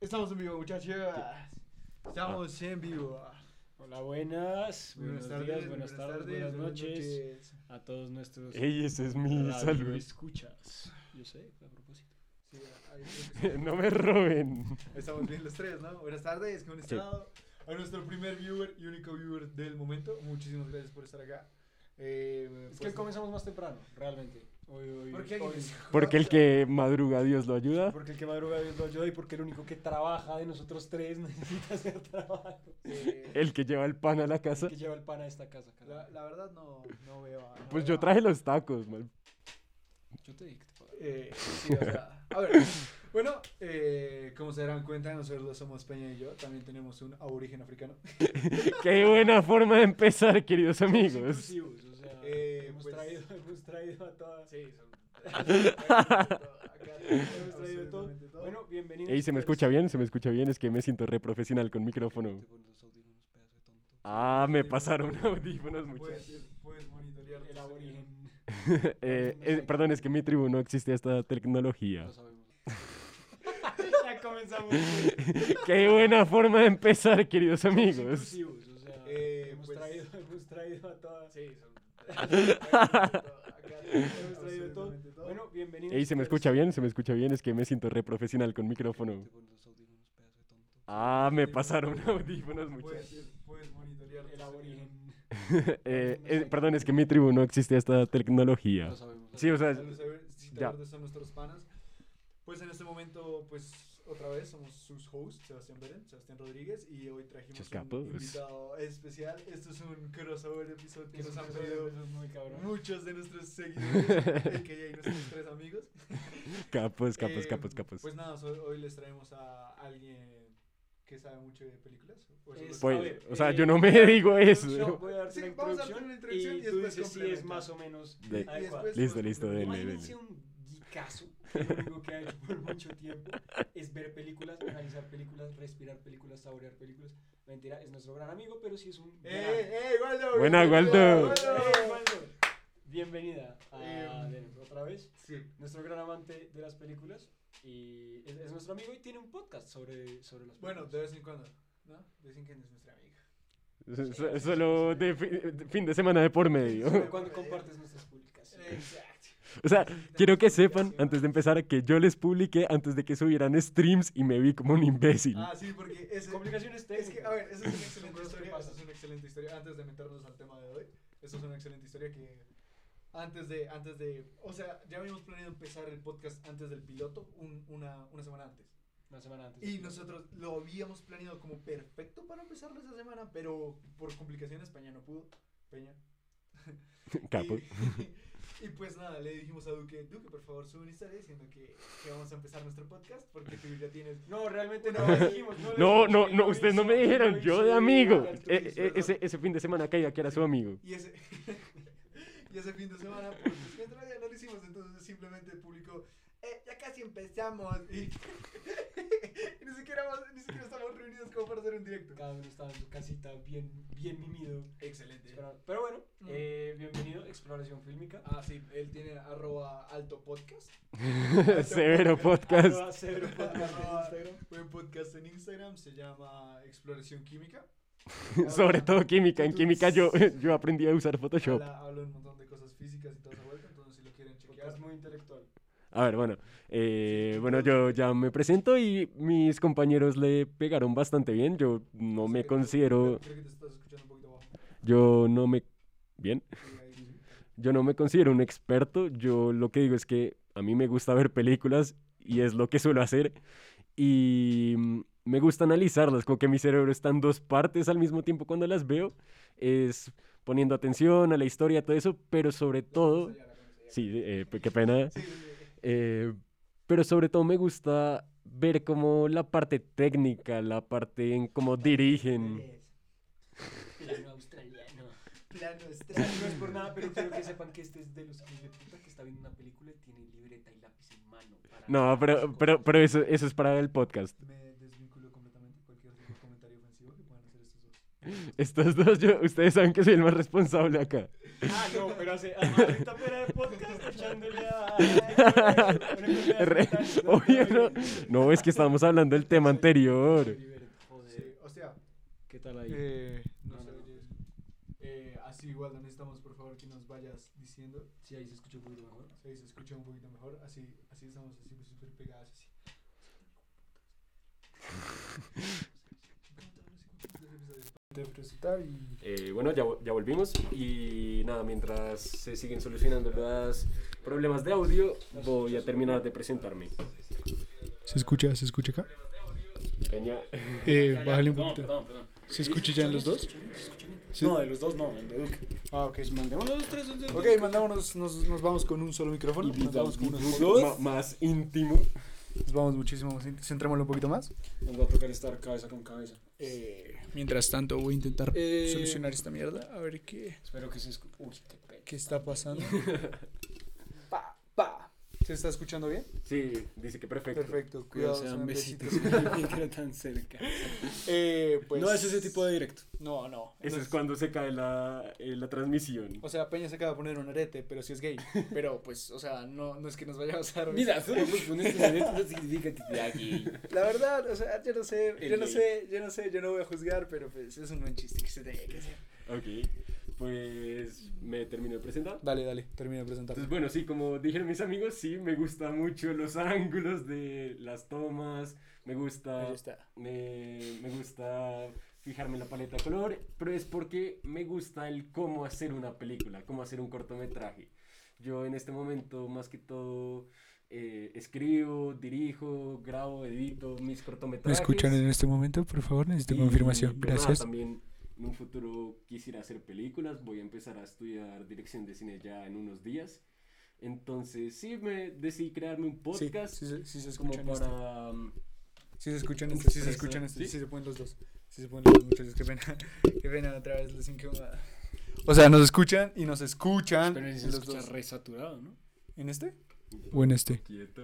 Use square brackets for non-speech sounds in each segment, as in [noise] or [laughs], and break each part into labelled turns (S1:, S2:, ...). S1: Estamos en vivo, muchachos. Estamos en vivo.
S2: Ah. Hola, buenas. Buenos, días, buenas, tardes, buenas noches. A todos nuestros.
S3: Ey, ese es mi
S2: radio
S3: saludo.
S2: escuchas. Yo sé, a propósito.
S1: Sí, ahí creo que
S3: [laughs] No me roben.
S1: Estamos bien los tres, ¿no? Buenas tardes, ¿cómo han
S3: Sí.
S1: estado? A nuestro primer viewer y único viewer del momento, muchísimas gracias por estar acá. Eh,
S2: Es que
S1: pues,
S2: hoy comenzamos más temprano, realmente. Hoy, hoy,
S1: ¿Por qué
S2: hoy-
S1: alguien dijo?
S3: Porque el que madruga Dios lo ayuda.
S2: Porque el que madruga Dios lo ayuda y porque el único que trabaja de nosotros tres [laughs] necesita hacer trabajo.
S1: Eh,
S3: El que lleva el pan a la casa.
S2: Que lleva el pan a esta casa, carajo.
S1: la, la verdad no, no veo. a- no
S3: Pues
S1: veo
S3: yo
S1: a-
S3: traje los tacos, man.
S2: Yo te dije que te pagaba.
S1: Eh, sí, o sea, a ver. Bueno, eh, como se darán cuenta, nosotros dos somos Peña y yo. También tenemos un aborigen
S3: [laughs]
S1: africano.
S3: Qué buena forma de empezar, queridos
S2: Somos
S3: amigos.
S2: inclusivos, o sea,
S1: Eh,
S2: hemos,
S1: pues-
S2: traído, [laughs] hemos traído a todas.
S1: Sí, son.
S2: Hemos traído todo. Bueno, bienvenidos.
S3: Ey, ¿se me escucha bien? ¿Se me escucha bien? Es que me siento re profesional con micrófono. Ah, me pasaron audífonos, muchachos.
S1: Puedes, pues, puedes monitorear
S2: El
S1: tu cerebro.
S2: aborigen.
S3: Eh, eh, perdón, es que en mi tribu no existe esta tecnología.
S2: Lo sabemos. [laughs] ya comenzamos.
S3: Qué buena forma de empezar, queridos
S2: Somos
S3: amigos.
S2: inclusivos, o sea,
S1: Eh,
S2: hemos,
S1: pues-
S2: traído, [laughs] hemos traído a todas. Sí, son.
S1: Hemos
S2: Hemos traído todo. Bueno, bienvenidos.
S3: Ey, ¿se me escucha bien? ¿Se me escucha bien? Es que me siento re profesional con micrófono. Ah, me pasaron [laughs] audífonos, muchachos.
S1: puedes, puedes monitorear tu
S2: El
S1: cerebro.
S2: aborigen.
S3: [laughs] Eh, eh, perdón, es que en mi tribu no existe esta tecnología.
S2: Lo sabemos.
S3: Sí, o sea,
S1: A los saber- Si te
S3: ya.
S1: acuerdas, son nuestros panas. Pues en este momento, pues otra vez somos sus hosts, Sebastián Beren, Sebastián Rodríguez, y hoy trajimos
S3: Chascapos.
S1: un invitado especial. Esto es un crossover episodio que
S2: que
S1: nos
S2: nos
S1: han
S2: pedido.
S1: pedido
S2: Eso es muy cabrón.
S3: [laughs]
S1: muchos de nuestros seguidores, a.k.a. nuestros tres amigos.
S3: capos, capos,
S1: Eh,
S3: capos, capos.
S1: Pues nada, so- hoy les traemos a alguien que sabe mucho de películas. o eso es lo
S2: Es-
S1: que-
S2: a
S3: Pues,
S2: ver,
S3: o sea,
S2: eh,
S3: yo no me [laughs] digo
S2: Yo
S3: eso.
S2: voy a dar
S1: Sí,
S2: una
S1: vamos a hacer
S2: introducción
S1: una introducción
S2: y
S1: y
S2: tú
S1: después
S2: dices si es
S1: complementa.
S2: más o menos
S3: De-
S1: Y
S2: adecuado.
S1: después-
S3: Listo, listo,
S2: Eh,
S1: Dele,
S3: denle, denle.
S2: Imagínense un geekazo que lo único que ha hecho por mucho tiempo es ver películas, analizar películas, respirar películas, saborear películas. Mentira, es nuestro gran amigo, pero sí es un
S1: ¡Eh,
S2: gran...
S1: eh, Waldo!
S3: Buena,
S1: bienvenido,
S3: Waldo.
S2: ¡Eh, Waldo! Bienvenida a
S1: Em.
S2: Denver otra vez.
S1: Sí,
S2: Nuestro gran amante de las películas y es, es nuestro amigo y tiene un podcast sobre, sobre las
S1: bueno,
S2: películas.
S1: de vez en cuando, ¿no? Dicen que es nuestra amiga.
S3: So- so- [laughs] Solo de fi- de fin de semana de por medio.
S2: Sobre cuando compartes nuestras
S1: Eh,
S2: publicaciones.
S1: Exacto.
S3: [laughs] O sea, quiero que sepan, antes de empezar, que yo les publiqué antes de que subieran streams y me vi como un imbécil. [laughs]
S1: Ah, sí, porque ese,
S2: Complicaciones
S1: es
S2: técnicas.
S1: que, a ver, esa es una
S2: Son
S1: excelente
S2: cosas que
S1: historia.
S2: pasan.
S1: Esa es una excelente historia. Antes de meternos al tema de hoy, esa es una excelente historia que antes de, antes de, o sea, ya habíamos planeado empezar el podcast antes del piloto, un- una, una semana antes.
S2: Una semana antes.
S1: Y nosotros lo habíamos planeado como perfecto para empezarlo esa semana, pero por complicaciones Peña no pudo. Peña.
S3: [laughs] Capos.
S1: [laughs] Y, y pues nada, le dijimos a Duque, Duque, por favor, sube una historia diciendo que, que vamos a empezar nuestro podcast porque tú ya tienes
S2: No, realmente no
S1: no
S2: lo
S1: lo
S2: dijimos.
S3: No, no, no, ustedes no me dijeron, yo de amigo. Eh, eh, ese, ese fin de semana caía que era
S1: [laughs]
S3: su amigo. [laughs]
S1: Y ese, y ese fin de semana, pues, es que otro día no lo hicimos, entonces simplemente publicó, eh, ya casi empezamos. Y, [laughs] y ni, siquiera, vamos- ni siquiera estamos reunidos como para hacer un directo.
S2: Cada uno estaba en su casita, bien, bien mimido.
S1: Excelente.
S2: Espera- Pero bueno,
S1: Mm.
S2: eh, bienvenido, Exploración Fílmica.
S1: Ah, sí, él tiene arroba alto podcast.
S2: [laughs]
S3: Severo podcast.
S2: Arroba Cero Podcast en
S1: Arroba-
S2: Instagram.
S1: Buen podcast en Instagram, se llama Exploración Química.
S3: [laughs] Sobre
S1: Habla-
S3: todo química. En química yo, [laughs] yo aprendí a usar Photoshop.
S1: Habla, habla un montón de cosas físicas y toda esa vuelta, entonces si lo quieren chequear.
S2: Podcast muy intelectual.
S3: A ver, bueno. eh, bueno, yo ya me presento y mis compañeros le pegaron bastante bien. Yo no me
S1: Creo que-
S3: considero.
S1: Creo que te estás escuchando un poquito bajo.
S3: Yo no me. Bien.
S1: [laughs] Sí, ahí sí.
S3: Yo no me considero un experto. Yo lo que digo es que a mí me gusta ver películas y es lo que suelo hacer. Y mm, me gusta analizarlas, como que mi cerebro está en dos partes al mismo tiempo cuando las veo. Es poniendo atención a la historia, todo eso, pero sobre todo. Sí, eh, qué pena.
S1: Sí, sí, sí. [laughs]
S3: Eh, pero sobre todo me gusta ver como la parte técnica, la parte en cómo dirigen.
S2: Plano australiano.
S1: Plano estrella.
S2: No es por nada, pero quiero que sepan que este es de los hijos de puta que está viendo una película y tiene libreta y lápiz en mano. para
S3: No,
S2: anotar sus
S3: pero,
S2: cosas.
S3: pero, pero eso, eso es para el podcast.
S1: Me desvinculo completamente de cualquier tipo de comentario ofensivo que puedan hacer estos dos.
S3: Estos dos, yo- ustedes saben que soy el más responsable acá.
S2: Ah, no, pero hace. además, Ahorita fuera de podcast echándole a.
S3: [laughs] Re- obvio no. No, es que estábamos hablando del tema anterior.
S1: Sí, hostia.
S2: ¿Qué tal ahí?
S1: Eh, no,
S2: No,
S1: sé,
S2: no, no.
S1: oye. Eh, así igual no necesitamos, por favor, que nos vayas diciendo.
S2: Sí, ahí se escuchó un poquito mejor.
S1: Sí, se escucha un poquito mejor. Así, así estamos así súper pegadas así. De presentar y
S3: Eh, bueno, ya, vo- ya volvimos y nada, mientras se siguen solucionando los problemas de audio, voy a terminar de presentarme.
S1: se escucha, se escucha acá.
S3: Peña.
S1: Eh, bájale un poquito.
S2: perdón.
S1: ¿Se escucha ya en los dos? Sí.
S2: No, de los dos no, el de Duque.
S1: Ah, ok.
S2: Mandemos los tres. los dos.
S1: Ok, mandámonos, nos, nos vamos con un solo micrófono. Nos vamos con unos
S3: Ma- más íntimo.
S1: Nos vamos muchísimo, más in- centrémoslo un poquito más.
S2: Nos va a tocar estar cabeza con cabeza.
S1: mientras tanto, voy a intentar
S2: Eh,
S1: solucionar esta mierda. A ver qué,
S2: Espero que se escuche. Uy, qué pecho.
S1: qué está pasando. [laughs] pa, pa. ¿Se está escuchando bien?
S3: Sí, dice que perfecto.
S1: Perfecto, cuidado.
S2: Cuidado, sean besitos. [laughs] que era tan cerca.
S1: [laughs] Eh, pues,
S2: No es ese tipo de directo.
S1: No, no.
S3: Eso es
S1: Entonces,
S3: cuando se cae la, eh, la transmisión.
S1: O sea, Peña se acaba de poner un arete, pero si es [laughs] gay. Pero pues, o sea, no, no es que nos vaya a usar.
S2: Mira, solo porque con este directo no significa que te aquí.
S1: La verdad, o sea, yo no sé,
S2: El
S1: yo no
S2: gay.
S1: sé, yo no sé, yo no voy a juzgar, pero pues es un buen chiste que se tenía que hacer.
S3: Ok, pues me termino de presentar.
S1: Dale, dale, termina de presentar.
S3: Entonces, bueno, sí, como dijeron mis amigos, sí, me gusta mucho los [laughs] ángulos de las tomas, me gusta...
S1: Ahí Ah, está.
S3: Me, me gusta fijarme en la paleta de color, pero es porque me gusta el cómo hacer una película, cómo hacer un cortometraje. Yo en este momento, más que todo, eh, escribo, dirijo, grabo, edito mis cortometrajes.
S1: ¿Me escuchan en este momento, por favor? Necesito
S3: Y,
S1: confirmación.
S3: pues, nada,
S1: Gracias.
S3: también en un futuro quisiera hacer películas, voy a empezar a estudiar dirección de cine ya en unos días. Entonces, sí, me decidí crearme un
S1: Sí,
S3: podcast
S1: sí, se- este. sí se
S3: como
S1: escuchan esto.
S3: para... um,
S1: Sí se escuchan esto,
S3: Expresa-
S1: sí se escuchan esto,
S3: ¿Sí?
S1: sí se ponen los dos. Sí se ponen los dos, muchachos, qué pena. [laughs] Qué pena otra vez los incomoda. O sea, nos escuchan y nos escuchan
S2: Pero se
S1: los
S2: escucha
S1: dos.
S2: re saturado, ¿no?
S1: ¿En este? ¿O en este?
S3: Quieto.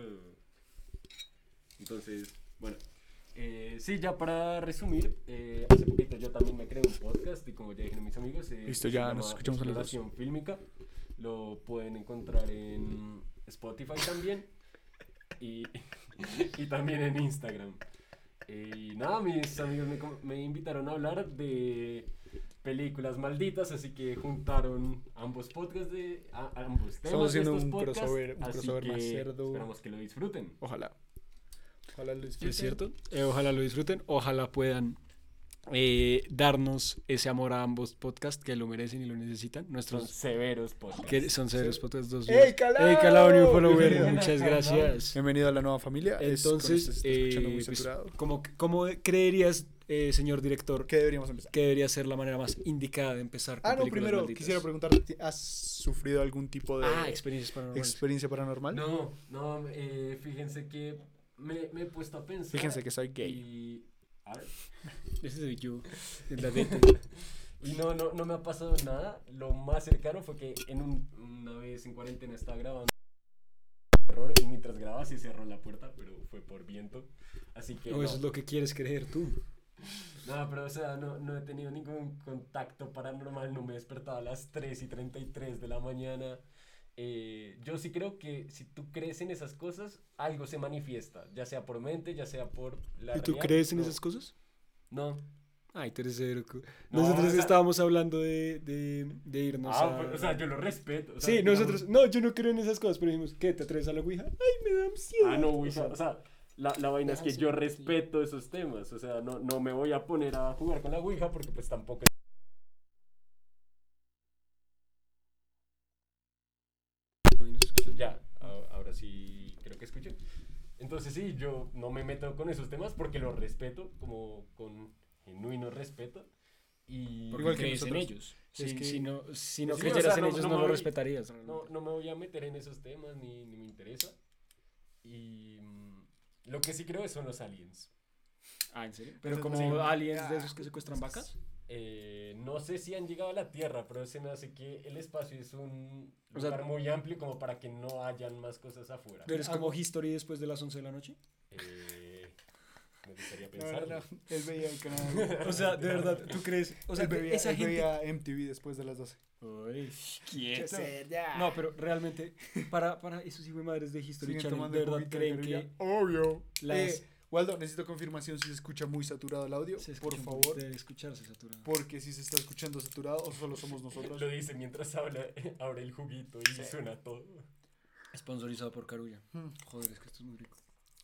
S3: Entonces, bueno. eh, sí, ya para resumir, eh, hace poquito yo también me creé un podcast y como ya dijeron mis amigos, eh,
S1: Listo,
S3: se
S1: ya
S3: llama
S1: nos escuchamos a los dos.
S3: Exploración Fílmica. Lo pueden encontrar en Spotify también y, y también en Instagram. Eh, y nada, mis amigos me, com- me invitaron a hablar de películas malditas, así que juntaron ambos podcasts de a- ambos temas. de
S1: haciendo
S3: estos
S1: un
S3: podcasts,
S1: crossover- un
S3: así
S1: crossover más
S3: que
S1: cerdo.
S3: Esperamos que lo disfruten.
S1: Ojalá. Ojalá lo
S2: Sí,
S1: disfruten.
S2: es cierto. Eh, ojalá lo disfruten. Ojalá puedan eh, darnos ese amor a ambos podcasts que lo merecen y lo necesitan.
S3: Son
S2: Nuestros
S3: severos podcasts.
S2: que son severos podcasts dos.
S1: ¡Ey,
S2: views.
S1: Calao!
S2: ¡Ey, Calao, new follower!
S1: [laughs] Bienvenido.
S2: Muchas gracias.
S1: Bienvenido a la nueva familia. Es- con esto se
S2: Entonces,
S1: está escuchando
S2: eh,
S1: muy
S2: pues,
S1: saturado.
S2: ¿cómo, cómo creerías, eh, señor director,
S1: ¿Qué deberíamos empezar?
S2: que debería ser la manera más indicada de empezar con
S1: Ah, no,
S2: películas
S1: primero
S2: malditas?
S1: quisiera preguntarte, ¿has sufrido algún tipo de
S2: Ah, experiencias paranormales.
S1: experiencia paranormal?
S3: No, no, eh, fíjense que me, me he puesto a pensar.
S1: Fíjense que soy gay.
S3: Y, a ver,
S2: Ese soy yo, [laughs] el ladito.
S3: y no, no, no me ha pasado nada. Lo más cercano fue que en un- una vez en cuarentena estaba grabando error y mientras grababa sí cerró la puerta, pero fue por viento. Así que
S2: O
S3: no.
S2: eso es lo que quieres creer tú.
S3: No, pero o sea, no, no he tenido ningún contacto paranormal, no me he despertado a las 3 y 33 de la mañana. Eh, yo sí creo que si tú crees en esas cosas, algo se manifiesta, ya sea por mente, ya sea por la...
S2: ¿Y tú
S3: realidad,
S2: crees en
S3: no.
S2: esas cosas?
S3: No.
S2: Ay, tú eres cero cu-
S3: No,
S2: Nosotros
S3: o sea-
S2: estábamos hablando de, de, de irnos
S3: ah,
S2: a...
S3: pero, o sea, yo lo respeto. o sea,
S2: sí,
S3: digamos-
S2: nosotros... No, yo no creo en esas cosas, pero dijimos, ¿qué? ¿Te atreves a la Ouija? Ay, me da ansiedad. [laughs]
S3: Ah, no, güey, o sea, o sea, la, la vaina es que
S2: Déjame
S3: yo
S2: sentir.
S3: respeto esos temas, o sea, no, no me voy a poner a jugar con la Ouija porque pues tampoco...
S2: Ay, no se escucha.
S3: Ya, a- ahora sí creo que escuché. Entonces sí, yo no me meto con esos temas porque los respeto, como con genuino respeto. Y
S1: Porque Igual que
S2: crees en
S1: nosotros.
S2: ellos.
S1: Es
S2: Si-
S1: que-
S2: Si no, si no
S3: Sí, o sea,
S2: creyeras en
S3: no-
S2: ellos, no,
S3: no me
S2: lo
S3: voy-
S2: respetarías.
S3: no,
S2: realmente.
S3: no me voy a meter en esos temas ni, ni me interesa. Y mm, lo que sí creo es son los aliens.
S2: Ah, ¿en serio?
S3: Entonces,
S2: Pero como
S3: sí.
S2: aliens de esos que secuestran vacas.
S3: Eh, no sé si han llegado a la Tierra, pero se me hace que el espacio es un
S2: O sea-
S3: lugar muy amplio como para que no hayan más cosas afuera.
S2: Pero es
S1: Ah,
S2: como
S1: bueno.
S3: [laughs]
S2: history después de las 11 de la noche.
S3: Eh, me gustaría
S1: La verdad,
S3: pensarlo.
S1: no. Él veía el
S2: [laughs]
S1: canal.
S3: O sea, de verdad,
S1: ¿tú crees?
S3: o sea,
S1: él veía,
S3: esa
S1: él
S3: gente-
S1: veía MTV después de las 12.
S3: Uy,
S1: Qué
S3: quieto.
S1: cerda.
S2: No, pero realmente, para, para esos hijos de madres de History
S1: Siguen
S2: Channel,
S1: tomando
S2: de
S1: el
S2: verdad
S1: juguito de
S2: creen que
S1: cerilla. Obvio.
S2: las...
S1: Eh, Waldo, necesito confirmación si se escucha muy saturado el audio,
S2: se
S1: por
S2: escucha un
S1: favor.
S2: poquito de escucharse saturado.
S1: Porque si se está escuchando saturado o solo somos nosotros.
S3: [laughs] Lo dice mientras habla, [laughs] abre el juguito y suena todo.
S2: Sponsorizado por Carulla.
S1: Hmm.
S2: Joder, es que esto es muy rico.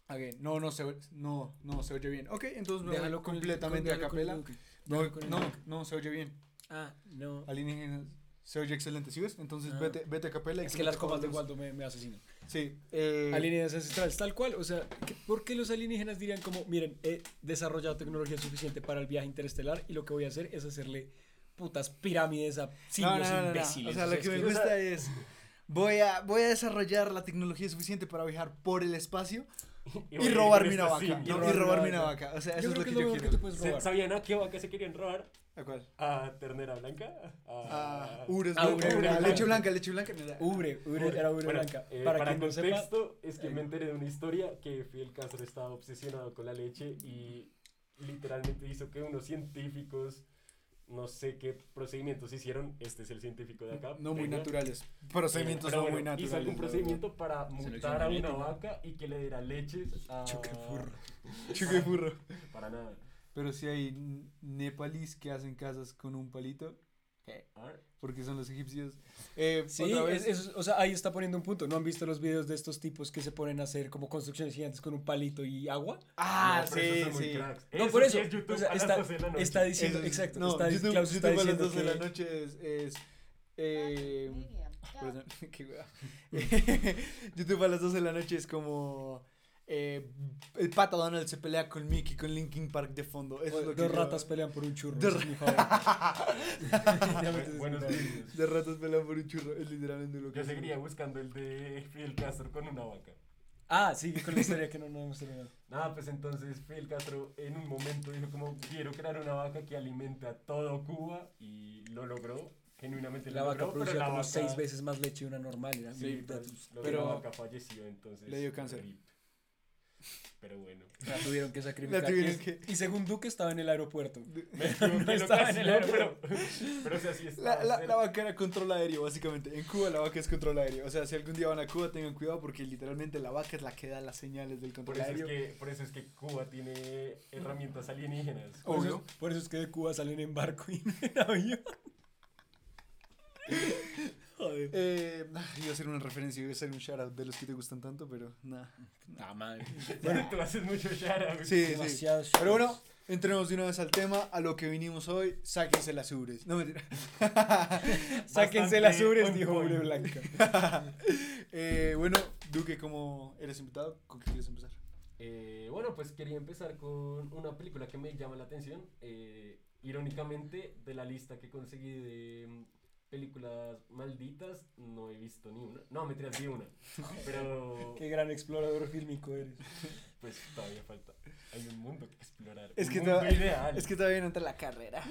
S1: Again, no, no se, oye- no, no se oye bien. Ok, entonces me voy
S2: con el-
S1: completamente
S2: con-
S1: a
S2: déjalo con el
S1: capela.
S2: Duque.
S1: No,
S2: déjalo con el
S1: no,
S2: Duque.
S1: no, se oye bien.
S2: Ah, no.
S1: Alienígenas, se oye excelente, ¿sí ves? Entonces
S2: Ah.
S1: vete, vete a capela. y
S2: Es que las
S1: te
S2: comas de
S1: acabas
S2: Waldo me, me asesinan.
S1: los- Sí. eh,
S2: Alienígenas ancestrales, tal cual. O sea, ¿qué- ¿por qué los alienígenas dirían como, miren, he desarrollado tecnología suficiente para el viaje interestelar y lo que voy a hacer es hacerle putas pirámides a
S1: no, no,
S2: simios
S1: no, no, no.
S2: imbéciles?
S1: O sea, lo que me
S2: es
S1: gusta es... Voy a, voy a desarrollar la tecnología suficiente para viajar por el espacio y,
S3: voy a ir
S1: robarme
S3: con
S1: una
S3: esta
S1: vaca.
S3: este simio.
S1: Y robarme una vaca. O sea,
S2: yo
S1: eso es
S2: creo
S1: lo
S2: que
S1: que
S2: es lo
S1: yo
S2: mejor que te
S1: quiero.
S2: puedes
S3: Se-
S2: robar.
S3: ¿Sabían a qué vaca se querían robar?
S1: ¿A cuál?
S3: ¿A ternera blanca?
S1: Ah, Ures,
S2: Ah,
S1: blanca,
S2: Ures
S1: Ures,
S2: blanca.
S1: leche blanca, leche blanca.
S2: Ubre, ubre, era ubre
S3: Bueno,
S2: blanca.
S3: eh,
S2: para
S3: para
S2: quien no sepa,
S3: contexto, es que
S2: ahí
S3: me
S2: va.
S3: enteré de una historia que Fidel Castro estaba obsesionado con la leche y literalmente hizo que unos científicos, no sé qué procedimientos hicieron, este es el científico de acá.
S1: No muy
S3: Peña,
S1: naturales.
S3: eh,
S1: Procedimientos
S3: pero
S1: no
S3: bueno,
S1: muy naturales.
S3: Hizo algún
S1: la verdad.
S3: procedimiento para mutar a una
S2: genética.
S3: vaca y que le diera leches a...
S1: Choqueburro. Chuque burro.
S3: Para nada.
S1: Pero si hay n- nepalís que hacen casas con un palito, eh,
S3: A ver,
S1: porque son los egipcios. Eh,
S2: Sí,
S1: otra
S2: es-
S1: vez.
S2: es- o sea, ahí está poniendo un punto. ¿No han visto los videos de estos tipos que se ponen a hacer como construcciones gigantes con un palito y agua?
S1: Ah,
S3: no, pero
S1: sí,
S3: esos son muy
S1: sí.
S3: cracks.
S2: No, por
S3: sí
S2: eso.
S3: es YouTube
S2: o sea,
S3: a las
S2: está,
S3: 12 de la noche.
S2: está diciendo,
S1: Eso es-
S2: exacto.
S1: No,
S2: está,
S1: YouTube,
S2: Klaus está
S1: YouTube a las
S2: diciendo
S1: 12 de la
S2: que-
S1: noche es. es, eh, perdón, [laughs] qué hueva. YouTube a las 12 de la noche es como. eh, el pato Donald se pelea con Mickey con Linkin Park de fondo. Eso es lo que
S2: Dos
S1: yo-
S2: ratas pelean por un churro.
S1: Dos
S2: ese es mi favorito. Ya me [laughs] estoy
S3: [laughs] Buenos
S2: sentando.
S3: vídeos.
S1: Dos ratas pelean por un churro. Es literalmente lo que
S3: Yo
S1: es.
S3: seguiría buscando el de Fidel Castro con una vaca.
S2: Ah, sigue con la historia que no, no hemos terminado.
S3: Nada, pues entonces Fidel Castro en un momento dijo como quiero crear una vaca que alimente a todo Cuba y lo logró, genuinamente
S2: La
S3: lo
S2: vaca
S3: logró, pero
S2: producía
S3: la
S2: como
S3: vaca-
S2: seis veces más leche de una normal. Era
S3: Sí,
S2: mil
S3: pero,
S2: datos.
S3: lo de
S1: pero
S3: la vaca falleció entonces.
S1: le dio cáncer.
S3: rip. Pero bueno.
S2: La tuvieron que sacrificar.
S1: La tuvieron
S2: y, es-
S1: que-
S2: y según Duque estaba en el aeropuerto.
S3: Me equivoqué, lo
S2: estaba
S3: casi
S2: en el
S3: leo, pero,
S2: aeropuerto.
S3: pero o sea, sí estaba
S1: La, la,
S3: cerca.
S1: la vaca era control aéreo, básicamente. En Cuba la vaca es control aéreo. O sea, si algún día van a Cuba, tengan cuidado porque literalmente la vaca es la que da las señales del
S3: Por
S1: control
S3: eso, es
S1: aéreo.
S3: que, por eso es que Cuba tiene herramientas alienígenas.
S1: Oh.
S2: Por eso,
S1: Obvio.
S2: es- por eso es que de Cuba salen en barco y [laughs] no en avión. Joder.
S1: Eh, ah, iba a hacer una referencia, iba a hacer un shoutout de los que te gustan tanto, pero nada.
S2: Ah, madre.
S3: Bueno, [laughs] tú haces mucho shara, güey.
S1: Sí, sí.
S2: Demasiados
S1: Pero bueno, entremos de una vez al tema, a lo que vinimos hoy, sáquense las ubres. No, mentira. [laughs]
S2: Sáquense las
S3: Bastante
S2: ubres,
S3: on
S2: dijo
S3: point.
S2: Ure Blanca.
S1: [laughs] Eh, bueno, Duque, ¿cómo eres invitado? ¿Con qué quieres empezar?
S3: Eh, bueno, pues quería empezar con una película que me llama la atención. eh, irónicamente, de la lista que conseguí de mm, películas malditas, no he visto ni una. No, mentiras,
S1: [laughs]
S3: vi una. Pero,
S2: Qué gran explorador fílmico eres.
S3: pues todavía falta. Hay un mundo que explorar.
S1: Es
S3: un
S1: que,
S3: mundo
S1: todavía-
S3: ideal.
S1: es que todavía no entra la carrera.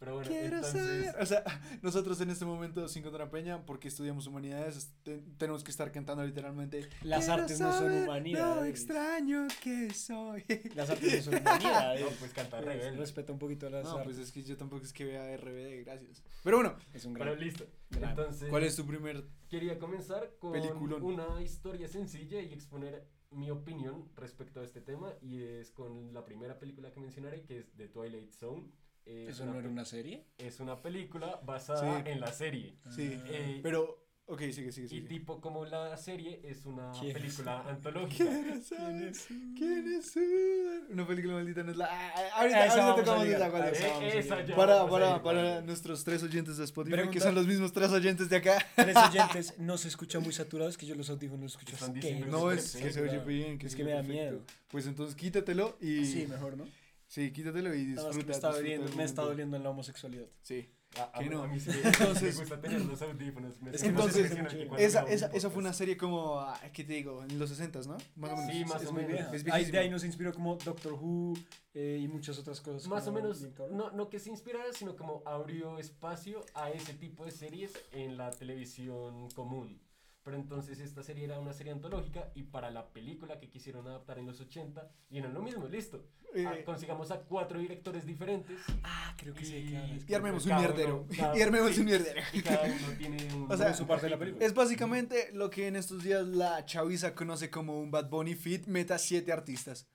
S3: Pero bueno,
S1: Quiero
S3: entonces. [laughs]
S1: ser. O sea, nosotros en este momento, sin contra Peña, porque estudiamos humanidades, es- te- tenemos que estar cantando literalmente.
S2: Las
S1: "Quiero
S2: artes no son
S1: saber
S2: humanidades".
S1: Lo extraño que soy.
S2: [laughs] Las artes [laughs] no son humanidades.
S3: No, pues canta
S2: Pues,
S3: rebelde.
S2: Respeta un poquito a las
S1: No,
S2: artes.
S1: pues es que yo tampoco es que vea RBD, gracias. Pero bueno,
S2: es un
S3: Pero
S2: gran.
S3: listo.
S2: gran-
S3: Entonces,
S1: ¿cuál es tu primer?
S3: quería comenzar con
S1: Peliculón.
S3: una historia sencilla y exponer mi opinión respecto a este tema. Y es con la primera película que mencionaré, que es The Twilight Zone.
S2: [laughs]
S3: Eh,
S2: ¿Eso no
S3: una
S2: era
S3: pe-
S2: una serie?
S3: es una película basada
S1: Sí.
S3: en la serie.
S1: Sí.
S2: Ah,
S3: Eh,
S1: Pero, ok, sigue, sigue,
S3: y
S1: sigue.
S3: tipo como la serie es una
S2: ¿Quién es?
S3: película
S1: [laughs]
S3: antológica.
S1: Quiero saber
S2: es?
S1: quién es Uber. Una película maldita no es la. ah, ah,
S2: A
S1: Ahorita,
S2: esa
S1: ahorita
S2: vamos a
S1: tocamos
S2: llegar,
S1: esa,
S2: a
S1: ¿cuál es?
S2: esa vamos a
S3: esa
S2: llegar.
S3: ya
S1: Para,
S3: vamos a
S1: para,
S3: ir,
S1: para
S3: vale.
S1: nuestros tres oyentes de Spotify, que
S2: Pregunta-
S1: son los mismos tres oyentes de acá.
S2: Tres oyentes, no se escucha muy saturados, que yo los audífonos los escucho.
S3: Están
S2: asqueroso.
S3: diciendo
S1: No,
S3: Sí,
S1: es que se
S2: perfecto.
S1: oye bien. Que
S2: Es
S1: se
S2: que
S1: oye
S2: me da
S1: perfecto.
S2: miedo. Pues
S1: Pues entonces quítatelo y.
S2: Sí, mejor, ¿no?
S1: Sí, quítatelo y
S2: Nada más que
S1: disfruta.
S2: me está
S1: disfruta el
S2: doliendo, me está
S1: momento.
S2: doliendo en la homosexualidad.
S1: Sí.
S3: A, a
S1: Que
S3: mí-
S1: no.
S3: a mí sí me- [laughs]
S1: Entonces-
S3: me gusta tener los audífonos. me
S2: Es
S3: siento
S1: entonces-
S3: impresionante
S2: esa-
S3: cuando
S1: Esa,
S3: grabo un
S1: esa, esa fue una
S3: podcast.
S1: serie como, ah, ¿qué te digo? En los 60 ¿no? Más o menos.
S3: Sí, más
S1: Es
S3: o
S1: muy
S3: menos.
S1: vieja, Es
S2: Ahí, de ahí
S1: viejísima.
S2: nos inspiró como Doctor Who eh, y muchas otras cosas.
S3: Más o
S2: como
S3: menos,
S2: bien cabrón.
S3: no, no que se inspirara, sino como abrió espacio a ese tipo de series en la televisión común. Pero entonces esta serie era una serie antológica y para la película que quisieron adaptar en los 80, dieron lo mismo, listo. Ah,
S1: Eh,
S3: consigamos a cuatro directores
S2: [laughs]
S3: diferentes.
S1: ah, creo que sí.
S3: y-
S1: Y armemos un
S3: cada uno-
S1: mierdero. [laughs]
S3: cada-
S1: Y armemos
S3: sí,
S1: un mierdero.
S3: Y cada uno tiene un,
S1: O sea,
S2: su parte de la película.
S1: Es básicamente lo que en estos días la chaviza conoce como un Bad Bunny Fit meta siete artistas.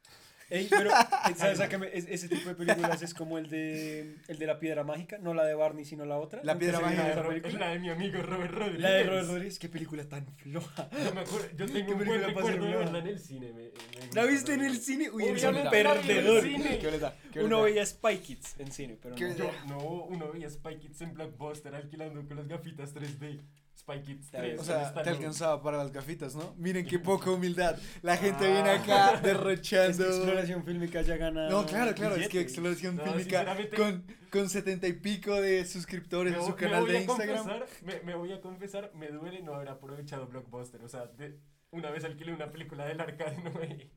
S2: Ey, pero, eh,
S1: [laughs]
S2: ¿sabes? a qué me- es- ese tipo de películas es como el de, el de la piedra mágica, no la de Barney, sino la otra.
S1: La
S2: Aunque
S1: Piedra
S2: se llama
S1: Mágica.
S2: otra
S3: Ro-
S2: película.
S3: la de mi amigo Robert Rodríguez.
S2: La de Robert Rodríguez, qué película tan floja.
S3: Yo, me acuerdo, yo
S2: [laughs]
S3: tengo
S2: Qué
S3: un buen
S2: película más
S3: recuerdo de
S2: hermosa.
S3: verla en el cine. me- me
S2: ¿La
S3: gusta
S2: viste en
S3: también.
S2: el cine? Uy,
S3: Obviamente
S2: es un
S3: la vi en el
S2: perdedor.
S3: cine.
S1: ¿Qué boleta? ¿Qué
S2: Uno
S1: boleta?
S2: veía Spy Kids en cine, pero
S1: ¿Qué
S2: no.
S3: Yo, no, uno veía Spy Kids en Blockbuster alquilando con las gafitas 3D. Spy Kids
S2: Claro,
S3: 3.
S1: O
S3: en
S1: sea, te
S3: Stallone.
S1: alcanzaba para las gafitas, ¿no? Miren qué poca humildad. La gente viene acá
S2: Es que
S1: derrochando.
S2: exploración fílmica ya gana.
S1: No, claro, claro, es que
S2: billete.
S1: Exploración
S3: No,
S1: Fílmica
S3: sinceramente-
S1: con, con 70 y pico de suscriptores en su canal de Instagram.
S3: Confesar, me, me voy a confesar, me duele no haber aprovechado Blockbuster. O sea, de- una vez alquilé una película del arcade [laughs] no me-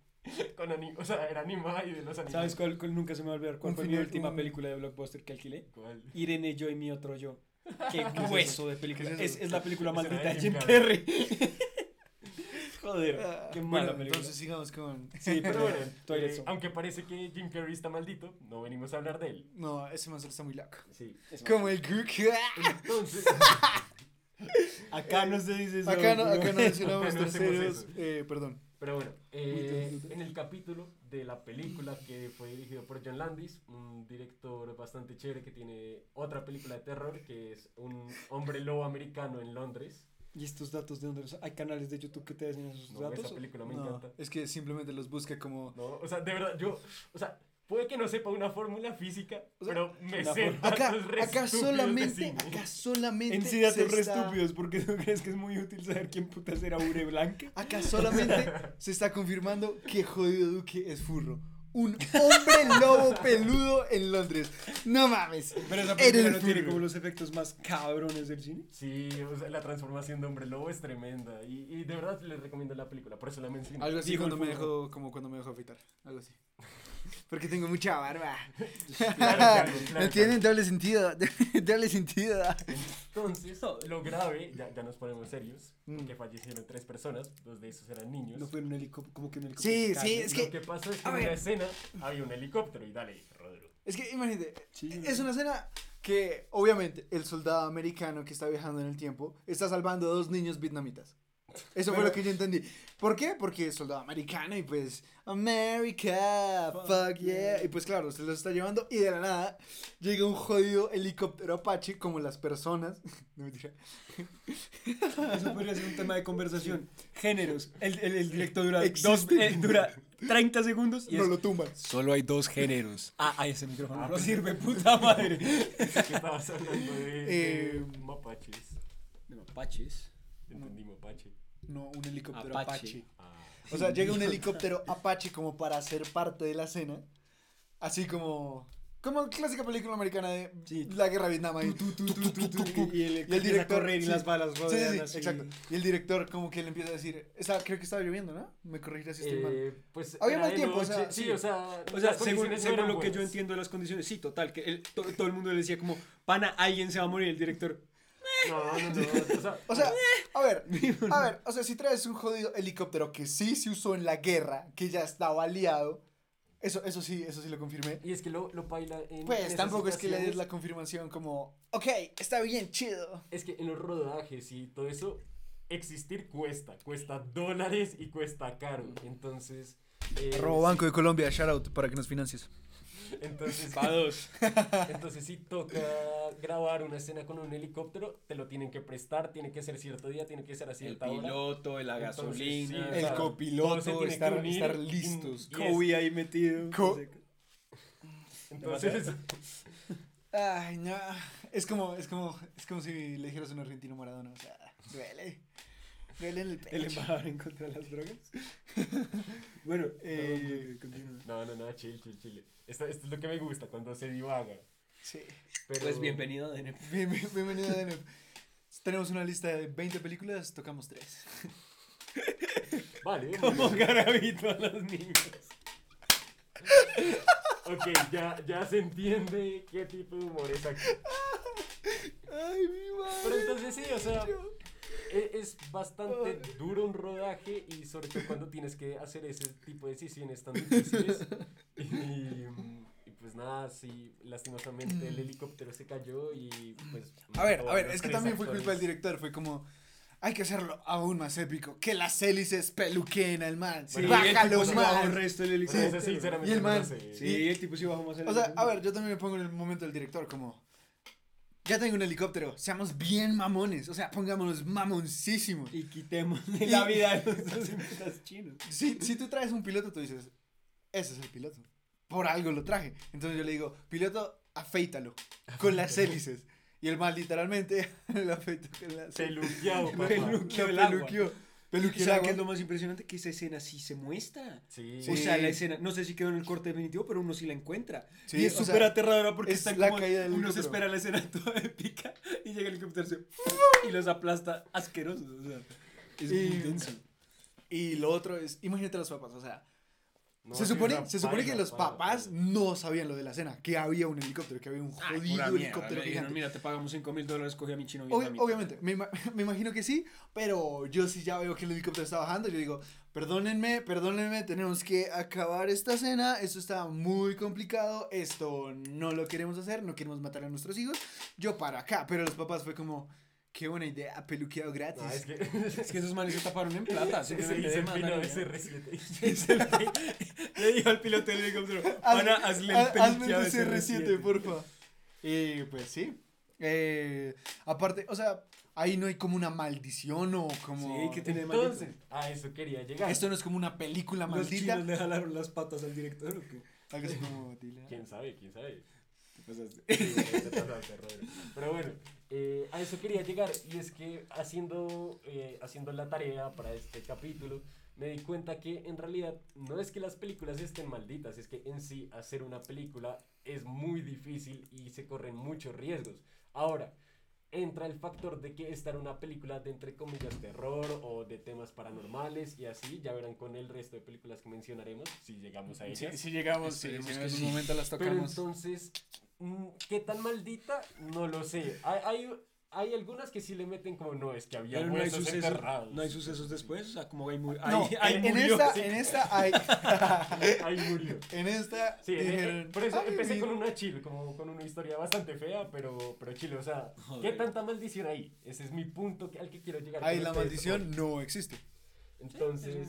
S3: con ani- o sea, era animada y de los animales.
S2: ¿Sabes cuál, cuál nunca se me va a olvidar? ¿Cuál
S1: Un
S2: fue mi
S1: final-
S2: última
S1: un-
S2: película de blockbuster que alquilé?
S3: cuál?
S2: Irene, yo y mi otro yo. Qué hueso de película.
S1: ¿Qué es
S2: Es,
S1: eso?
S2: es la película
S3: Esa era
S2: maldita de
S3: de
S2: Jim
S3: Jim
S2: Carrey. [laughs] Joder,
S1: Ah,
S2: qué
S1: bueno,
S2: mala película.
S1: entonces sigamos con...
S2: Sí,
S3: Pero bueno,
S2: Toilet
S3: eh,
S2: Zone.
S3: aunque parece que Jim Carrey está maldito, no venimos a hablar de él.
S1: No, ese man solo está muy loco.
S3: Sí.
S1: Como el Cook.
S3: Entonces, [laughs]
S2: Acá no se dice eso.
S1: Acá no,
S2: bro. [laughs]
S1: acá no mencionamos
S3: No hacemos
S1: terceros.
S3: eso.
S1: Eh, perdón.
S3: pero bueno, eh, en el capítulo de la película que fue dirigido por John Landis, un director bastante chévere que tiene otra película de terror que es un hombre lobo americano en Londres.
S2: ¿Y estos datos de dónde los Hay canales de YouTube que te dicen esos
S3: No,
S2: datos.
S3: esa película me
S1: No,
S3: encanta.
S1: es que simplemente los busca como...
S3: No, o sea, de verdad, yo, o sea, puede que no sepa una fórmula física,
S1: O sea,
S3: pero me
S2: una
S3: sé
S2: fórmula.
S3: datos
S2: [laughs]
S1: Acá,
S3: re
S1: acá
S3: estúpidos de
S1: solamente,
S3: cine.
S1: acá solamente
S2: En sí
S1: se
S2: datos re
S1: está-
S2: estúpidos, porque [laughs] tú crees que es muy útil saber quién putas era Ure Blanca.
S1: Acá
S2: [laughs]
S1: solamente se está confirmando que jodido Duque es furro. Un
S2: [laughs]
S1: hombre lobo peludo en Londres. No mames.
S2: Pero esa
S1: Era
S2: película
S1: el
S2: no tiene
S1: furro.
S2: como los efectos más cabrones del cine.
S3: Sí, o sea, la transformación de hombre lobo es tremenda y, y de verdad les recomiendo la película, por eso la mencioné.
S1: Algo así
S2: Dijo el
S1: cuando me
S2: furro.
S1: dejó, como cuando me dejó afeitar. Algo así. Porque tengo mucha barba.
S3: [laughs] Claro,
S1: [laughs]
S3: claro, claro,
S1: No tienen doble sentido. [laughs] Doble sentido.
S3: Entonces, lo grave, ya, ya nos ponemos serios,
S1: Mm.
S3: porque fallecieron tres personas, dos de esos eran niños.
S2: No fue en un helicóptero, como que un helicóptero.
S1: Sí,
S2: Claro.
S1: sí, es
S3: Lo
S1: que,
S3: que pasó es que
S1: a
S3: en
S1: ver.
S3: la escena había un helicóptero y dale, Rodrigo.
S1: es que imagínate, e-,
S2: Sí.
S1: es una escena que obviamente el soldado americano que está viajando en el tiempo está salvando a dos niños vietnamitas. Eso fue
S2: Pero-
S1: lo que yo entendí. ¿Por qué? Porque es soldado americano y pues America,
S2: Fuck
S1: fuck yeah.
S2: yeah.
S1: Y pues claro, se los está llevando y de la nada llega un jodido helicóptero Apache como las personas. [laughs] No mentira.
S2: Eso podría ser un tema de conversación. Géneros. El, el- el directo dura,
S1: Existe.
S2: dos, eh, dura 30 segundos y
S1: No
S2: es-
S1: lo tumban.
S2: Solo hay dos géneros. Ah, ah, ese micrófono
S3: Ah,
S2: no
S3: pero-
S2: sirve, puta madre.
S3: que estabas
S1: [laughs]
S3: hablando de, de
S1: Eh,
S3: mapaches.
S2: De mapaches.
S3: Entendí mapache.
S1: No, un helicóptero
S2: Apache.
S1: Apache.
S3: Ah.
S1: O sea, llega un helicóptero Apache como para ser parte de la cena. Así como. Como clásica película americana de
S2: Sí.
S1: la guerra de Vietnam. ahí.
S2: Y el,
S1: Y el
S2: director a
S1: director,
S2: correr y
S1: sí.
S2: las balas
S1: Sí,
S2: rodean
S1: sí, sí,
S2: así.
S1: exacto. Y el director como que le empieza a decir, está- creo que estaba lloviendo, ¿no? Me corregirás si estoy mal.
S3: Eh, pues
S1: Había
S3: era
S1: mal
S3: de
S1: tiempo, o sea,
S3: noche, sí,
S1: sí.
S3: o sea,
S2: O sea, según,
S3: las condiciones no
S2: según
S3: eran
S2: lo que yo
S3: buenas.
S2: entiendo de las condiciones, sí, total, que el- to- todo el mundo le decía como, pana, alguien se va a morir, el director.
S3: No, no, no, o sea,
S1: [laughs] O
S2: [laughs]
S1: sea, a ver, a ver, o sea, si traes un jodido helicóptero que sí se usó en la guerra, que ya estaba aliado, eso, eso sí, eso sí lo confirmé.
S3: y es que lo, lo baila en en
S1: Pues
S3: esas
S1: tampoco es que le des
S3: situaciones.
S1: la confirmación como, ok, está bien, chido.
S3: Es que en los rodajes y todo eso, existir cuesta, cuesta dólares y cuesta caro. Entonces, eh,
S1: de Colombia, shout out para que nos financies.
S3: entonces,
S2: Va dos.
S3: [laughs] entonces si toca grabar una escena con un helicóptero, te lo tienen que prestar, tiene que ser cierto día, tiene que ser a
S2: El
S3: cierta hora.
S2: piloto, la
S3: Entonces,
S2: gasolina,
S3: sí,
S1: El
S3: o sea, todo se
S1: copiloto,
S3: tiene que
S1: estar,
S3: unir
S1: estar
S3: y-
S1: listos.
S3: y es-
S2: Kobe ahí metido.
S1: Co-
S3: Entonces,
S1: Ay, no. Es como, es como, es como si le dijeras a un argentino Maradona. O sea, duele. Duele en el
S2: El
S1: pecho.
S2: embajador en contra de las
S1: [laughs]
S2: drogas. bueno, eh, continúa.
S3: [laughs] no, no, no, chill, chill, chill. Esto, esto es lo que me gusta cuando se divaga.
S1: Sí.
S3: Pero,
S2: Pues bienvenido a DNP.
S1: Bien- bien- bienvenido a DNF. Tenemos una lista de 20 películas, tocamos 3.
S3: Vale,
S2: Como garabito a los niños.
S3: ok, ya, ya se entiende qué tipo de humor es aquí.
S1: Ay, mi madre.
S3: Pero entonces sí, o sea, e- es bastante duro un rodaje y sobre todo cuando tienes que hacer ese tipo de decisiones tan difíciles. Y, mm, y pues nada, sí, lastimosamente el helicóptero se cayó y pues...
S1: Mm. A ver,
S3: mató
S1: a ver,
S3: los
S1: es que
S3: tres
S1: también fue culpa del
S3: actores.
S1: director, fue como... Hay que hacerlo aún más épico. Que las hélices peluquen al man.
S3: Sí,
S1: Bájalo
S2: el tipo se bajó el
S1: más.
S2: resto del
S3: Bueno,
S2: helicóptero.
S3: eso sinceramente
S1: Y el
S3: no lo
S1: man,
S3: sé.
S2: Sí, el tipo sí bajó más el
S1: O sea, a
S2: helicóptero.
S1: ver, yo también me pongo en el momento del director como... Ya tengo un helicóptero, seamos bien mamones, o sea, pongámonos mamoncísimos.
S2: Y quitémosle la vida a los dos empresas chinos.
S1: Si, si tú traes un piloto, tú dices, ese es el piloto, por algo lo traje. Entonces yo le digo, piloto, afeítalo, con las hélices. Y el man literalmente [laughs] lo afeitó con las hélices. [laughs]
S3: Peluqueado,
S1: Lo
S3: papá.
S2: peluqueó el agua.
S1: peluqueó.
S2: ¿Y
S1: Peluqueó el
S2: ¿Sabes
S1: agua.
S2: qué es lo más impresionante? Que esa escena sí se muestra.
S3: Sí.
S1: Sí.
S2: O sea, la escena, no sé si quedó en el corte definitivo, pero uno sí la encuentra.
S1: Sí,
S2: y es
S1: o sea,
S2: súper aterradora porque
S1: es
S2: está
S1: la
S2: como,
S1: caída del
S2: uno se
S1: helicóptero.
S2: espera la escena toda [laughs] épica y llega el helicóptero se- y los aplasta asquerosos. O sea, es muy
S1: Y-
S2: tenso.
S1: Y lo otro es, imagínate a los papás, o sea,
S3: No,
S1: se,
S3: sí,
S1: supone,
S3: una
S1: se supone que
S3: paila,
S1: los
S3: paila,
S1: papás
S3: paila.
S1: no sabían lo de la cena, que había un helicóptero, que había un
S2: Ah,
S1: jodido helicóptero gigante.
S2: mira, te pagamos 5 mil dólares, cogí a mi chino
S1: Ob- obviamente, me, ima- [laughs] me imagino que sí, pero yo sí ya veo que el helicóptero está bajando. Yo digo, perdónenme, perdónenme, tenemos que acabar esta cena. Esto está muy complicado. Esto no lo queremos hacer, no queremos matar a nuestros hijos. Yo para acá, pero los papás fue como, qué buena idea, peluqueado gratis. [laughs]
S3: No, es que [laughs]
S2: Es que esos manes se taparon en plata.
S3: se dice el fino
S1: [laughs]
S3: SR7.
S2: Le dijo al piloto del helicóptero,
S1: [laughs]
S2: "Ah,
S1: Haz-
S2: "Pana, hazle
S1: ha-
S2: el
S1: hazme
S2: peluqueado
S1: el CR7,
S2: SR7".
S1: porfa. Y pues sí. Eh, aparte, o sea, ahí no hay como una maldición o como.
S2: Sí, que tiene de maldito?
S3: Entonces, a Ah, eso quería llegar.
S1: Esto no es como una película
S2: ¿Los
S1: maldita.
S2: chinos le jalaron las patas al director o qué?
S1: Algo así como
S2: [laughs]
S1: Tila.
S3: ¿Quién sabe? ¿Quién sabe?
S2: ¿Qué pasaste?
S3: Sí, te pasaste, Rodri. Pero bueno, eh, a eso quería llegar y es que haciendo, eh, haciendo la tarea para este capítulo me di cuenta que en realidad no es que las películas estén malditas, es que en sí hacer una película es muy difícil y se corren muchos riesgos. Ahora, entra el factor de que estar una película de entre comillas terror o de temas paranormales y así, ya verán con el resto de películas que mencionaremos si llegamos a ellas.
S1: llegamos,
S2: sí, Esperemos si Este, en que algún sí.
S1: momento las
S3: Pero entonces, mm, ¿qué tan maldita? No lo sé. Hay, hay, hay algunas que sí le meten como no, es que había
S2: Pero no hay
S3: huesos
S2: sucesos,
S3: enterrados.
S2: no hay sucesos después, o sea, como hay muy...
S1: No,
S2: hay, hay
S1: en,
S2: murió.
S1: esta,
S2: Sí.
S1: en esta hay. [laughs]
S3: [laughs] Ahí murió.
S1: en esta.
S3: Sí, eh, eh,
S1: dijeron,
S3: por eso
S1: "Ay,
S3: empecé
S1: mi-
S3: con una chill, como con una historia bastante fea, pero, pero chile, o sea, ¿qué
S2: Joder.
S3: tanta maldición hay? Ese es mi punto que- al que quiero llegar.
S1: Ay,
S3: con
S1: la
S3: este
S1: maldición
S3: desorden.
S1: no existe.
S3: Entonces,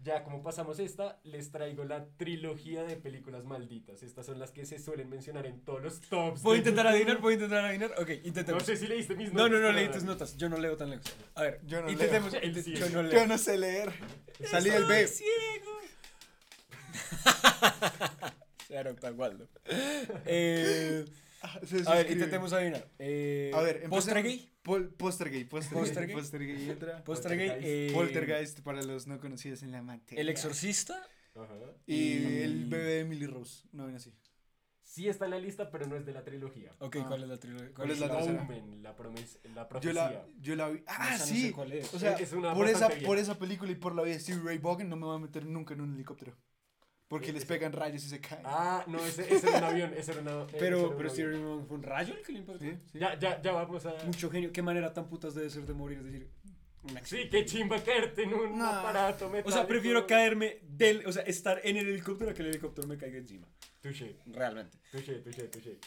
S3: ya como pasamos esta, les traigo la trilogía de películas malditas. Estas son las que se suelen mencionar en todos los tops.
S2: ¿Puedo
S3: de
S2: intentar
S3: YouTube.
S2: adivinar? ¿Puedo intentar adivinar? Ok,
S3: No
S2: intentemos.
S3: sé si leíste mis
S2: No,
S3: notas.
S2: no, no,
S3: pero
S2: leí
S3: dale.
S2: tus notas. Yo no leo tan lejos. A ver,
S1: Yo no [laughs]
S2: intentemos.
S3: leo. Él sí
S2: Yo
S3: es.
S2: no
S1: Yo
S2: leo.
S1: no sé leer. [laughs] Salí del B. [laughs]
S2: Era Octagualdo. Eh,
S1: Ah, Se
S2: a ver,
S1: suscribe.
S2: intentemos adivinar. Eh,
S1: A ver, empecemos-
S2: ¿Postre gay?
S1: Pol- Poster gay, poster
S2: Poster
S1: gay.
S2: gay.
S1: Poster gay entra.
S2: [laughs] ¿Postre gay? eh,
S1: Poltergeist para los no conocidos en la materia.
S2: ¿El exorcista?
S3: Ajá.
S1: Y
S2: y-
S1: el bebé de Emily Rose. No, ven así.
S3: Sí está en la lista, pero no es de la trilogía.
S2: Ok,
S1: Ah.
S2: ¿cuál es la trilogía?
S1: ¿Cuál es la
S3: El
S1: tercera?
S3: Omen, la, promes- la
S1: Yo
S3: profecía.
S1: la, yo la vi. Ah,
S2: Esa no sé
S1: sí.
S2: cuál es.
S1: O sea,
S3: Es una
S1: por, esa,
S3: bastante vieja.
S1: por esa película y por la vida de Stevie Ray Vaughan no me voy a meter nunca en un helicóptero. Porque
S3: Eh,
S1: les
S3: esa-
S1: pegan rayos y se caen.
S3: Ah, no, ese, ese era un avión, ese era una... eh, ese era
S2: Pero,
S3: un
S2: pero
S3: avión.
S2: Steven Universe fue un rayo el que le impactó.
S1: Sí, sí.
S3: Ya, ya, ya vamos a...
S2: Mucho genio. Qué manera tan putas debe ser de morir. Es decir, un
S3: Sí,
S2: accidente.
S3: qué chimba caerte en un
S1: No.
S3: aparato metálico.
S2: O sea, prefiero caerme del. O sea, estar en el helicóptero a que el helicóptero me caiga encima.
S3: Touché,
S2: Realmente.
S3: touché, touché, touché.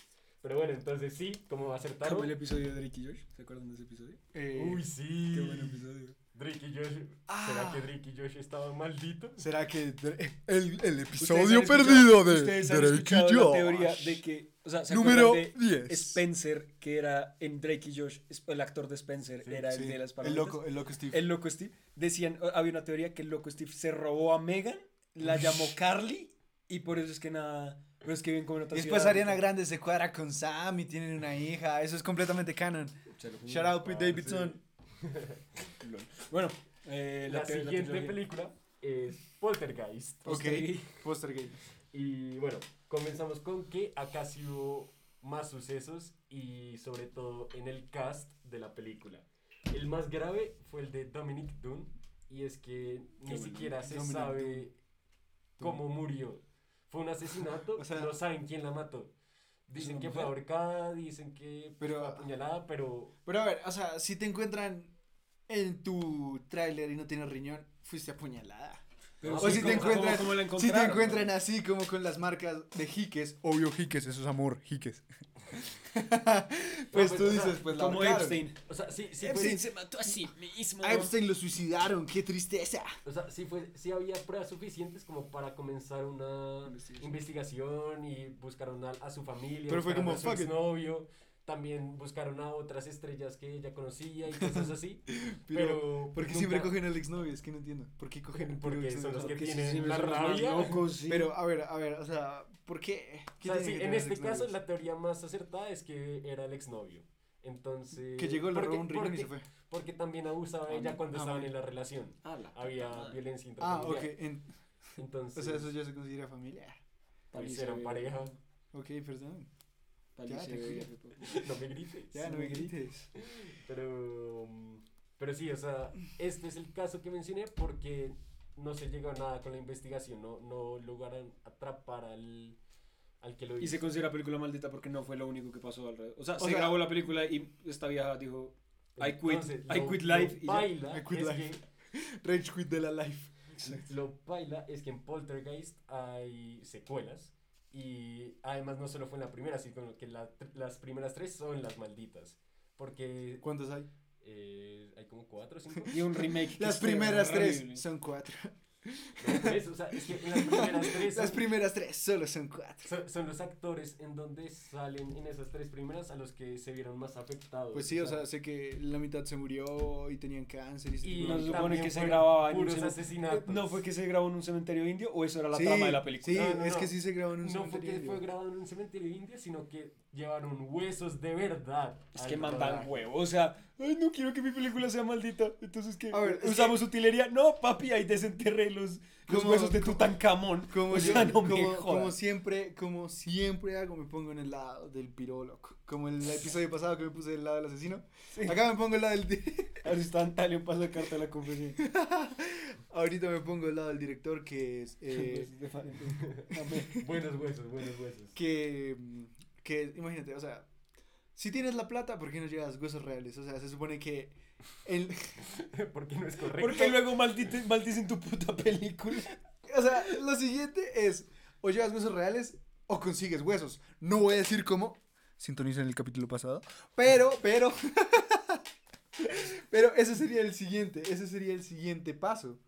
S3: Pero bueno, entonces sí, como
S2: Como el
S3: acertaron...
S2: episodio de Drake y Josh. ¿Se acuerdan de ese episodio?
S1: Eh,
S3: Uy, sí.
S2: Qué buen episodio.
S3: Drake y Josh...
S1: pues. Ah.
S3: ¿Será que Drake y Josh estaban malditos?
S1: ¿Será que eh, dr- el, el
S2: ¿Ustedes
S1: episodio
S2: han escuchado-
S1: perdido de
S2: ustedes han
S1: Drake
S2: escuchado
S1: y
S2: la
S1: Josh?
S2: teoría de que. O sea, ¿se
S1: número
S2: acuerdan de
S1: 10.
S2: Spencer, que era en Drake y Josh, es- el actor de Spencer,
S3: Sí,
S2: era
S1: Sí,
S2: el de las
S1: el
S2: palomitas.
S1: loco, el loco Steve.
S2: El loco Steve. Decían, o- había una teoría que el loco Steve se robó a Megan, la llamó Carly, y por eso es que nada. Pero es que viven como
S1: Y
S2: en otra
S1: después
S2: ciudad,
S1: Ariana
S2: ¿no?
S1: Grande se cuadra con Sam y tienen una hija. Eso es completamente canon.
S2: Se lo juro.
S1: Shout out Pete
S3: Ah,
S1: Davidson.
S2: Lol. Bueno, eh,
S3: La,
S2: teoría-
S3: siguiente
S2: trilogía.
S3: película es Poltergeist.
S1: Ok,
S2: Poster-
S1: poster gay.
S3: Y bueno, comenzamos con que acá sí hubo más sucesos y sobre todo en el cast de la película. El más grave fue el de Dominic Dunn y es que ni
S2: bueno,
S3: siquiera se
S1: Dominic
S3: sabe
S1: Dunn.
S3: cómo murió. Fue un asesinato,
S1: [laughs] O sea,
S3: no saben quién la mató. Dicen
S2: una
S3: que fue
S2: mujer?
S3: ahorcada, dicen que
S1: Pero-
S3: fue apuñalada, pero
S1: Pero a ver, o sea, si te encuentran en tu tráiler y no tienes riñón, fuiste apuñalada.
S2: Pero
S1: o
S2: sí,
S1: si te
S2: ¿cómo- cómo-
S1: encuentran,
S2: cómo la
S1: si te
S2: encontraron?
S1: encuentran así como con las marcas de jiques, obvio jiques, eso es amor,
S3: [laughs]
S1: jiques. pues
S3: pues,
S1: tú
S3: o sea,
S1: dices, pues la
S2: Como
S1: ahorcaron.
S2: Epstein.
S3: O sea, sí, sí,
S1: Epstein
S3: fue-
S1: se
S3: mató a sí mismo.
S1: A Epstein lo suicidaron, qué tristeza.
S3: O sea, sí, fue, sí había pruebas suficientes como para comenzar una
S1: Investigación.
S3: investigación, y buscaron a, a su familia.
S1: Pero fue
S3: buscaron
S1: como,
S3: a su
S1: "Fuck it".
S3: novio. También buscaron a otras estrellas que ella conocía y cosas así.
S1: [laughs] Pero,
S3: pero.
S1: ¿por qué
S3: nunca-
S1: siempre cogen al exnovio? Es que no entiendo. ¿Por qué cogen al
S3: Porque
S1: exnovio?
S3: son los que
S2: Porque sí,
S3: tienen
S2: sí, me
S3: la
S2: son los más
S3: rabia.
S2: locos, sí.
S1: Pero, a ver, a ver, o sea, ¿por qué?
S3: O
S1: ¿Qué
S3: sea,
S1: tiene
S3: sí,
S1: que
S3: en
S1: tener
S3: este
S1: exnovios?
S3: caso, la teoría más acertada es que era el exnovio. Entonces.
S1: Que llegó, le
S3: porque-
S1: robó un riñón y
S3: porque-
S1: se fue.
S3: Porque también abusaba
S1: Ah,
S3: ella
S1: no.
S3: cuando
S1: Ah,
S3: estaban
S1: vale.
S3: en la relación.
S2: Ah,
S3: Había violencia
S1: Ah, ok.
S3: intrafamiliar.
S1: en- o
S3: Entonces,
S1: sea, eso ya se considera familia.
S3: pues eran pareja. [laughs]
S1: Ok, perdón. Ya,
S2: Paliza,
S1: te
S2: verga,
S3: No me grites.
S1: Ya, no me grites.
S3: Pero, mm, pero sí, o sea, este es el caso que mencioné porque no se llegó a nada con la investigación, no, no lograron atrapar al, al que lo
S2: Y se
S3: hizo.
S2: considera película maldita porque no fue lo único que pasó alrededor. O sea,
S1: O
S2: se
S1: sea-
S2: grabó la película y esta vieja dijo, I quit,
S3: Entonces,
S2: I
S3: lo-
S2: quit
S3: lo
S2: life. y ya.
S3: Baila
S1: I quit
S3: es
S1: life. [laughs] Rage quit de la life.
S3: que, lo baila es que en Poltergeist hay secuelas y además no solo fue en la primera, sino que la- las primeras tres son las malditas. Porque
S1: ¿Cuántos hay?
S3: eh, hay como cuatro
S2: [laughs]
S3: o cinco.
S2: Y un
S1: [laughs]
S2: remake. que
S1: Las
S2: esté
S1: primeras
S2: horrible.
S1: tres son cuatro.
S3: No, por eso, o sea, es que en las primeras
S1: [laughs]
S3: tres
S1: Las
S3: son-
S1: primeras tres solo son cuatro.
S3: Son, son los actores en donde salen en esas tres primeras a los que se vieron más afectados.
S1: Pues sí, o sea, sé que la mitad se murió y tenían cáncer y se
S3: y
S2: no se supone
S3: también
S2: que se
S3: fueron
S2: grababa en un
S3: puros
S2: cine-
S3: asesinatos.
S2: Eh, No fue que se grabó en un cementerio indio o eso era la trama de la película.
S1: pues. Sí,
S3: No, no,
S1: es
S3: no.
S1: que sí se grabó en un
S3: No fue que
S1: cementerio.
S3: fue grabado en un cementerio indio, sino que llevaron huesos de verdad.
S2: Es
S3: al
S2: que
S3: rodaje.
S2: mandan huevo, o sea, ay, no quiero que mi película sea maldita, entonces que
S1: A ver, es que-
S2: usamos utilería. No, papi, ahí desenterré los, los
S1: Como-
S2: huesos de
S1: como-
S2: Tutankamón.
S1: Como,
S2: o
S1: yo-
S2: sea, no me
S1: como,
S2: jodas.
S1: como siempre, como siempre hago, me pongo en el lado del pirólogo. Como el episodio pasado que me puse del lado del asesino.
S2: Sí.
S1: Acá me pongo el lado del.
S2: A ver si está Antalio para sacarte a la confesión.
S1: [laughs] Ahorita me pongo el lado del director que es. [laughs] eh,
S2: Pues,
S3: Buenos huesos, buenos huesos.
S1: que, mm, que, imagínate, o sea, si tienes la plata, ¿por qué no llevas huesos reales? O sea, se supone que el,
S3: [laughs]
S1: [laughs]
S3: Porque no es correcto.
S2: Porque luego maldite- maldicen tu puta película.
S1: o sea, lo siguiente es, o llevas huesos reales o consigues huesos. No voy a decir cómo, sintoniza en el capítulo pasado, pero, pero, [laughs] pero ese sería el siguiente, ese sería el siguiente paso.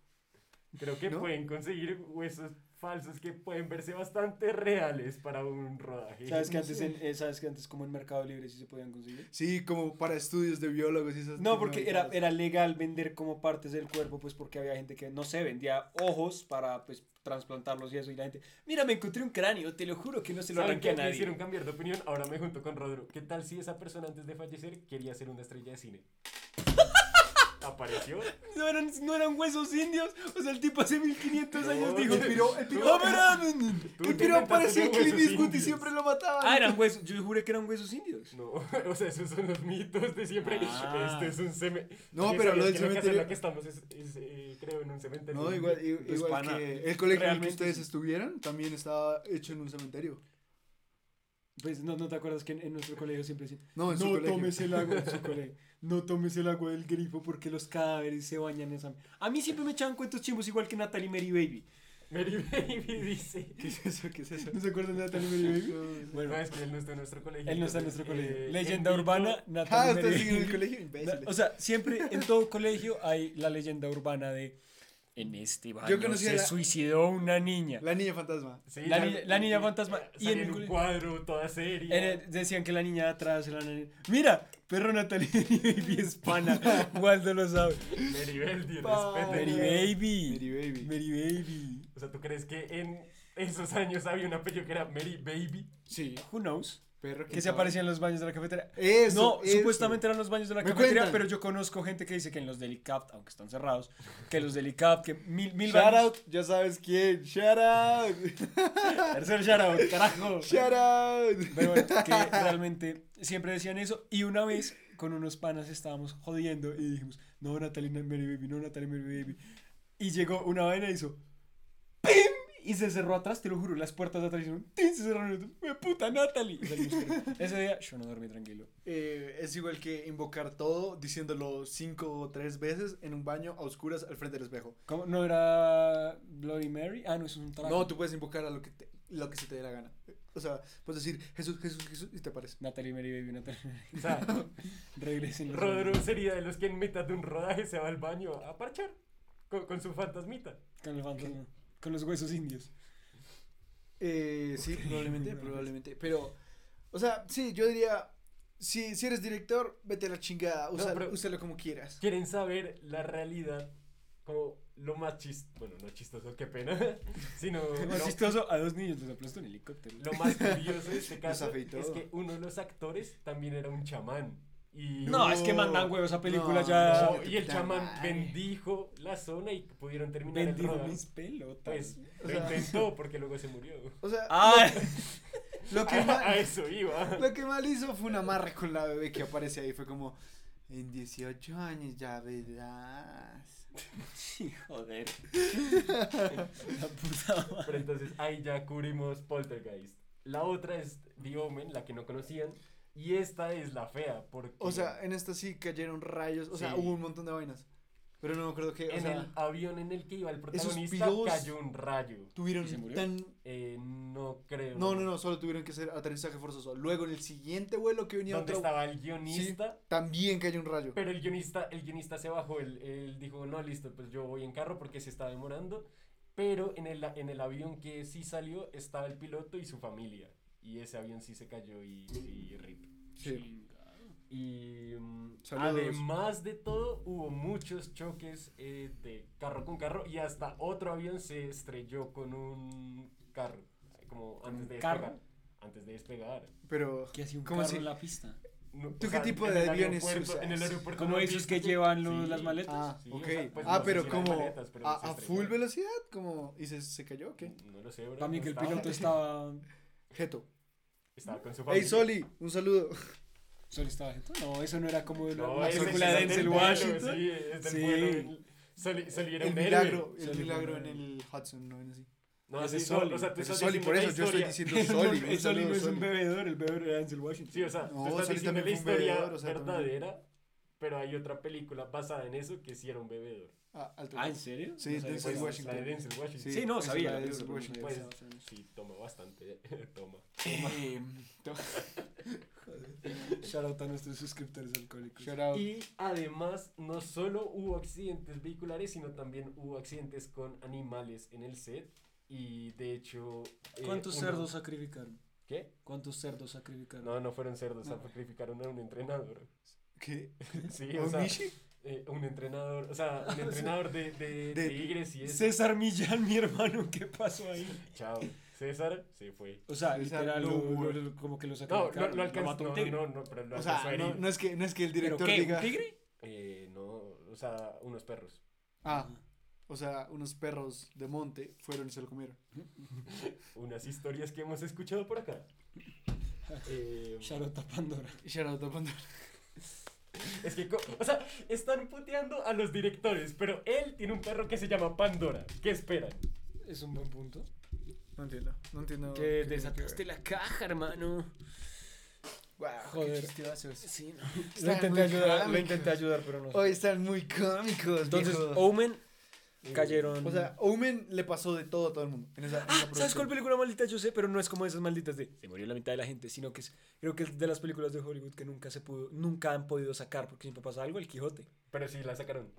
S3: Creo que
S1: ¿No?
S3: pueden conseguir huesos falsos que pueden verse bastante reales para un rodaje.
S2: ¿Sabes que,
S1: no
S2: antes
S1: sé.
S2: en, eh, ¿Sabes que antes como en Mercado Libre sí se podían conseguir?
S1: Sí, como para estudios de biólogos y esas
S2: No, porque era,
S1: tecnologías.
S2: era legal vender como partes del cuerpo, pues porque había gente que, no sé, vendía ojos para, pues, trasplantarlos y eso, y la gente, mira, me encontré un cráneo, te lo juro que no se lo
S3: ¿Saben
S2: arranqué
S3: qué?
S2: a
S3: Me hicieron
S2: nadie.
S3: cambiar de opinión, ahora me junto con Rodro. ¿Qué tal si esa persona antes de fallecer quería ser una estrella
S2: [laughs]
S3: de cine? Apareció.
S2: No eran, no eran huesos indios, o sea, el tipo hace 1500 años
S3: No,
S2: dijo,
S1: El [laughs] piro, el piro,
S2: "Ah, verán".
S3: Tú
S1: el
S3: te
S1: piro
S3: inventaste
S1: parecía
S3: los
S1: Clint
S3: huesos
S1: Eastwood y
S3: indios.
S1: siempre lo mataban.
S2: Ah, eran huesos, yo juré que eran huesos indios.
S3: No, [laughs] o sea, esos son los mitos de siempre.
S2: Ah.
S3: Este es un cementerio.
S1: No, pero lo del
S3: En
S1: cementerio-
S3: la que estamos es, es, eh, creo, en un cementerio.
S1: No, igual, i-
S2: Pues,
S1: igual
S2: pana,
S1: que el colegio en el que
S2: realmente
S1: ustedes
S2: sí.
S1: estuvieran también estaba hecho en un cementerio.
S2: Pues no, no te acuerdas que en, en nuestro colegio siempre decían,
S1: No, en su
S2: no
S1: colegio.
S2: tomes el agua en su colegio, no tomes el agua del grifo porque los cadáveres se bañan en esa... A mí siempre me echaban cuentos chimbos igual que Natalie Mary Baby.
S3: Mary Baby
S2: [laughs]
S3: dice.
S1: ¿Qué es eso? ¿Qué es eso?
S2: ¿No se acuerdan de Natalie
S1: [laughs]
S2: Mary Baby?
S3: Bueno, es que él no está en nuestro colegio.
S2: Él no está en nuestro
S3: entonces,
S2: colegio.
S3: eh,
S2: leyenda
S3: invito-
S2: urbana,
S1: [laughs] Ah,
S2: Natalie Mary
S1: ustedes siguen en el
S2: Baby.
S1: colegio,
S2: La- [laughs]
S1: imbéciles.
S2: O sea, siempre en todo colegio hay la leyenda urbana de en este baño
S1: conocí a
S2: se
S1: la-
S2: suicidó una niña.
S1: la niña fantasma.
S3: Sí,
S2: La niña- la niña fantasma.
S3: Y
S2: Y
S3: salía
S2: en
S3: en
S2: mi
S3: un
S2: cole-
S3: cuadro, toda seria.
S2: En el- Eh, decían que la niña de atrás era la niña. Mira, perro [laughs] Natalie Baby es
S1: [laughs]
S2: pana. Waldo lo sabe. [laughs]
S3: Mary Baby,
S1: Pa-
S3: respeta.
S2: Mary
S1: Mary
S2: Baby.
S1: Baby.
S2: Mary Baby.
S3: O sea, ¿tú crees que en esos años había una película que era Mary Baby?
S1: Sí,
S2: Who knows?
S1: perro
S2: Que se aparecía en los baños de la cafetería.
S1: Eso,
S2: no,
S1: eso.
S2: supuestamente eran los baños de la
S1: Me
S2: cafetería,
S1: cuentan.
S2: pero yo conozco gente que dice que en los Delicapt, aunque están cerrados, que los Delicapt, que mil, mil
S1: Shout
S2: baños-
S1: out, ya sabes quién. Shout [laughs] out.
S2: Tercer shout out, carajo.
S1: Shout out.
S2: Pero bueno, que realmente siempre decían eso. Y una vez con unos panas estábamos jodiendo y dijimos, no, Natalie Mary Baby, no, Natalie Mary Baby. Y llegó una vaina y hizo, ¡Pim!
S1: Y se cerró atrás, te lo juro, las puertas de atrás hicieron ¡tin! Se cerraron. y nosotros, ¡Me puta Natalie! Y salimos corriendo. Ese día yo no dormí tranquilo. Eh, es igual que invocar todo diciéndolo cinco o tres veces en un baño a oscuras al frente del espejo.
S2: ¿Cómo? ¿No era Bloody Mary? Ah, no, eso es un trago.
S1: No, tú puedes invocar a lo que, te- lo que se te dé la gana. O sea, puedes decir Jesús, Jesús, Jesús y te aparece.
S2: Natalie Mary Baby, Natalie [laughs] Mary.
S3: O sea,
S2: Regresen los
S3: Rodro
S2: hombres.
S3: sería de los que en mitad de un rodaje se va al baño a parchar con, con su fantasmita.
S2: Con el fantasma. Con los huesos indios.
S1: Eh,
S2: [laughs]
S1: sí,
S2: Ok,
S1: probablemente,
S2: una
S1: probablemente. Pero, o sea, sí, yo diría, si, si eres director, vete a la chingada, usa-
S3: pero-
S1: úsalo como quieras.
S3: Quieren saber la realidad como lo más chistoso, bueno, no chistoso, qué pena, sino
S2: Lo
S3: lo,
S2: más chistoso, a dos niños les aplastó un helicóptero.
S3: lo más curioso de este caso
S1: afeitó.
S3: es que uno de los actores también era un chamán. Y
S2: No, es que mandan huevos a película ya.
S3: No,
S1: no,
S3: y el
S1: puta
S3: chamán
S1: madre.
S3: bendijo la zona y pudieron terminar el
S2: Bendijo
S3: rodaje.
S2: mis pelotas.
S3: Pues
S1: O
S3: lo
S1: sea-
S3: intentó porque luego se murió.
S1: O sea,
S2: ¡Ah! [laughs]
S1: lo que,
S3: [laughs] A
S1: mal,
S3: eso iba.
S1: lo que mal hizo fue un amarre con la bebé que aparece ahí, fue como, en 18 años ya verás.
S2: Sí,
S3: [laughs]
S2: joder. La puta madre.
S3: Pero entonces ahí ya cubrimos Poltergeist. La otra es The Omen, la que no conocían. Y esta es la fea, porque
S1: O sea, en esta sí cayeron rayos, o sea,
S3: Sí.
S1: hubo un montón de vainas. Pero no me acuerdo que, eh, o
S3: en
S1: sea,
S3: el avión en el que iba el protagonista
S1: piros-
S3: cayó un rayo.
S1: tuvieron
S2: ¿Y se murió?
S1: tan...
S3: Eh, no creo.
S1: No, no, no, solo tuvieron que hacer aterrizaje forzoso. Luego en el siguiente vuelo que venía
S3: Donde
S1: otro,
S3: estaba el guionista.
S1: también cayó un rayo.
S3: Pero el guionista, el guionista se bajó, él, él dijo, no, listo, pues yo voy en carro porque se está demorando. Pero en el, en el avión que sí salió estaba el piloto y su familia. Y ese avión sí se cayó y, y rip.
S1: Sí.
S3: Y mm,
S1: Saludos.
S3: además de todo, hubo muchos choques eh, de carro con carro y hasta otro avión se estrelló con un carro. Como
S2: un
S3: antes de
S2: carro?
S3: despegar. Antes de despegar.
S1: Pero
S2: ¿Qué hacía un
S1: ¿Cómo
S2: carro
S1: así?
S2: en la pista?
S3: No,
S1: ¿Tú
S3: o
S1: qué tipo
S3: en
S1: de
S3: el
S1: aviones
S3: aeropuerto-
S1: usas?
S3: En el aeropuerto.
S2: Como
S3: no
S2: esos que
S3: existe.
S2: llevan los-
S3: Sí.
S2: las maletas.
S1: Ah,
S3: Sí, o
S1: ok.
S3: sea, pues
S1: ah,
S3: no,
S1: pero
S3: sí, eran
S1: como
S3: maletas, pero este,
S1: a,
S3: no se
S1: a full
S3: estrellaron.
S1: velocidad, como y se, se cayó, o ¿qué?
S3: No lo sé, bro.
S2: Para mí
S3: no
S2: que el
S3: estaba.
S2: piloto estaba.
S1: Jeto.
S3: Estaba con su familia.
S1: Hey Soli, un saludo.
S2: Solo estaba gente. No, eso no era como de la,
S3: No,
S2: la
S3: ese
S2: película
S3: es
S2: de
S3: del
S2: Denzel
S3: pueblo,
S2: Washington.
S3: Sí, es del
S2: Sí.
S3: pueblo. Soli, Soli era
S1: El
S3: un héroe.
S1: milagro, el
S2: Soli fue
S1: milagro
S2: un
S1: en
S2: héroe.
S1: el Hudson, no en así.
S3: No,
S2: Ese
S3: sí,
S2: es
S3: no,
S2: Soli.
S3: o sea, tú
S1: Pero
S3: estás
S1: Soli, por eso
S3: diciendo
S1: yo estoy
S3: la
S1: diciendo
S3: historia. [laughs]
S2: El Soli,
S1: Soli, un
S2: [laughs]
S1: saludo,
S2: no es un
S1: Soli.
S2: bebedor, el bebedor era Denzel Washington.
S3: Sí, o sea,
S1: No,
S3: tú estás
S1: Soli también
S3: diciendo la
S1: fue un
S3: historia
S1: bebedor, o sea, también-
S3: verdadera, pero hay otra película basada en eso que sí era un bebedor. Pues,
S1: Ah, alto.
S2: Ah, ¿en serio?
S1: Sí,
S2: No sabía
S1: Denzel
S2: cuál era.
S1: Washington.
S3: La de Denzel Washington.
S2: Sí, no,
S1: Esa
S2: sabía.
S1: es la
S2: la
S1: de
S2: película,
S1: Denzel
S2: pero no
S3: Washington.
S2: sabía basada
S3: pues, Sí, toma bastante. [laughs] toma.
S1: Em, to-
S2: en eso. [laughs] Shout out a nuestros suscriptores alcohólicos.
S1: shout out.
S3: Pues, Y además, no solo hubo accidentes vehiculares, sino también hubo accidentes con animales en el set. Y de hecho. eh,
S2: ¿Cuántos
S3: uno-
S2: cerdos sacrificaron?
S3: ¿Qué?
S2: ¿Cuántos cerdos sacrificaron?
S3: No, no fueron cerdos,
S2: No.
S3: sacrificaron a
S2: [laughs]
S3: un entrenador.
S1: ¿Qué?
S3: Sí, o sea,
S1: ¿Omishi?
S3: eh, un entrenador, o sea,
S2: [laughs]
S3: un entrenador de, de,
S1: De-
S3: tigres y eso.
S2: César Millán, [laughs] mi hermano, ¿qué pasó ahí?
S3: Chao. César se fue.
S2: O sea,
S1: César
S2: literal,
S1: no
S2: lo-
S1: hubo.
S2: lo- lo- como que lo
S3: No,
S2: sacaron.
S3: no, no alcanzó.
S2: mató un
S3: No,
S2: tigre.
S3: no, no, pero lo
S1: O
S3: alcanzó a
S1: sea, no,
S3: herir.
S1: no es que no es que el
S2: ¿Pero
S1: director
S2: qué?
S1: diga
S2: ¿Un tigre?
S3: Eh, no, o sea, unos perros.
S1: ah, o sea, unos perros de monte fueron y se lo comieron.
S3: Unas historias que hemos escuchado por acá. Eh,
S2: Shout out a Pandora.
S1: Shout out a Pandora.
S3: es que, co- o sea, están puteando a los directores, pero él tiene un perro que se llama Pandora. ¿Qué esperan?
S2: Es un buen punto.
S1: No entiendo, no entiendo. qué
S2: Te
S1: tiene que
S2: desataste
S1: ver.
S2: la caja, hermano.
S1: Guau, qué
S2: Ah, Joder.
S1: chistoso.
S2: Sí, no.
S1: Está muy cómico.
S2: ayudar, pero no.
S1: Hoy están muy cómicos.
S2: Entonces,
S1: viejos.
S2: Omen
S3: Eh,
S2: cayeron.
S1: O sea, Omen le pasó de todo a todo el mundo. En esa, en esa
S2: Ah, ¿Sabes cuál
S1: producción.
S2: película maldita yo sé? Pero no es como esas malditas de se murió la mitad de la gente, sino que es, creo que es de las películas de Hollywood que nunca se pudo, nunca han podido sacar porque siempre pasa algo, el Quijote.
S3: Eh, Pero sí, la sacaron.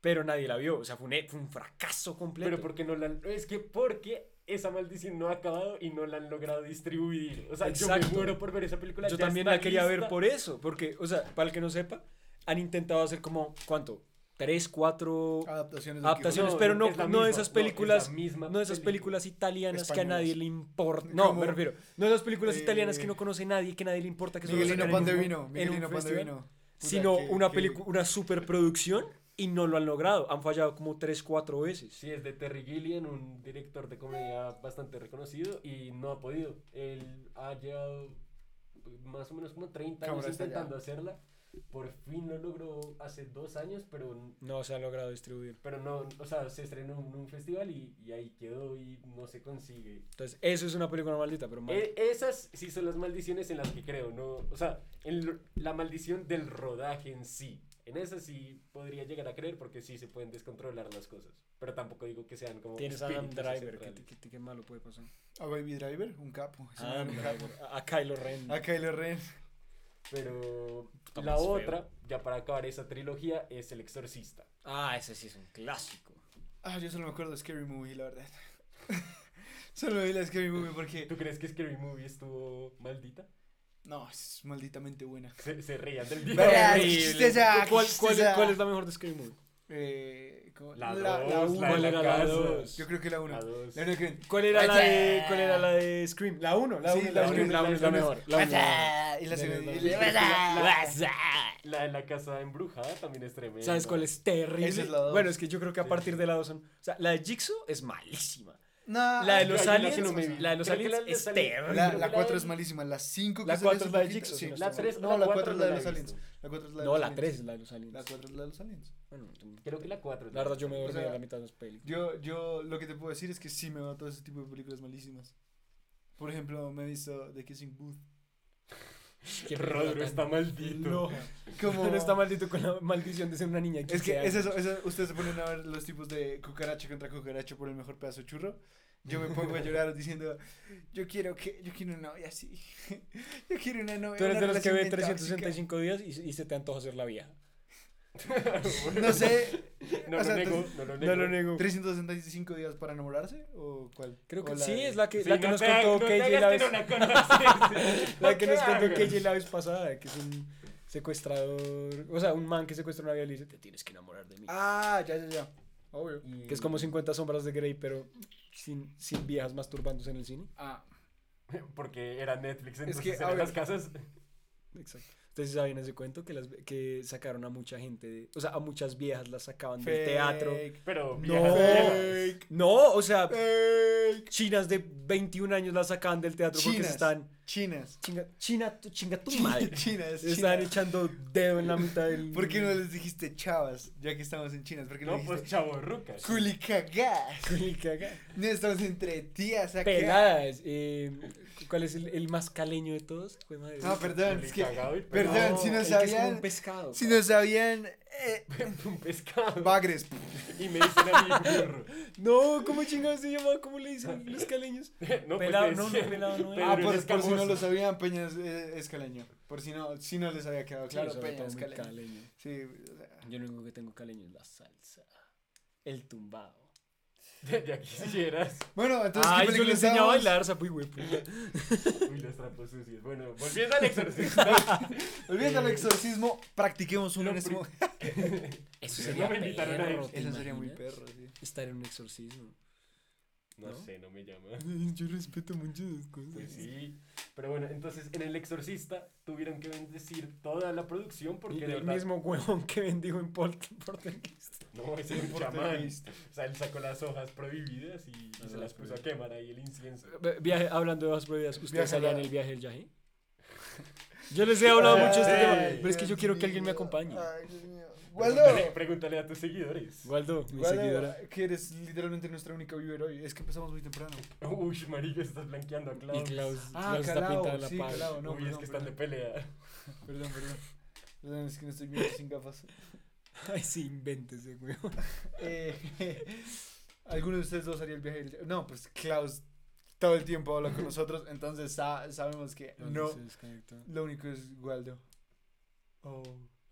S2: Pero nadie la vio, o sea, fue un, e- fue un fracaso completo.
S3: Pero porque no la han- Es que porque esa maldición no ha acabado y no la han logrado distribuir. O sea, yo
S2: Exacto.
S3: me muero por ver esa película.
S2: Yo
S3: ya
S2: también
S3: está
S2: la quería ver
S3: lista.
S2: por eso, porque, o sea, para el que no sepa, han intentado hacer como, ¿cuánto? Tres, cuatro
S1: Ah, Adaptaciones. del
S2: adaptaciones,
S3: No,
S2: pero no,
S3: es la
S2: no
S3: misma,
S2: de esas
S3: no, es la
S2: películas,
S3: misma
S2: no de esas películas italianas que a
S1: Españolas.
S2: nadie le importa. No, me
S1: Como-
S2: refiero, no de esas películas
S1: Eh,
S2: italianas que no conoce nadie, que nadie le importa, que
S1: Quijote.
S2: solo
S1: Miguelino
S2: sacan en un- en
S1: Pandevino.
S2: un
S1: Miguelino
S2: festival,
S1: Pandevino. Puta,
S2: sino
S1: qué-
S2: una
S1: qué-
S2: película, una superproducción y no lo han logrado, han fallado como tres, cuatro veces.
S3: Sí, es de Terry Gilliam, un director de comedia bastante reconocido y no ha podido. Él ha llevado más o menos como 30 años
S1: Cámara está allá.
S3: intentando hacerla Por fin lo logró hace dos años, pero,
S2: No se ha logrado distribuir.
S3: pero no, o sea, se estrenó en un festival y, y ahí quedó y no se consigue.
S2: Entonces, eso es una película maldita, pero mal.
S3: E- esas sí son las maldiciones en las que creo, ¿no? O sea, en lo- la maldición del rodaje en sí. En esas sí podría llegar a creer porque sí se pueden descontrolar las cosas. Pero tampoco digo que sean como.
S2: Tienes a Adam
S3: espíritus así
S2: Driver, que,
S3: centrales.
S2: que- que malo puede pasar.
S1: A Baby Driver, un capo. ese man
S2: Adam
S1: era un capo.
S2: Driver, Ah, a a Kylo Ren.
S1: A Kylo Ren.
S3: Pero
S2: Está
S3: la
S2: más feo.
S3: otra, ya para acabar esa trilogía, es El Exorcista.
S2: Ah, ese sí es un clásico.
S1: Ah, yo solo me acuerdo de Scary Movie, la verdad. [laughs] solo vi la Scary Movie porque.
S3: ¿Tú crees que Scary Movie estuvo maldita?
S1: No, es malditamente buena.
S3: Se, se reían del día.
S1: Verga, qué
S2: Horrible.
S1: tristeza, qué
S2: ¿Cuál, cuál,
S1: tristeza.
S2: cuál es la mejor de Scary Movie?
S1: Eh, ¿cómo-
S3: La
S1: la
S3: dos,
S1: uno.
S3: la de
S2: ¿Cuál
S3: la
S2: era la
S3: casa.
S2: dos?
S1: Yo creo que la
S3: La
S1: 1.
S3: dos.
S1: La 1 que.
S2: ¿Cuál era la de, cuál era la de Scream? La 1, la
S1: Sí,
S2: 1,
S1: la
S2: la 1
S1: uno,
S2: la uno es
S1: la uno.
S2: la mejor. La uno es la
S1: ¡Pasa! Y la segunda. y
S2: La-
S1: la-
S3: La de la casa embrujada también es tremenda.
S2: mejor. ¿Sabes cuál es terrible?
S1: Esa es la dos.
S2: Bueno, es que yo creo que a
S3: Sí.
S2: partir de la 2 son, o sea, la de Jigsaw es malísima.
S1: No,
S2: La de
S1: Ah, yo-
S2: los
S1: yo
S2: aliens,
S1: sí no me vi.
S2: la de los
S3: Creo que
S2: aliens
S3: la de los
S2: es
S3: aliens.
S2: terrible.
S1: La,
S3: creo
S1: la
S3: que
S1: 4
S3: la-
S1: es malísima, la 5 que
S2: la
S1: sale
S2: cuatro
S1: hace
S2: es la de
S1: poquito,
S2: Jigsaw,
S1: sí,
S2: si no
S1: no
S2: estoy
S1: está
S2: mal.
S1: mal. No,
S3: La tres-
S1: la
S3: la
S1: 4
S3: cuatro
S1: es la de
S3: no la
S1: los
S3: he
S1: aliens.
S3: visto.
S1: La 4 es la de
S2: No,
S1: los
S2: la
S1: aliens.
S2: 3 es la de los aliens.
S1: La 4 es la de los aliens.
S2: Bueno, no-
S3: Creo que la 4.
S2: la verdad yo me dormí
S1: sea,
S2: a la mitad de los películas.
S1: Yo, yo lo que te puedo decir es que sí me veo todo ese tipo de películas malísimas. Por ejemplo, me he visto The Kissing Booth.
S2: Qué
S3: Rodro
S2: película
S3: está
S2: tan
S3: maldito. [laughs]
S2: loca.
S1: Como...
S2: [laughs] Pero está maldito con la maldición de ser una niña. de
S1: Es
S2: 15
S1: que es
S2: años.
S1: eso, eso, ustedes se ponen a ver los tipos de cucaracha contra cucaracha por el mejor pedazo de churro. Yo me
S2: [laughs]
S1: pongo a llorar diciendo, yo quiero que, yo quiero una novia así. [laughs] Yo quiero una novia.
S2: Tú eres
S1: una
S2: de los que
S1: relación
S2: ve
S1: bien
S2: 365 días y, y se te antoja ser la vieja.
S1: tóxica. No sé,
S3: No
S1: O
S3: lo
S1: sea,
S3: nego,
S1: entonces-
S3: no lo
S2: [laughs]
S3: nego.
S2: No lo niego.
S1: 365 días para enamorarse o cuál?
S2: Creo que
S1: O la
S2: sí,
S1: de-
S2: es la que,
S3: eh. Sí,
S2: la que
S3: no
S2: nos
S3: te
S2: contó
S3: hagas- no te
S2: KJ la
S3: hagas
S2: vez.
S3: que no la
S2: [laughs]
S3: conoces.
S2: La que
S3: No
S2: nos
S3: [laughs] te
S2: contó
S3: hagas.
S2: KJ la vez pasada, que es un secuestrador. O sea, un man que secuestra una vieja y le dice: Te tienes que enamorar de mí.
S1: Ah, ya, ya, ya. Obvio. Mm.
S3: Y-
S2: Que es como 50 sombras de Grey, pero sin, sin viejas masturbándose en el cine.
S1: Ah,
S3: Porque era Netflix,
S1: Es
S3: entonces
S1: que, a
S3: eran
S1: ver.
S3: las casas.
S2: Exacto. Ustedes sí saben ese cuento que, las, que sacaron a mucha gente, de- o sea, a muchas viejas las sacaban del teatro.
S1: Fake.
S2: No,
S3: Pero viejas,
S2: no, o sea,
S1: Fake.
S2: chinas de 21 años las sacaban del teatro porque
S1: Chinas.
S2: están.
S1: Chinas.
S2: Chinga, china, tu- chinga tu madre.
S1: Chinas. [laughs] Chinas.
S2: Estaban echando dedo en la mitad del.
S1: ¿Por qué no les dijiste chavas? Ya que estamos en Chinas, ¿por qué no,
S3: No, pues
S1: dijiste
S3: chavo, rucas.
S1: culicagás?
S2: Culica acá.
S1: No estamos entre tías acá.
S2: Peladas. eh, ¿Cuál es el, el más caleño de todos? Jue madre.
S1: No, Ah, perdón, es que,
S3: Culicagado y
S1: perdón,
S2: No,
S1: si no
S2: el que es como
S1: sabían,
S2: un pescado.
S1: si no sabían, eh,
S3: [laughs] Un pescado.
S1: bagres.
S3: Y me dicen a mí
S2: [laughs]
S3: burro.
S2: No, ¿cómo chingados se llamaba? ¿Cómo le dicen los caleños?
S3: No,
S2: Pelado,
S3: pues,
S2: no,
S3: decían,
S2: no, pelado no pues, era.
S3: Pedro
S1: Ah,
S3: el
S1: por, por si no
S3: Escamoso.
S1: lo sabían, Peña es, eh, es caleño. Por si no, si no les había quedado claro,
S2: Sí, sobre
S1: Peña
S2: todo
S1: es
S2: muy
S1: caleño.
S2: caleño.
S1: Sí, o sea,
S2: Yo lo único que tengo caleño es la salsa. El tumbado.
S3: [laughs] Ya- Ya quisieras.
S1: Bueno, entonces,
S2: Ay,
S1: ¿qué
S2: yo le
S1: película
S2: enseñé a
S1: estábamos?
S2: bailar, sapo y güey. pues,
S3: Uy, los trapos sucios. Bueno, volviendo al exorcista.
S1: Olvídate al
S3: Eh,
S1: exorcismo, practiquemos uno
S3: lo
S1: en este
S3: pri-
S1: momento.
S2: [laughs] Eso
S3: No
S2: sería
S3: me invitaron a
S2: perro,
S3: eso.
S2: ¿te
S1: Eso sería muy
S2: imaginas?
S1: perro, sí.
S2: Estar en un exorcismo.
S3: No
S2: ¿No?
S3: sé, no me llama.
S2: [laughs] Yo respeto mucho esas cosas.
S3: Pues sí. Pero bueno, entonces en El Exorcista tuvieron que bendecir toda la producción porque
S2: Porque
S3: de
S2: el
S3: verdad-
S2: mismo huevón que bendijo en Poltergeist.
S3: No, ese es un chamán. O sea, él sacó las hojas prohibidas y, y
S2: Las
S3: se
S2: hojas
S3: las puso a
S2: prohibidas.
S3: quemar ahí el incienso.
S2: Viaje, hablando de hojas prohibidas,
S1: Viaje a
S2: ¿ustedes harían
S1: la-
S2: el viaje del viaje? [laughs] Yo les he hablado mucho de este tema,
S1: Ay,
S2: pero es que yo
S1: Eh, Dios
S2: quiero que alguien me
S1: mío,
S2: acompañe.
S1: ay, Dios mío.
S3: Pregúntale,
S1: Waldo.
S3: pregúntale a tus seguidores.
S2: Waldo, mi
S1: Waldo,
S2: seguidora.
S1: que eres literalmente nuestra única viewer hoy. Es que empezamos muy temprano.
S3: Uy, marica, estás blanqueando a Klaus.
S2: Y Klaus,
S1: Ah,
S2: Klaus está
S1: Calao,
S2: pintado en la
S1: sí,
S2: pared.
S1: Calao, no,
S3: Uy, es
S1: perdón,
S3: que están de
S1: perdón.
S3: pelea.
S1: Perdón, perdón. Perdón, es que no estoy viendo sin gafas.
S2: [laughs] Ay, sí, invéntese, huevón.
S1: Eh, [laughs] ¿Alguno de ustedes dos haría el viaje? del- No, pues Klaus todo el tiempo habla con nosotros, entonces sa- sabemos que no.
S2: Se desconectó.
S1: Lo único es Waldo. Oh.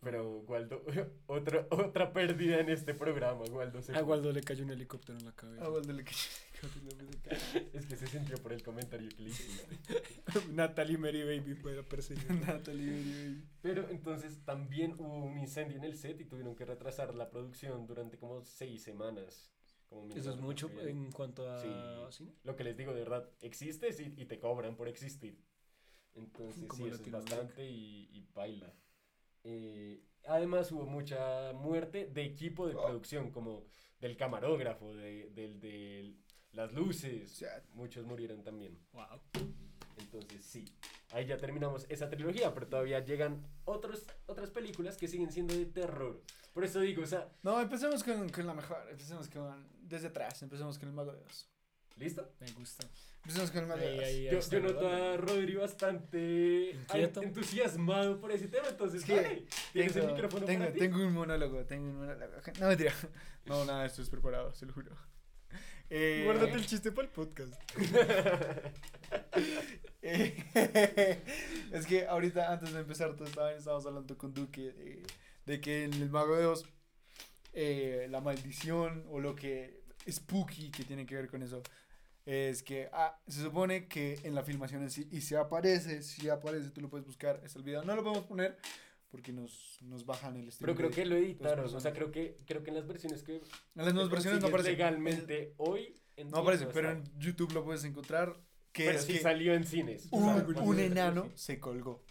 S3: Pero Waldo, [laughs] otro, otra pérdida en este programa, Waldo. se
S2: A
S3: fue.
S2: Ah, Waldo le cayó un helicóptero en la cabeza.
S1: A [laughs] Waldo le cayó. [laughs]
S3: Es que se sintió por el comentario que le
S2: [laughs]
S3: hiciste.
S2: Natalie Mary Baby fue la perseguida.
S1: Natalie, baby.
S3: Pero entonces también hubo un incendio en el set y tuvieron que retrasar la producción durante como seis semanas. Como mientras
S2: [laughs] Eso es mucho eh,
S3: reconstruían.
S2: en cuanto a
S3: Sí.
S2: cine.
S3: Lo que les digo, de verdad, existes y, y te cobran por existir. Entonces,
S2: Como
S3: sí, eso es
S2: Latinoamérica.
S3: bastante y, y baila. Eh, además, hubo mucha muerte de equipo de
S1: Ah.
S3: producción, como del camarógrafo, de, del, de las luces.
S1: Sad.
S3: Muchos murieron también.
S2: Wow.
S3: Entonces, sí. Ahí ya terminamos esa trilogía, pero todavía llegan otros, otras películas que siguen siendo de terror. Por eso digo, o sea,
S1: No, empecemos con, con la mejor. Empecemos con. Desde atrás, empecemos con el Mago de Oz.
S3: ¿listo?
S2: Me gusta.
S1: Empecemos con el Mago de Oz.
S2: Ahí, ahí, ahí
S3: Yo,
S2: está,
S3: yo noto
S2: ¿verdad?
S3: a Rodri bastante
S2: Inquieto.
S3: en- entusiasmado por ese tema, entonces,
S1: Es que
S3: dale, tienes el micrófono
S1: tengo,
S3: para ti. [laughs]
S1: tengo un monólogo, tengo un monólogo. No, mentira. No, nada, esto es preparado, se lo juro. Eh,
S2: Guárdate
S1: el chiste para el podcast. [laughs] eh, es que ahorita, antes de empezar todo esta vaina, estábamos hablando con Duque de, de que en el Mago de Oz, eh, la maldición o lo que spooky que tiene que ver con eso, es que ah, se supone que en la filmación en sí, y si aparece, si aparece, tú lo puedes buscar, es el video. No lo podemos poner porque nos, nos bajan el
S3: Pero
S1: streaming
S3: creo
S1: de-
S3: que lo editaron, o sea,
S1: personas.
S3: creo que, creo que en las versiones que
S1: En las nuevas
S3: que
S1: versiones no
S3: consigues
S1: aparece. Eh,
S3: legalmente hoy.
S1: No aparece, pero en YouTube lo puedes encontrar. Que
S3: pero
S1: es
S3: sí
S1: que
S3: salió en cines. pues,
S1: un,
S2: Sabes cuál
S1: un
S2: es,
S1: enano
S2: sí.
S1: se colgó.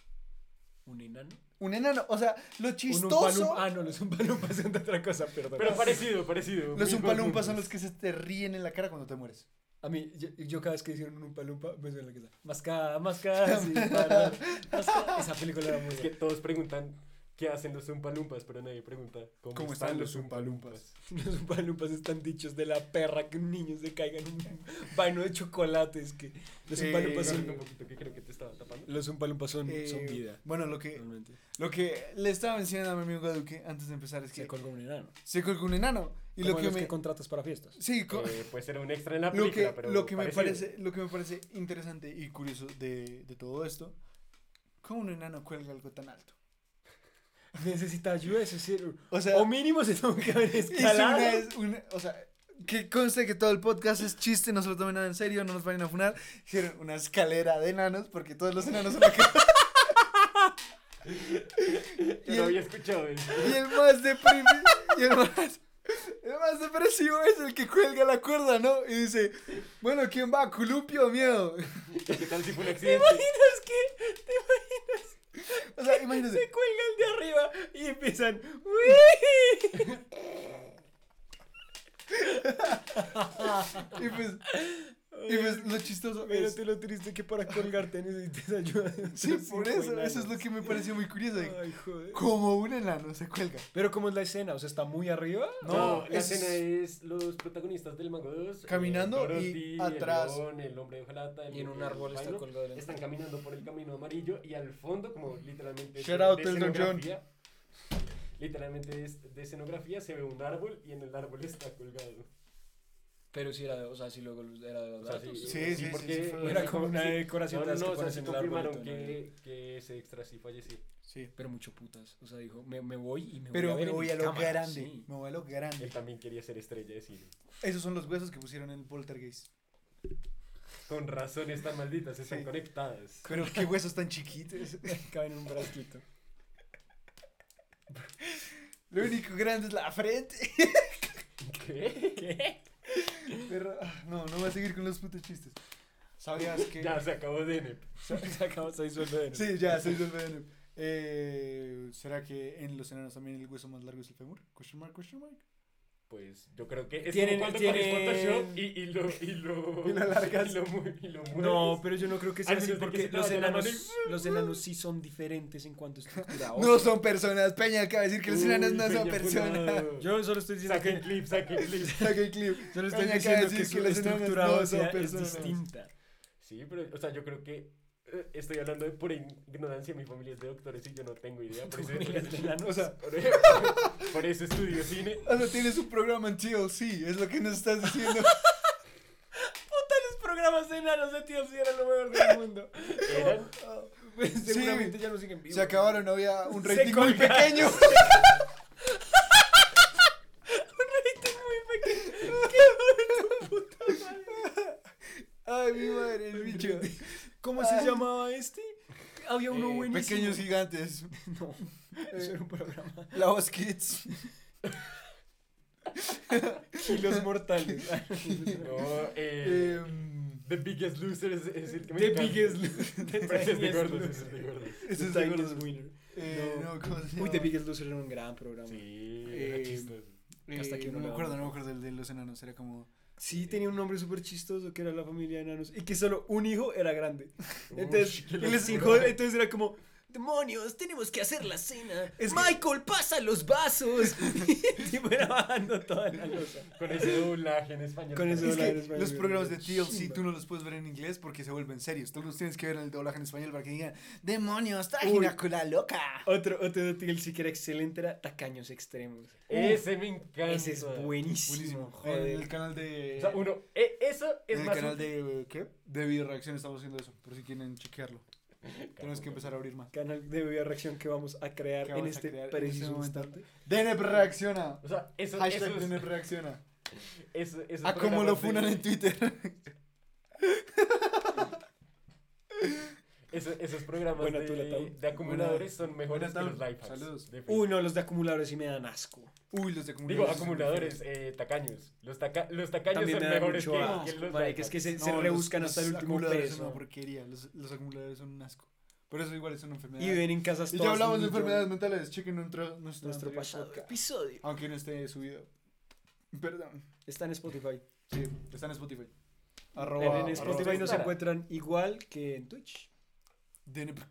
S3: ¿Un enano?
S1: Un enano, o sea, lo
S2: Un
S1: chistoso.
S2: Oompa Loompa- ah, no, los [laughs] Umpalumpas son de otra cosa, perdón.
S3: Pero parecido, parecido.
S1: Los
S3: muy
S1: umpalumpas
S3: conjuntos.
S1: son los que se te ríen en la cara cuando te mueres.
S2: A mí, yo, yo cada vez que hicieron un Umpalumpa, me suena la que Masca, masca,
S1: [laughs]
S2: sin parar. Masca. Esa película era muy
S3: Es que todos preguntan qué hacen los zumpalumpas, pero nadie pregunta cómo,
S1: ¿Cómo
S3: están, los
S1: umpalumpas?
S3: zumpalumpas.
S2: Los Umpalumpas están dichos de la perra que un niño se caiga en un baño de chocolate. Es que los
S1: Eh,
S2: Umpalumpas
S3: un
S2: son,
S3: poquito que creo que te estaba tapando.
S2: los Umpalumpas son, son
S1: Eh,
S2: vida.
S1: Bueno, lo que,
S2: Realmente.
S1: lo que le estaba mencionando a mi amigo Duque antes de empezar es que
S2: Se colgó un enano.
S1: se colgó un enano. Y lo que
S2: los
S1: me.
S2: que contratas para fiestas.
S1: sí, [laughs] co-
S3: Eh, pues era un extra en la
S1: lo
S3: película,
S1: que,
S3: pero
S1: lo que me
S3: parecido.
S1: parece lo que me parece interesante y curioso de, de todo esto cómo un enano cuelga algo tan alto
S2: Necesita ayuda, es decir,
S1: o sea
S2: o mínimo se tengo que haber
S1: hice una
S2: escalado.
S1: vez una- o sea que conste que todo el podcast es chiste no se lo tomen nada en serio no nos vayan a funar hicieron una escalera de enanos porque todos los enanos son
S2: [laughs]
S1: acá
S3: Yo
S1: y
S3: no
S1: el-
S3: había
S1: [laughs]
S3: escuchado eso.
S1: y el más deprimido y el más el más depresivo es el que cuelga la cuerda, ¿no? Y dice, bueno, ¿quién va? ¿Columpio o miedo? [laughs]
S3: ¿Qué tal si fue un accidente?
S2: imaginas que te imaginas
S1: O sea, imagínense.
S2: se cuelga el de arriba y empiezan "Uy".
S1: Y pues, y pues lo chistoso es...
S2: Mírate lo triste que para colgarte necesitas ayuda de
S1: Sí,
S2: otros
S1: por
S2: cinco
S1: eso, eso es lo
S2: enanos.
S1: que me pareció muy curioso. de
S2: Ay, joder.
S1: Como un enano se cuelga.
S2: Pero ¿cómo es la escena? O sea, ¿está muy arriba?
S1: No,
S3: No, la
S1: es-
S3: escena es los protagonistas del Mago 2.
S1: Caminando y atrás.
S3: El, león, el hombre de hojalata. el- el vaino,
S2: colgado el
S3: Están caminando por el camino amarillo y al fondo, como literalmente.
S1: Shout
S3: de-
S1: out
S3: de
S1: Elton John.
S3: escenografía, Literalmente es de escenografía se ve un árbol y en el árbol está colgado.
S2: Pero si era, o sea, si luego era de
S3: O sea, sí,
S1: Sí, sí,
S3: porque
S1: sí, sí, fue-
S2: Era como una
S3: No,
S2: decoración de
S3: no,
S2: las
S3: no,
S2: que
S3: o sea,
S2: pones
S3: sí
S2: en el arbolito,
S3: confirmaron
S2: ¿no?
S3: que, que ese extra sí falleció.
S1: Sí.
S2: Pero mucho putas. O sea, dijo, me, me voy y me
S1: Pero
S2: voy a ver
S1: me
S2: en
S1: voy a lo
S2: cámara,
S1: grande.
S2: sí.
S1: Me voy a lo
S3: Él
S1: grande.
S3: también quería ser estrella de cine.
S1: Esos son los huesos que pusieron en el
S2: [laughs]
S1: poltergeist.
S3: Con razón están malditas, están
S1: Sí.
S3: conectadas.
S1: Pero qué huesos tan chiquitos.
S2: [laughs] Caben en un brasquito. [laughs]
S1: Lo único grande es la frente. [laughs]
S3: ¿Qué?
S1: Pero, ah, no, no voy a seguir con los putos chistes. ¿Sabías que...?
S3: Ya se acabó Denep.
S2: Se acabó seis sueldos.
S1: Sí, ya, soy del veneno. Eh, ¿Será que en los enanos también el hueso más largo es el fémur? Question mark, question mark.
S3: Pues yo creo que es
S2: Tienen-
S3: como cuando
S2: tienen-
S3: pones Photoshop y, y lo y lo
S2: [laughs]
S1: Y lo alargas.
S3: y lo, mu- y lo mueves.
S2: No, pero yo no creo que sea
S3: Al
S2: así
S3: menos de que
S2: porque
S3: se te
S2: los
S3: vaya la mano
S2: enanos, los enanos sí son diferentes en cuanto a [laughs] estructura.
S1: No son personas, Peña acaba de decir que los
S3: Uy,
S1: enanos no son
S3: Peña
S1: [laughs] personas.
S2: [laughs]
S3: Colado.
S2: Yo solo estoy diciendo
S3: Saquen
S2: que,
S3: clip, saquen
S2: [laughs]
S3: clip.
S1: Saca clip.
S2: solo estoy
S1: Peña acaba de
S2: diciendo
S1: decir
S2: que
S1: que
S2: su
S1: los enanos
S2: estructura
S1: no son
S2: ósea es
S1: personas.
S2: distinta.
S3: Sí, pero, o sea, yo creo que eh, estoy hablando de pura ignorancia. Mi familia es de doctores y yo no tengo idea. Por eso,
S2: familia es de enanos.
S3: o sea, [laughs] por, por eso estudio cine.
S1: O sea, tienes un programa en TLC, es lo que nos estás
S2: [laughs]
S1: diciendo.
S2: Los programas de enanos de tíos eran lo mejor del [laughs] mundo.
S3: Eran-
S2: Pues, Seguramente ya no siguen vivos.
S1: Se acabaron, había un
S2: Se
S1: rating muy
S2: colgaron. [laughs]
S1: pequeño. Ay, mi madre, el bicho.
S2: ¿Cómo se
S1: Ay.
S2: llamaba este? Había uno
S3: Eh,
S2: buenísimo. Eh,
S1: Pequeños gigantes.
S2: [laughs]
S1: Eh,
S2: No, eso era un programa.
S1: La Voz Kids.
S2: Y los mortales.
S3: [laughs] No, eh,
S1: Em,
S3: The Biggest Loser es, es el que me
S2: The
S3: encanta.
S2: biggest [laughs] loser. The
S3: Pero [laughs] ese es de
S2: tiniest
S3: gordos,
S2: loser.
S3: [laughs] ese es de gordos.
S1: Ese es
S2: The
S1: de
S2: tiniest
S1: gordos.
S2: winner.
S1: eh,
S2: No.
S1: no, ¿cómo se
S2: Uy, The
S1: llama?
S2: Biggest Loser era un gran programa.
S3: Sí,
S1: Eh,
S3: era chistoso.
S1: Eh,
S2: Hasta aquí
S1: no
S2: uno
S1: me
S2: le da
S1: acuerdo,
S2: un
S1: no me acuerdo el de los enanos. Era como
S2: Sí, tenía un nombre súper chistoso que era la familia de enanos y que solo un hijo era grande.
S3: [laughs]
S2: Entonces, y les dijo- entonces era como, demonios, tenemos que hacer la cena. Michael, pasa los vasos. [laughs] y el tipo era bajando toda la losa.
S3: Con ese doblaje en español.
S2: Con ese
S1: Es
S2: doblaje.
S1: que
S2: en español,
S1: los programas de
S2: chimba.
S1: TLC tú no los puedes ver en inglés porque se vuelven serios. Tú los tienes que ver en el doblaje en español para que digan, demonios, traje
S2: Uy.
S1: una cola loca.
S2: Otro, otro de TLC que era excelente era Tacaños Extremos.
S3: Ese me encanta.
S2: Ese es buenísimo,
S1: En
S2: joder.
S1: el canal de...
S3: O sea, uno, e- eso es
S1: en el
S3: más
S1: canal
S3: útil.
S1: de... eh, ¿Qué? De video reacción estamos haciendo eso, por si quieren
S2: [laughs]
S1: chequearlo. Tenemos que empezar a abrir más.
S2: Canal de video reacción que vamos a crear
S1: Que
S2: en
S1: vamos a
S2: este
S1: crear en
S2: preciso
S1: este momento.
S2: instante.
S1: DNP reacciona.
S3: O sea, eso, eso
S1: Hashtag
S3: es-
S1: DNP reacciona.
S3: eso- esos
S1: A cómo lo
S3: programas
S1: funan
S3: de-
S1: en Twitter. [laughs]
S3: eso- esos programas
S2: Buena
S3: de,
S2: tula, Tau.
S3: de acumuladores son mejores
S1: Buena,
S3: que los
S1: Tau.
S3: lifehacks.
S1: Saludos.
S3: de
S2: Uy, no, los de acumuladores sí me dan asco.
S1: Uy, los
S3: Digo,
S1: acumuladores.
S3: acumuladores, eh, tacaños. Los, taca- los tacaños
S2: También me
S3: son
S2: dan
S3: mejores
S2: mucho
S3: que,
S2: asco.
S3: que los
S2: marica, es que
S3: lifehacks.
S2: eh, se,
S1: No,
S2: se
S1: los-
S2: rebuscan
S1: los
S2: hasta el último
S1: acumuladores son
S2: peso.
S1: una porquería. Los, los acumuladores son un asco. Por eso igual es una enfermedad.
S2: Y viven en casas
S1: Y
S2: todas
S1: ya hablamos de
S2: millón-
S1: enfermedades mentales. Chequen nuestro, nuestro,
S2: Nuestro
S1: anterior
S2: pasado
S1: podcast.
S2: episodio
S1: Aunque no esté subido. Perdón.
S2: está en Spotify.
S1: Sí, está en Spotify.
S2: En-
S1: Arroba.
S2: en Spotify
S1: arroba-
S2: nos
S3: Clara.
S2: encuentran igual que en Twitch.
S1: DNP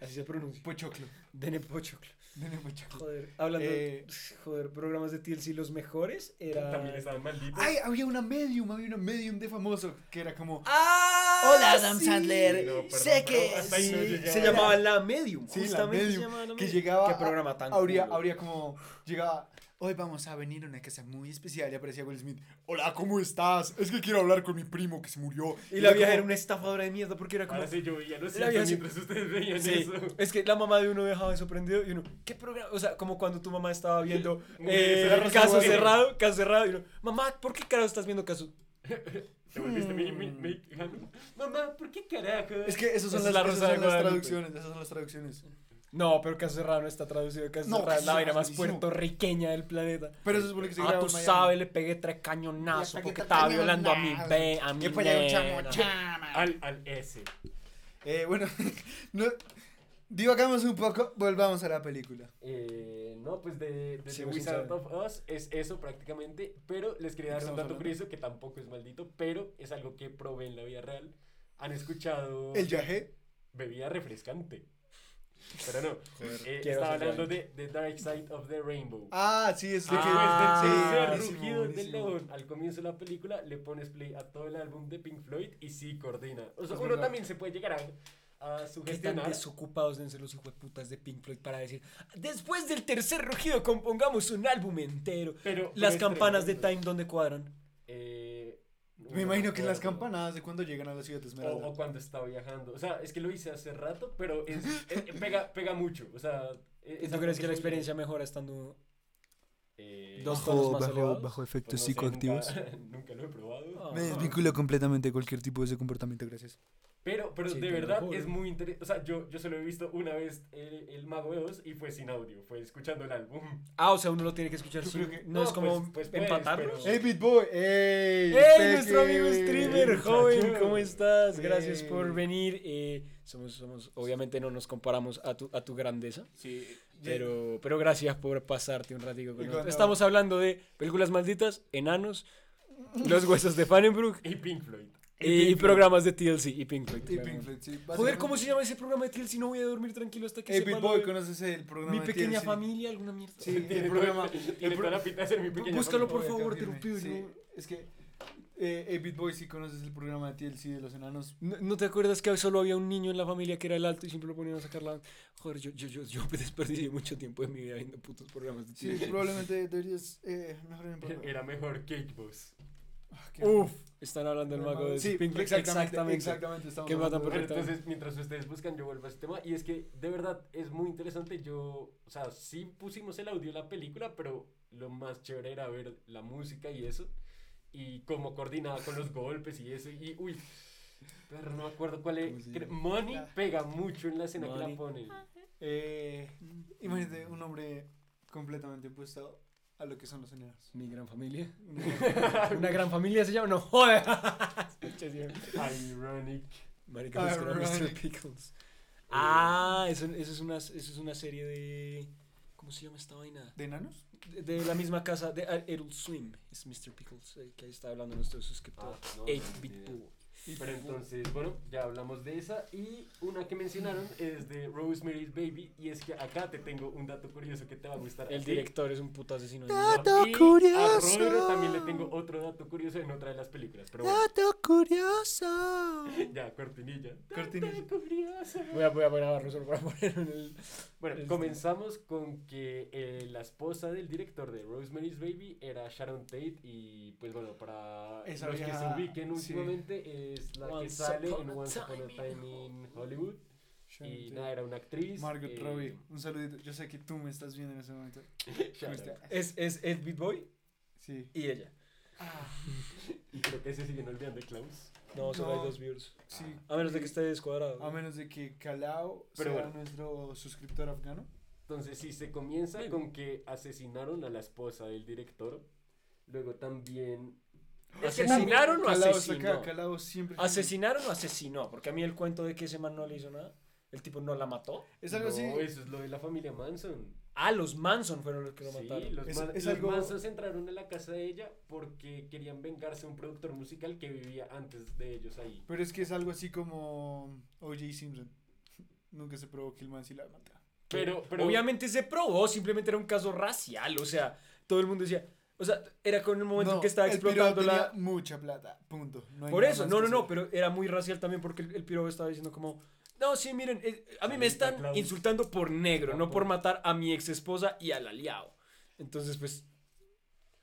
S2: Así se pronuncia.
S1: Pochoclo.
S2: Denepochoclo.
S1: DNP Pochoclo.
S2: Joder, hablando
S1: Eh,
S2: joder, programas de TLC los mejores era
S3: También estaban malditos.
S1: Ay, había una medium, había una medium de famoso que era como.
S2: ¡Ah!
S1: Hola, Adam
S2: sí!
S1: Sandler.
S3: No, perdón,
S1: sé que-
S3: pero hasta ahí no
S2: Sí,
S3: llegaba.
S2: se llamaba La Medium.
S1: Sí, La
S2: justamente
S1: Medium,
S2: se llamaba La
S1: que
S2: Medium.
S1: llegaba
S2: Qué
S1: a-
S2: programa tan
S1: Habría,
S2: culo.
S1: habría como. Llegaba. Hoy vamos a venir a una casa muy especial y aparecía Will Smith. Hola, ¿cómo estás? Es que quiero hablar con mi primo que se murió.
S2: Y la vieja
S1: como-
S2: era una estafadora de mierda porque era como.
S3: Ahora sí yo veía, no sé,
S2: La vida sí-
S3: mientras ustedes veían
S2: Sí,
S3: eso.
S2: es que la mamá de uno dejaba eso prendido y uno, ¿qué programa? O sea, como cuando tu mamá estaba viendo
S3: Muy
S2: eh,
S3: bien, se la
S2: caso
S3: reservó.
S2: cerrado, caso cerrado, y uno, mamá, ¿por qué carajo estás viendo caso?
S3: ¿Te volviste mi, mi, mexicano? Mamá, ¿por qué carajo?
S1: Es que esas son,
S2: Esa Mm.
S1: las,
S2: es la
S1: esas
S2: Rosa de
S1: son las
S2: Guadalupe.
S1: traducciones. Esas son las traducciones.
S2: No, pero caso cerrado no está traducido, caso
S1: No,
S2: cerrado es la
S1: caso
S2: vaina
S1: cerrado
S2: más
S1: es buenísimo.
S2: puertorriqueña del planeta.
S1: Pero eso es porque se
S2: Ah,
S1: grabó
S2: tú
S1: en Miami.
S2: sabes, le pegué tres cañonazos
S1: Le pegué
S2: porque
S1: tres
S2: estaba violando a mi
S1: cañonazos.
S2: be, a mi
S1: Que fue un
S2: nena.
S1: chamo chama.
S3: Al, al S.
S1: Eh, bueno, [laughs] no, divagamos un poco, volvamos a la película.
S3: Eh, no, pues de, de
S2: Sí,
S3: The
S2: pues,
S3: Wizard
S2: sí.
S3: of Oz es eso prácticamente, pero les quería dar un
S1: Estamos
S3: dato
S1: hablando.
S3: curioso que tampoco es maldito, pero es algo que probé en la vida real. Han escuchado
S1: El viaje.
S3: bebida refrescante, pero no. Eh,
S2: Quiero
S3: estaba
S2: hacer
S3: hablando de The Dark Side of the Rainbow.
S1: Ah, sí, es
S3: Que
S1: lo que.
S2: Ah,
S3: desde el tercer
S1: buenísimo,
S3: rugido del
S1: buenísimo.
S3: león al comienzo de la película le pones play a todo el álbum de Pink Floyd y sí coordina. O sea,
S1: Es
S3: uno
S1: verdad.
S3: también se puede llegar a, a
S2: Que están
S3: sugestionar.
S2: desocupados de ser los putas de Pink Floyd para decir, después del tercer rugido compongamos un álbum entero.
S3: Pero
S2: Las
S3: pero es
S2: campanas de
S3: tremendo.
S2: Time, ¿dónde cuadran?
S3: Eh, no
S1: Me imagino que en las
S3: recuerdo.
S1: campanadas de cuando llegan a la ciudad de
S3: O,
S1: Esmeralda.
S3: o cuando está viajando. O sea, es que lo hice hace rato, pero es- es- pega, pega mucho. O sea, eh,
S2: ¿Y
S3: esa
S2: ¿Tú crees que la
S3: posibilidad,
S2: experiencia mejora estando
S3: eh,
S2: dos tonos más elevados?
S3: pues no sé, Nunca, [laughs] nunca lo he probado.
S2: Ah.
S1: Me desvinculo completamente de cualquier tipo de ese comportamiento, gracias.
S3: Pero, pero
S2: Sí,
S3: de
S2: te lo
S3: verdad
S2: juro.
S3: es muy interesante. O sea, yo, yo solo he visto una vez el, el Mago de Oz y fue sin audio, fue escuchando el álbum. [laughs]
S2: Ah, o sea, uno lo tiene que escuchar.
S1: Yo
S2: sin-
S1: creo que-
S2: no, es
S3: No, pues-
S2: como
S3: pues puedes,
S2: empatarlo.
S3: pero-
S1: ¡Hey, Bitboy! ¡Hey!
S2: ¡Hey,
S1: Peque!
S2: nuestro amigo streamer,
S3: Hey,
S2: joven!
S3: muchacho.
S2: ¿Cómo estás? Gracias
S1: Hey.
S2: por venir. eh, somos, somos, obviamente no nos comparamos a tu, a tu grandeza,
S1: Sí,
S2: pero, pero gracias por pasarte un ratico con
S1: Y
S2: nosotros.
S1: cuando-
S2: Estamos hablando de películas malditas, enanos, los huesos de Fanenbrook
S3: [laughs] Y Pink Floyd.
S2: y, programas de TLC y Pink Floyd.
S1: Y Pink
S2: claramente.
S1: Floyd, sí.
S2: Joder, ¿cómo se llama ese programa de TLC? No voy a dormir tranquilo hasta que
S1: Hey,
S2: sepa lo
S1: Bitboy,
S2: de-
S1: ¿conoces el programa
S2: Mi
S1: de
S2: pequeña
S1: TLC?
S2: familia, alguna mierda. [laughs]
S1: Sí, el programa.
S3: [laughs] Tiene
S1: el
S3: toda
S1: pro-
S3: la pinta de ser mi pequeña
S2: Búscalo, por
S1: Voy a
S2: favor, te lo
S1: cambiarme,
S2: pido,
S1: sí.
S2: ¿no?
S1: Es que, eh, hey, Bitboy, si conoces el programa de TLC de los enanos.
S2: ¿No, no te acuerdas que solo había un niño en la familia que era el alto y siempre lo ponían a sacar la... Joder, yo, yo, yo, yo [laughs] desperdicié mucho tiempo de mi vida viendo putos programas de [laughs]
S1: Sí,
S2: TLC.
S1: probablemente deberías eh, mejorar en
S3: familia. [laughs] Era mejor Cake Boss.
S1: Ah, qué-
S2: Uf, están hablando del mago de
S1: Sí,
S2: Pink Floyd.
S1: exactamente. Exactamente. estamos
S2: Que matan
S1: hablando de-
S2: perfecto.
S3: Bueno, entonces, mientras ustedes buscan, yo vuelvo a ese tema. Y es que, de verdad, es muy interesante. Yo, o sea, sí pusimos el audio de la película, pero lo más chévere era ver la música y eso. Y cómo coordinaba con
S1: [laughs]
S3: los golpes y eso. Y, uy, pero no me acuerdo cuál
S1: ¿Cómo
S3: es.
S1: se
S3: Creo-
S1: llama? Ah.
S3: Money pega mucho en la escena que
S2: Money.
S3: la ponen.
S1: Eh, imagínate un hombre completamente opuesto a lo que son los enanos.
S2: Mi gran familia. Una gran familia se llama... No, joder.
S3: Ironic.
S2: Marica, busquen a Mr.
S1: Ironic. Ah.
S2: Pickles. Ah, eso, eso, es una, eso es una serie de... ¿Cómo se llama esta vaina?
S1: ¿De enanos?
S2: De, de la misma casa de A- Adult Swim. Es Mr. Pickles, eh, que ahí está hablando nuestro suscriptor.
S3: Ah, no,
S2: 8-Bit
S3: ni idea.
S2: Pool.
S3: Pero entonces, bueno, ya hablamos de esa. Y una que mencionaron es de Rosemary's Baby. Y es que acá te tengo un dato curioso que te va a gustar. a
S2: El
S3: ti.
S2: director es un puto asesino. de mierda.
S1: ¡Dato
S3: Y
S1: curioso!
S3: A Rodro también le tengo otro dato curioso en otra de las películas. Pero bueno,
S1: ¡Dato curioso!
S3: ya, cortinilla.
S1: Cortinilla.
S3: Dato curioso.
S2: Voy a, voy a grabarlo solo para poner en el.
S3: Bueno,
S2: Este-
S3: comenzamos con que eh, la esposa del director de Rosemary's Baby era Sharon Tate y pues bueno, para
S1: Esa
S3: los que se
S1: vieja,
S3: ubiquen
S1: sí.
S3: últimamente es la que
S2: Once
S3: sale en
S2: upon a
S3: Once Upon a
S2: time in
S3: Time in Hollywood y nada, era una actriz.
S1: Margot
S3: eh, [laughs]
S1: Robbie, un saludito. Yo sé que tú me estás viendo en ese momento.
S3: Sharon.
S1: Justo.
S2: Es, es Ed Beat Boy
S1: Sí.
S2: y ella.
S3: Y creo que se siguen olvidando de Klaus.
S2: No, solo
S1: No.
S2: hay dos viewers.
S1: Sí.
S2: A menos de que esté descuadrado.
S1: A menos de que Calao
S3: Pero
S1: sea
S3: bueno.
S1: nuestro suscriptor afgano.
S3: Entonces sí, se comienza con que asesinaron a la esposa del director. Luego también... Es que
S2: ¿Asesinaron o
S1: Calao está
S2: asesinó?
S1: acá, Calao siempre.
S2: ¿Asesinaron o asesinó? Porque a mí el cuento de que ese man no le hizo nada. El tipo no la mató.
S1: Es algo
S3: no,
S1: así.
S3: eso es lo de la familia Manson.
S2: Ah, los Manson fueron los que lo
S3: Sí,
S2: mataron.
S3: los,
S1: Es-
S3: man-
S1: es
S3: los
S1: algo-
S3: Mansons entraron a la casa de ella porque querían vengarse de un productor musical que vivía antes de ellos ahí.
S1: Pero es que es algo así como O.J. Simpson. Nunca se probó que el man sí la mata.
S3: Pero, pero
S2: Obviamente se probó, simplemente era un caso racial. O sea, todo el mundo decía. O sea, era con el momento en
S1: No,
S2: que estaba
S1: el pirado
S2: explotando la.
S1: tenía mucha plata, punto. No hay
S2: Por
S1: nada
S2: eso,
S1: más
S2: no,
S1: que
S2: no, no,
S1: hacer.
S2: pero era muy racial también porque el, el piro estaba diciendo como, no, sí, miren, eh, a mí me
S3: Ahí está
S2: están
S3: Klaus.
S2: insultando por negro,
S3: Ah,
S2: no por
S3: por-
S2: matar a mi ex esposa y al aliado. Entonces, pues,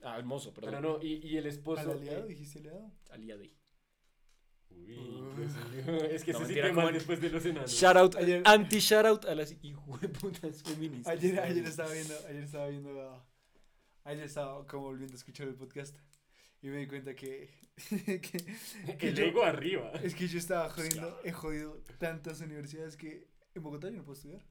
S2: ah, hermoso,
S3: pero
S2: perdón,
S3: no, y, y el esposo...
S1: ¿Al aliado?
S3: eh,
S1: ¿Dijiste aliado?
S2: aliado ahí.
S3: uy,
S1: Uh.
S3: Dios mío, es que
S2: No,
S3: se
S2: mentira,
S3: siente
S2: ¿cómo
S3: mal
S2: no?
S3: después de los enanos. [laughs]
S2: Shout out,
S1: Ayer-
S2: anti shout out a las hijo de putas feministas.
S1: Ayer, ayer estaba viendo, ayer estaba viendo, ah, ayer estaba como volviendo a escuchar el podcast y me di cuenta que, [laughs] que- que
S3: el
S1: yo-
S3: ego arriba.
S1: es que yo estaba jodiendo, he jodido tantas universidades que en Bogotá yo no puedo estudiar,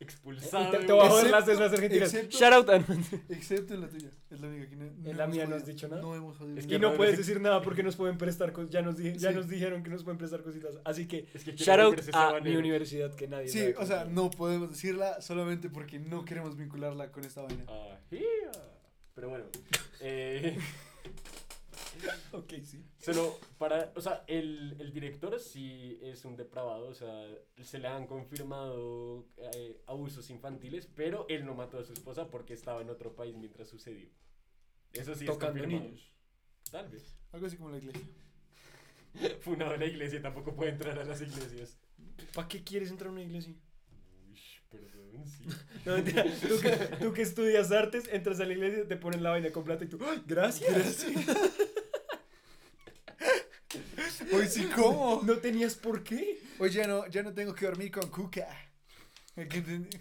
S3: Expulsado.
S2: Y te,
S3: de
S2: te voy a
S3: una-
S2: joder las
S1: Excepto-
S2: desmas argentinas.
S1: excepto- [laughs]
S2: Shout out a-
S1: excepto en la tuya, es la única que no, no
S2: En la
S1: hemos
S2: mía no has
S1: jodido,
S2: dicho nada.
S1: No hemos jodido.
S3: Es
S2: Y
S3: que
S2: no
S3: no,
S2: puedes
S3: es-
S2: decir nada porque nos pueden prestar cosas. Ya nos, di- ya
S1: Sí.
S2: nos dijeron que nos pueden prestar cositas. Así que,
S3: Es que quiero
S2: shout out
S3: volverse
S2: a
S3: sabanero.
S2: mi universidad que nadie
S1: Sí,
S2: sabe
S1: o
S2: cómo
S1: sea,
S2: se llama.
S1: no podemos decirla solamente porque no queremos vincularla con esta vaina.
S3: Ajía. Ah, Pero bueno, eh, [laughs]
S2: Ok, sí.
S3: solo para, o sea, el, el director sí es un depravado, o sea, se le han confirmado eh, abusos infantiles, pero él no mató a su esposa porque estaba en otro país mientras sucedió. Eso sí
S2: Tocando
S3: es confirmado.
S2: niños.
S3: Tal vez.
S1: Algo así como la
S2: [laughs]
S1: iglesia.
S3: Funado de la iglesia tampoco puede entrar a las iglesias.
S2: ¿Para qué quieres entrar a una iglesia?
S3: Uy, perdón,
S2: [laughs]
S3: sí.
S2: No, mentira. Tú que, tú que estudias artes, entras a la iglesia, te ponen la vaina con plata y tú, ¡ay, gracias!
S1: Hoy sí, ¿cómo?
S2: [laughs] No tenías por qué.
S1: Hoy ya no, ya no tengo que dormir con Cuca. Hay que entender-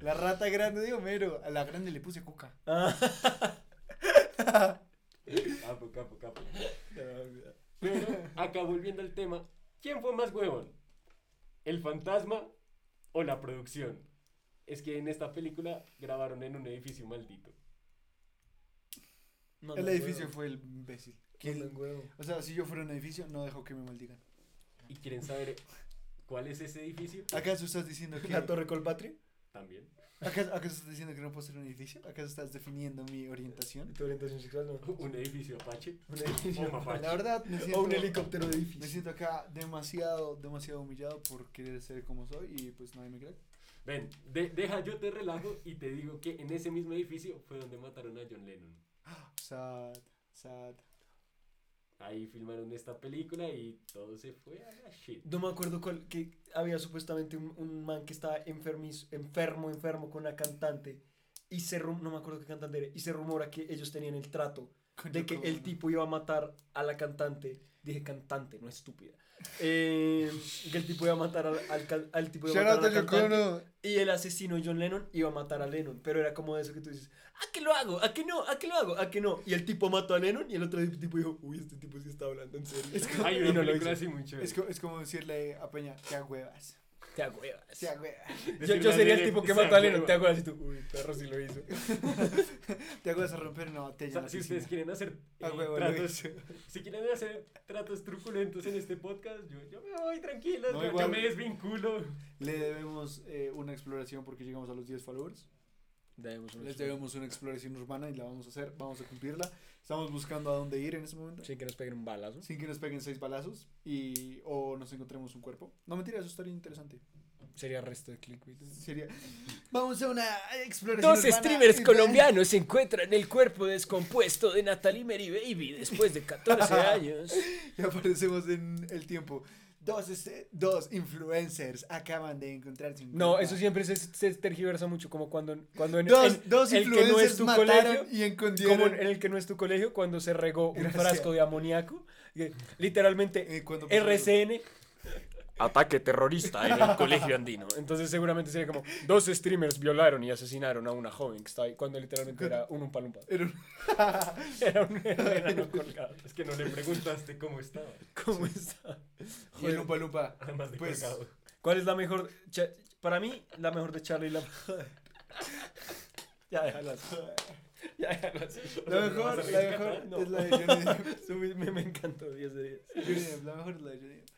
S1: La rata grande de Homero. A la grande le puse Cuca.
S2: Ah. [laughs]
S3: Capo, capo, capo. Pero
S2: [laughs]
S3: acá volviendo al tema, ¿quién fue más huevón? ¿El fantasma o la producción? Es que en esta película grabaron en un edificio maldito.
S1: el edificio fue el imbécil. Que el-
S2: huevo.
S1: o sea, si yo fuera un edificio, no dejo que me maldigan.
S3: ¿Y quieren saber cuál es ese edificio?
S1: ¿Acaso estás diciendo que.
S2: ¿La Torre Colpatria?
S3: También. [laughs]
S1: ¿Acaso, acaso estás diciendo que no puedo ser un edificio? ¿Acaso estás definiendo mi orientación?
S2: ¿Tu orientación sexual no?
S3: Un edificio Apache.
S2: Un edificio.
S3: Un mapache.
S1: La verdad, me siento.
S2: O un helicóptero de
S1: Me
S2: edificio.
S1: siento acá demasiado, demasiado humillado por querer ser como soy y pues nadie me cree.
S3: Ven, de- deja yo te relajo y te digo que en ese mismo edificio fue donde mataron a John Lennon.
S1: Sad, sad.
S3: Ahí filmaron esta película y todo se fue a la shit.
S2: No me acuerdo cuál, que había supuestamente un, un man que estaba enfermiz- enfermo, enfermo con una cantante. Y se rum- no me acuerdo qué cantante era, y se rumora que ellos tenían el trato [laughs]
S1: Con
S2: de que
S1: Yoko
S2: el
S1: Ono.
S2: tipo iba a matar a la cantante. Dije cantante, no [laughs] estúpida. Eh, que el tipo iba a matar al, al can- al tipo iba a
S1: Shout out
S2: matar a
S1: a
S2: la
S1: Yoko
S2: cantante,
S1: Ono.
S2: Y el asesino John Lennon iba a matar a Lennon. Pero era como de eso que tú dices, ¿a qué lo hago? ¿A qué no? ¿A qué lo hago? ¿A qué no? Y el tipo mató a Lennon y el otro tipo dijo, uy, este tipo sí está hablando en serio.
S1: Es que-
S3: Hay
S2: Y
S3: una
S2: no lo
S3: película
S2: hizo.
S3: así muy chévere.
S1: Es, co- es como decirle a Peña, ya huevas.
S2: Te agüevas.
S4: Sí, a hueva.
S3: [laughs]
S2: Yo, yo sería el tipo que mató a Lennon. Te agüevas y tú, uy, perro sí lo [laughs] hizo.
S1: Te hago a romper una
S3: O
S1: botella. en
S3: sea,
S1: la
S3: si
S1: piscina.
S3: ustedes quieren hacer
S1: A
S3: eh,
S1: Ah, huevo, lo
S3: tratos,
S1: hizo.
S3: si quieren hacer tratos truculentos en este podcast, yo, yo me voy tranquilo,
S1: No,
S3: yo, yo
S1: igual.
S3: me desvinculo.
S1: Le debemos eh, una exploración porque llegamos a los 10 followers. Les debemos una exploración urbana y la vamos a hacer. Vamos a cumplirla. Estamos buscando a dónde ir en este momento.
S2: Sin que nos peguen un balazo.
S1: Sin que nos peguen seis balazos y o nos encontremos un cuerpo. No mentira, eso estaría interesante.
S2: Sería resto de clickbait.
S1: Sería Vamos a una exploración
S2: Dos
S1: urbana.
S2: streamers colombianos encuentran el cuerpo descompuesto de Natalie Baby después de [laughs] 14 años.
S1: [laughs] Y aparecemos en el tiempo. Dos, este- dos influencers acaban de encontrarse. un
S2: No,
S1: cuerpo.
S2: eso siempre se, se tergiversa mucho, como cuando, cuando en,
S1: Dos,
S2: en
S1: dos
S2: el que no es
S1: influencers
S2: tu
S1: mataron
S2: colegio.
S1: y encondieron.
S2: Como en el que no es tu colegio, cuando se regó un
S1: Gracias.
S2: frasco de amoníaco. que Literalmente,
S1: Eh, cuando pasó
S2: RCN.
S5: Ataque terrorista
S2: en el colegio
S3: [laughs]
S2: andino. Entonces seguramente sería como, dos streamers violaron y asesinaron a una joven que estaba ahí, cuando literalmente era un palumpa.
S1: Era un- [laughs]
S2: Era un enano colgado.
S3: Es que no le preguntaste cómo estaba,
S2: ¿Cómo está?
S1: Y el Oompa Loompa.
S3: además de
S1: Pues-
S3: colgado.
S2: ¿Cuál es la mejor? cha- Para mí, la mejor de Charlie y la... [laughs] ya déjalo así. Ya déjalo así.
S1: [laughs] La mejor, la mejor
S2: No.
S1: es la de Johnny Depp.
S2: Eso me, me- me encantó 10 de 10.
S1: Johnny Depp, La mejor es la de Johnny Depp.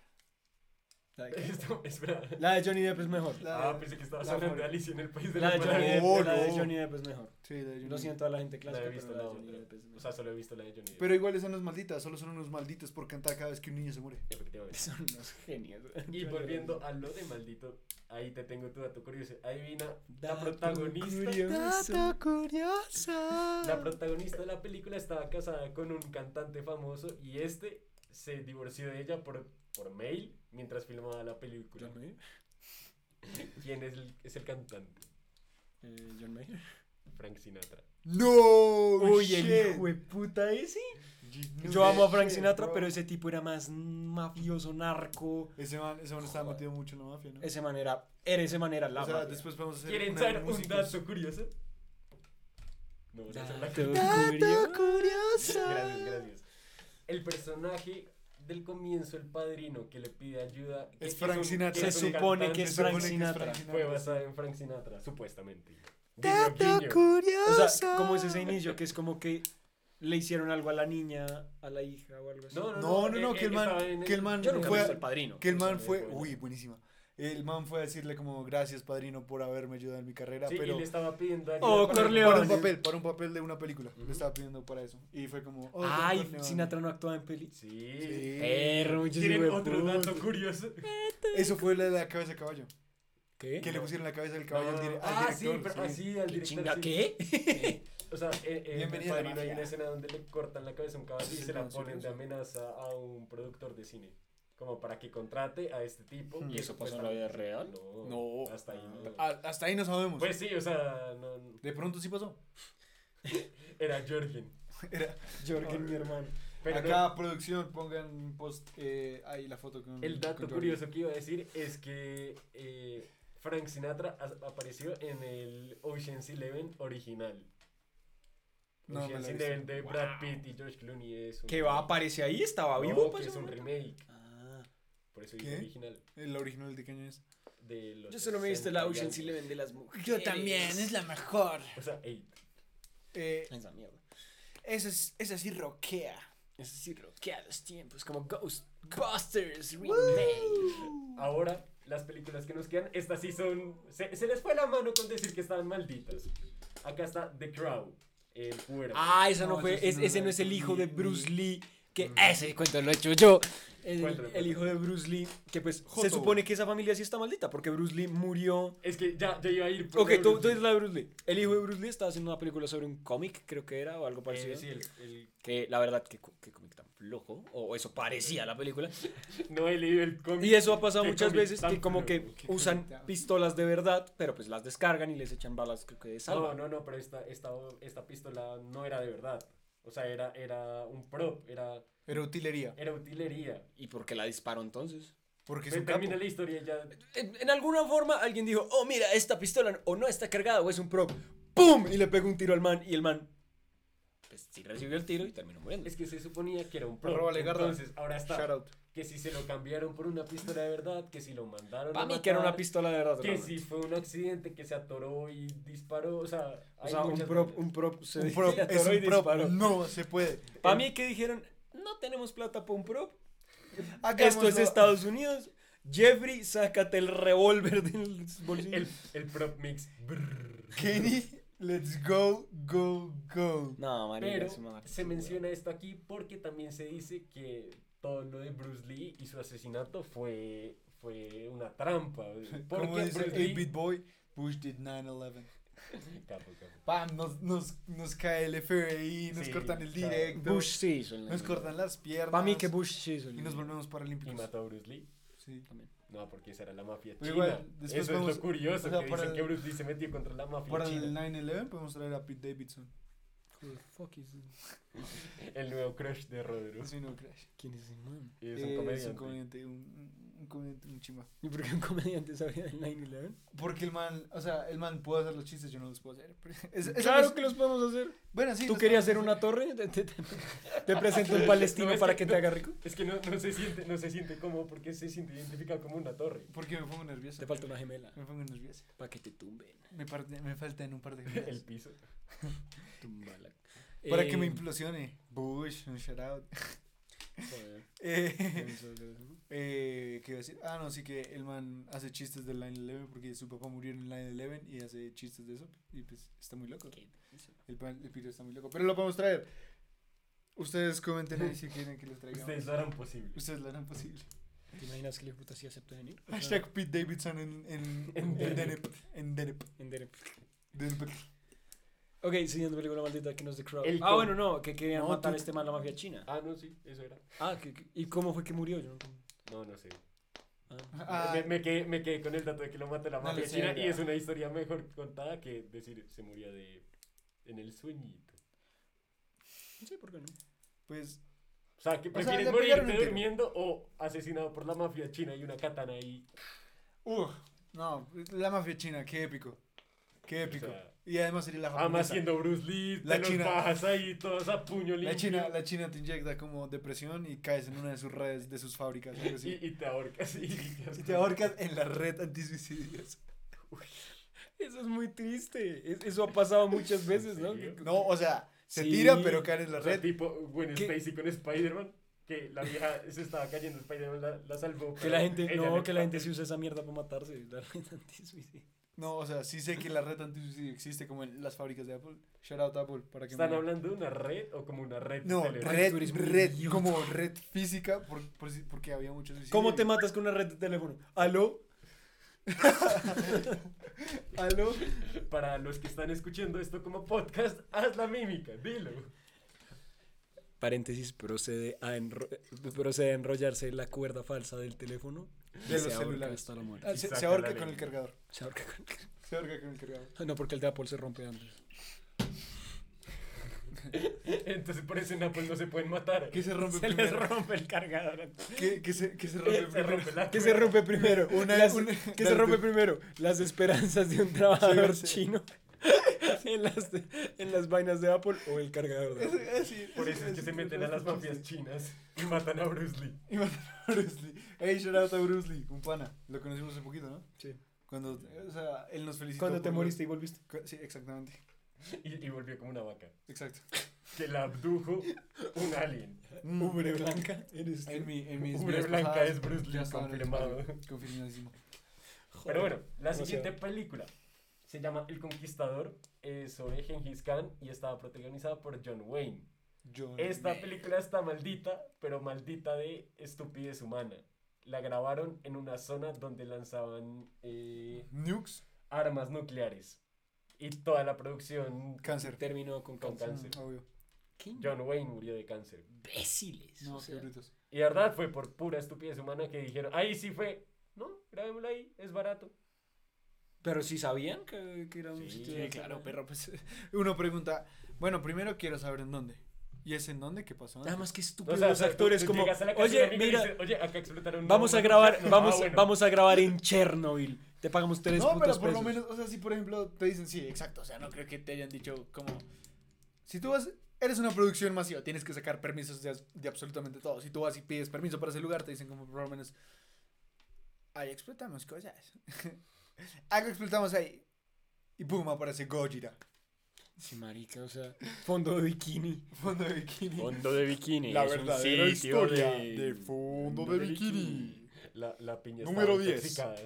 S2: La de,
S3: [laughs] Esto, espera.
S2: la de Johnny Depp es mejor.
S1: La
S3: Ah,
S1: de-
S3: pensé que estabas
S1: la
S3: hablando de
S1: favorita.
S3: Alicia en el País de
S2: La
S3: las
S2: de Johnny
S3: Maravillas.
S2: Depp,
S1: Oh,
S2: la de
S1: no.
S2: Johnny Depp es mejor.
S1: Sí, la de Johnny
S2: Lo
S1: Depp.
S2: siento a la gente clásica,
S3: La he
S2: pero
S3: visto,
S2: la de
S3: la
S2: Johnny
S3: otra.
S2: Depp es
S3: O
S2: mejor.
S3: sea, solo he visto la de Johnny Depp.
S1: Pero igual esas no es maldita, solo son unos malditos por cantar cada vez que un niño se muere.
S3: Efectivamente.
S2: Son unos genios.
S3: Y volviendo a lo de maldito, ahí te tengo tu dato curioso. Adivina, la
S2: Dato
S3: protagonista.
S2: curioso.
S1: curiosa.
S3: La protagonista de la película estaba casada con un cantante famoso y este se divorció de ella por, por mail mientras filmaba la película.
S2: John Mayer.
S3: ¿Quién es el, es el cantante?
S2: Eh, John Mayer.
S3: Frank Sinatra.
S1: No.
S2: Uy,
S1: shit.
S2: el hijo de puta ese.
S1: No
S2: Yo amo a
S1: shit,
S2: Frank Sinatra,
S1: bro.
S2: pero ese tipo era más mafioso, narco.
S1: Ese man, ese man estaba
S2: Joder.
S1: metido mucho en la mafia, ¿no?
S2: Ese manera, era ese manera la
S1: o sea,
S2: mafia.
S1: después podemos hacer
S3: ¿Quieren
S1: una de
S3: saber un
S1: músicos.
S3: dato curioso? No, no es la
S2: Dato
S1: curioso.
S3: Gracias, gracias. El personaje del comienzo, el padrino que le pide ayuda. que-
S1: Es
S3: que
S1: Frank
S3: un-
S1: Sinatra.
S3: que
S2: Se
S3: es un
S2: supone que
S3: cantante,
S2: es
S1: Se supone
S2: Frank
S1: que es
S2: Sinatra.
S1: Frank
S3: Fue
S1: Sinatra.
S3: basada en Frank Sinatra, supuestamente. Guiño, guiño.
S1: curioso.
S2: O sea, como es ese inicio, que es como que le hicieron algo a la niña, a la hija o algo así.
S3: No,
S1: No, no, no,
S3: eh,
S1: que el
S3: eh, estaba
S1: man,
S3: en el-
S1: que el man
S2: Yo nunca he
S1: fue,
S2: visto el padrino.
S1: que el man
S3: Sí,
S1: fue,
S3: bueno.
S1: uy, buenísima. El man fue a decirle como, gracias padrino por haberme ayudado en mi carrera,
S3: Sí, y
S1: pero
S3: le estaba pidiendo ayuda.
S2: Oh,
S3: para-
S2: Corleone.
S1: para un
S2: Leones.
S1: papel, para un papel de una película,
S3: Ujú.
S1: le estaba pidiendo para eso. Y fue como, oh, Don
S2: Ay,
S1: Corleone.
S2: Sinatra no actuaba en peli.
S3: Sí.
S1: Sí.
S3: Eh.
S2: Perro, yo
S3: ¿Tienen
S2: digo,
S3: otro
S2: puta.
S3: dato curioso?
S1: Eso fue la de la cabeza de caballo,
S2: ¿Qué?
S1: que le pusieron la cabeza del caballo al, dire- al
S3: ah, sí,
S1: director.
S3: pero, ah,
S1: sí.
S3: sí, al
S2: ¿Qué
S3: director.
S2: chinga
S3: sí.
S2: qué?
S3: O sea, e, en, en el
S1: Bienvenido a la
S3: padrino hay
S1: mafia.
S3: una escena donde le cortan la cabeza a un caballo y
S1: Sí,
S3: se la
S1: no, sí,
S3: ponen de
S1: sí.
S3: amenaza a un productor de cine. Como para que contrate a este tipo.
S1: Hmm.
S2: ¿Y eso pasó en la vida real?
S3: No.
S1: No.
S3: Hasta ahí. no.
S1: Ah, Hasta ahí no sabemos.
S3: Pues sí, o sea, no, no,
S1: de pronto sí pasó. [laughs]
S3: era Jorgen.
S1: Era
S2: Jorgen, mi hermano.
S3: Pero
S1: Acá producción pongan post eh, ahí la foto con
S2: Mm,
S3: el dato
S1: con Jordi.
S3: curioso que iba a decir es que eh, Frank Sinatra as- apareció en el Ocean's Eleven original.
S1: No, me la
S3: Ocean's
S1: he visto.
S3: Eleven de Brad Pitt y George Clooney es un
S2: Que va,
S3: remake.
S2: aparece ahí, estaba
S3: No,
S2: vivo.
S3: que
S2: pues,
S3: es un remake,
S2: Ah.
S3: por eso dije
S1: ¿Qué?
S3: original.
S1: El original de qué año es.
S3: De los
S2: Yo solo me he visto la
S3: 60 y
S2: Ocean
S3: algo.
S2: Eleven de las mujeres.
S1: la mejor.
S3: O sea, eight.
S1: Eh,
S2: Esa mierda.
S1: esa, es- esa sí roquea.
S2: Es decir, roquea los tiempos, como Ghostbusters Remake.
S3: Ahora, las películas que nos quedan, estas sí son. Se, se les fue la mano con decir que estaban malditas. Acá está The Crow, el cuervo.
S2: Ah, esa no,
S1: No,
S2: fue,
S1: eso sí no
S2: es- ese
S1: lo he
S2: no es el
S1: hecho
S2: hijo
S1: ni-
S2: de
S1: ni-
S2: Bruce Lee, que ese cuento lo he hecho yo. El,
S3: Cuéntalo,
S2: el
S3: cuéntalo.
S2: hijo de Bruce Lee, que pues se
S1: Joto.
S2: supone que esa familia sí está maldita, porque Bruce Lee murió.
S3: Es que ya, ya iba a ir. por Eh,
S2: Ok, tú,
S3: Bruce
S2: tú
S3: Lee.
S2: dices la de Bruce Lee. El hijo de Bruce Lee estaba haciendo una película sobre un cómic, creo que era, o algo parecido.
S3: Eh, sí, el, el-
S2: Que la verdad, que, co- que cómic tan flojo, o eso parecía la película.
S3: no he leído el cómic.
S2: Y eso ha pasado
S3: Qué
S2: muchas
S3: cómic
S2: veces
S3: tan
S2: que como que
S3: flojo.
S2: usan
S1: cómic tan-
S2: pistolas de verdad, pero pues las descargan y les echan balas creo que de
S3: No,
S2: salva.
S3: no, no, pero esta, esta, esta pistola no era de verdad. O sea, era, era un prop, era,
S1: Era utilería.
S3: era utilería.
S2: ¿Y por qué la disparó entonces?
S1: Porque es
S3: Pero
S1: un capo.
S3: termina la historia y ya.
S2: En, en alguna forma alguien dijo, oh mira, esta pistola o no está cargada o es un prop. ¡Pum! Y le pega un tiro al man y el man pues sí recibió el tiro y terminó muriendo.
S3: Es que se suponía que era un
S1: Arroba
S3: pro.
S1: Legarda.
S3: Entonces, ahora
S1: Shout
S3: está.
S1: out.
S3: Que si se lo cambiaron por una pistola de verdad, que si lo mandaron.
S2: Para
S3: a
S2: mí que era una
S3: matar,
S2: pistola de verdad.
S3: Que
S2: realmente.
S3: si fue un accidente que se atoró y disparó. O sea,
S2: O sea, un prop, un prop se
S1: Un prop,
S2: se atoró
S1: es un
S2: y
S1: prop.
S2: disparó.
S1: No se puede.
S2: Para mí que dijeron, no tenemos plata para un prop.
S1: Hagámoslo.
S2: Esto es Estados Unidos. Jeffrey, sácate el revólver [laughs] del bolsillo.
S3: El, el prop mix. Brrr.
S1: Kenny, let's go, go, go.
S2: No, marica,
S3: Pero
S2: es una-
S3: se menciona esto aquí porque también se dice que todo lo de Bruce Lee y su asesinato fue, fue una trampa.
S1: [laughs] Como
S3: Porque
S1: dice
S3: Bruce
S1: 8-Bit
S3: Lee...
S1: Boy, Bush did 9-11.
S3: Capo, capo.
S1: Pam, nos, nos, nos cae el FBI, nos
S3: Sí,
S1: cortan el
S3: claro.
S1: directo,
S2: Bush sí hizo el
S1: nos cortan las piernas.
S2: Para mí que Bush sí hizo el
S1: Y nos volvemos
S3: Y
S1: paralímpicos.
S3: mató a Bruce Lee.
S1: Sí.
S3: No, porque esa era la mafia
S1: Pero
S3: china.
S1: igual, después
S3: Eso es
S1: vamos-
S3: lo curioso,
S1: o sea,
S3: que
S1: para
S3: dicen
S1: el-
S3: que Bruce Lee se metió contra la mafia
S1: Para el
S3: china.
S1: 9-11 podemos traer a Pete Davidson.
S3: El... nuevo crush de Rodrigo.
S1: Es mi nuevo crash.
S2: ¿Quién es ese man?
S3: Y es un comediante.
S1: Eh, un comediante, un, un- un comediante, un chimba.
S2: ¿Y por qué un comediante sabía del 9-11?
S1: Porque el man, o sea, el man puede hacer los chistes, yo no los puedo hacer. [laughs] pero- es- es-
S2: Claro
S1: es-
S2: que los podemos hacer.
S1: Bueno, sí.
S2: ¿Tú
S1: los
S2: querías
S1: podemos
S2: hacer una torre? Te, te- te- te presento [laughs] un palestino
S3: No, es
S2: para
S3: que
S2: que te
S3: no-
S2: haga rico.
S3: Es que no, no se siente, no se siente cómodo porque se siente identificado como una
S1: [laughs]
S3: torre.
S1: Porque me pongo nervioso.
S2: Te falta una gemela
S1: Me pongo nervioso.
S2: para que te tumben.
S1: Me, parte- me faltan un par
S3: [laughs]
S1: de
S3: El
S1: cosas.
S3: piso.
S2: Tumbala.
S1: Para
S2: Eh,
S1: que me implosione. Bush, un shout out.
S2: joder,
S1: [laughs] Eh,
S2: pienso que-
S1: [laughs] eh, ¿Qué iba a decir? Ah, no, sí que el man hace chistes del 9-11 porque su papá murió en el 9-11 y hace chistes de eso. Y pues está muy loco.
S2: ¿Qué pienso?
S1: El, pan, el piro está muy loco. Pero lo podemos traer. Ustedes comenten ahí si quieren que los traigamos.
S3: Ustedes lo harán posible.
S1: Ustedes lo harán posible.
S2: ¿Te imaginas que le puta si acepta venir?
S1: Hashtag Pete Davidson en, en, en,
S3: En
S1: Denep. En Denep.
S2: En Derek.
S1: Denep.
S2: Ok, siguiente película maldita que no es de Crow.
S3: El
S2: ah,
S3: con-
S2: bueno, no, que querían
S1: No,
S2: matar
S1: tú-
S2: a este man la mafia china.
S3: Ah, no, sí, eso era.
S2: Ah, que- que- ¿y cómo fue que murió? Yo no-
S3: No, no sé.
S2: ah.
S1: Ah,
S3: me, me quedé, me quedé con el dato de que lo mata la
S1: No
S3: mafia
S1: lo sé,
S3: china y
S1: ya.
S3: es una historia mejor contada que decir se moría de en el sueñito.
S2: No sé por qué no.
S1: pues
S3: O sea, que
S1: O sea,
S3: prefieres
S1: le pegaron un
S3: morirte
S1: tiro.
S3: durmiendo o asesinado por la mafia china y una katana ahí.
S1: Uh, no, la mafia china, qué épico. Qué épico.
S3: O sea,
S1: y además sería la
S3: Además
S1: japonesa.
S3: siendo Bruce Lee,
S1: La
S3: te los
S1: china-
S3: bajas ahí todos a puño limpio.
S1: La china, la china te inyecta como depresión y caes en una de sus redes, de sus fábricas. algo así.
S3: y, y te ahorcas. Y,
S1: [laughs] Y te ahorcas en la red antisuicidios.
S2: Eso es muy triste. Es- eso ha pasado muchas veces, ¿no?
S3: serio?
S1: No, o sea, se
S2: Sí.
S1: tira pero cae en la
S3: O sea,
S1: red.
S3: tipo Gwen
S2: ¿Qué?
S3: Stacy con Spider-Man. Que la vieja se estaba cayendo, Spider-Man la, la salvó.
S2: Que
S3: pero
S2: la gente,
S3: ella
S2: no,
S3: le-
S2: que la gente sí usa esa mierda para matarse. [laughs] La red antisuicidio.
S1: No, o sea, sí sé que la red antisuicidio existe como en las fábricas de Apple. Shout out Apple para que
S3: ¿Están
S1: me-
S3: hablando de una red o como una red?
S1: No,
S3: teléfono?
S1: red,
S2: Tú eres muy
S1: red,
S2: idiota.
S1: como red física, por, por si- porque había muchos suicidios.
S2: ¿Cómo
S1: [laughs]
S2: te matas con una red de teléfono? ¿Aló?
S1: ¿Aló?
S3: Para los que están escuchando esto como podcast, haz la mímica, dilo.
S2: Paréntesis, procede a, enro- procede a enrollarse la cuerda falsa del teléfono. y
S1: De
S2: se
S1: los
S2: ahorca
S1: celulares.
S2: hasta la muerte.
S1: Ah, Se,
S3: saca
S1: se
S3: la
S1: ahorca
S3: lengua.
S1: con el cargador.
S2: Se ahorca con- [laughs]
S1: Se ahorca con el cargador.
S2: No, porque el de Apple se rompe antes.
S3: Entonces por eso en Apple no se pueden matar.
S1: ¿Qué se rompe
S2: [laughs] Se les
S1: primero?
S2: rompe el cargador antes.
S1: ¿Qué, qué se, qué se rompe
S3: se
S1: primero? [laughs]
S3: rompe la
S2: ¿Qué se rompe [laughs] primero?
S1: Una-
S2: Las-
S1: una-
S2: ¿Qué se
S1: [laughs]
S2: rompe primero? Las esperanzas [laughs] de un trabajador
S1: Sí, sí.
S2: chino [laughs] en las, en las vainas de Apple o el cargador de Apple.
S3: [laughs] Por eso es que se
S1: [laughs]
S3: meten a las mafias chinas y matan a Bruce Lee.
S1: Y mataron a Bruce Lee. Hey, shout out a Bruce Lee, un pana. Lo conocimos hace poquito, ¿no?
S2: Sí.
S1: Cuando, o sea, él nos felicitó.
S2: Cuando te
S1: por-
S2: moriste y volviste.
S1: cu- Sí, exactamente.
S3: Y, y volvió como una vaca.
S1: Exacto.
S3: Que la abdujo un alien.
S2: Ubre blanca, eres tú.
S1: En mi, en mis
S3: Ubre
S1: vidas
S3: blanca
S1: pasadas,
S3: es Bruce Lee,
S1: ya estaba en el
S3: confirmado.
S1: barrio, Confirmadísimo.
S3: Pero bueno, la
S2: demasiado.
S3: siguiente película se llama El Conquistador, es sobre Genghis Khan y estaba protagonizada por John Wayne.
S1: Yo.
S3: Esta película está maldita, pero maldita de estupidez humana. La grabaron en una zona donde lanzaban eh,
S1: Nukes.
S3: armas nucleares. Y toda la producción
S1: Cáncer.
S2: terminó con
S3: con
S2: cáncer.
S3: cáncer.
S1: Mm, Obvio.
S2: Qué
S3: John Wayne murió de cáncer.
S2: imbéciles.
S1: No,
S2: o
S1: qué
S2: sea.
S1: brutos.
S3: Y de verdad fue por pura estupidez humana que dijeron, ahí sí fue. No, grabémoslo ahí, es barato.
S2: pero sí sabían que, que era un
S3: Sí,
S2: sitio
S3: sí,
S2: de
S1: Claro,
S2: cáncer.
S1: perro, pues. Uno pregunta, bueno, primero quiero saber en dónde. ¿Y es en dónde? ¿Qué pasó? [laughs] antes?
S2: Nada más que estúpidos
S3: sea,
S2: los
S3: o sea, tú-
S2: actores
S3: tú
S2: como,
S3: llegas a la casa de un
S2: oye,
S3: amigo y
S2: mira,
S3: dices, oye, acá explotaron. una
S2: vamos a
S3: bomba
S2: grabar,
S3: nuclear". No,
S2: vamos,
S3: ah, bueno.
S2: vamos a grabar en Chernobyl. Te pagamos tres
S1: No, pero
S2: putos
S1: por lo
S2: pesos.
S1: menos, o sea, si por ejemplo te dicen, sí, exacto, o sea, no creo que te hayan dicho como... Si tú vas Eres una producción masiva, tienes que sacar permisos de, as- de absolutamente todo. Si tú vas y pides permiso para ese lugar, te dicen como por lo menos, ahí explotamos cosas. [laughs] Algo explotamos ahí. Y boom, aparece Gojira.
S2: Sí, marica, o sea, fondo de bikini.
S1: Fondo de bikini.
S6: Fondo de bikini.
S1: La
S6: es un
S1: verdadera
S6: sitio
S1: historia
S6: de,
S1: de Fondo de Bikini.
S3: La, la piña
S1: Número
S3: está
S1: 10.
S3: intoxicada.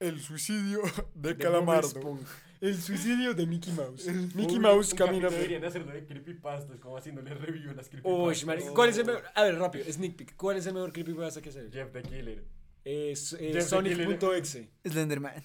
S1: El suicidio [laughs] de,
S2: De
S1: Calamardo.
S2: Bob Esponja. El suicidio de Mickey Mouse.
S1: El-
S2: Mickey
S3: Un-
S2: Mouse
S3: un
S2: camina.
S3: capítulo Deberían hacerlo de creepypastas, como haciéndole review a las
S2: Uy,
S3: creepypastas.
S2: marica, ¿cuál es el mejor? A ver, rápido, sneak peek. ¿Cuál es el mejor creepypasta que se ve?
S3: Jeff the Killer.
S2: Es
S3: Jeff the
S2: Sonic.exe.
S1: Slenderman.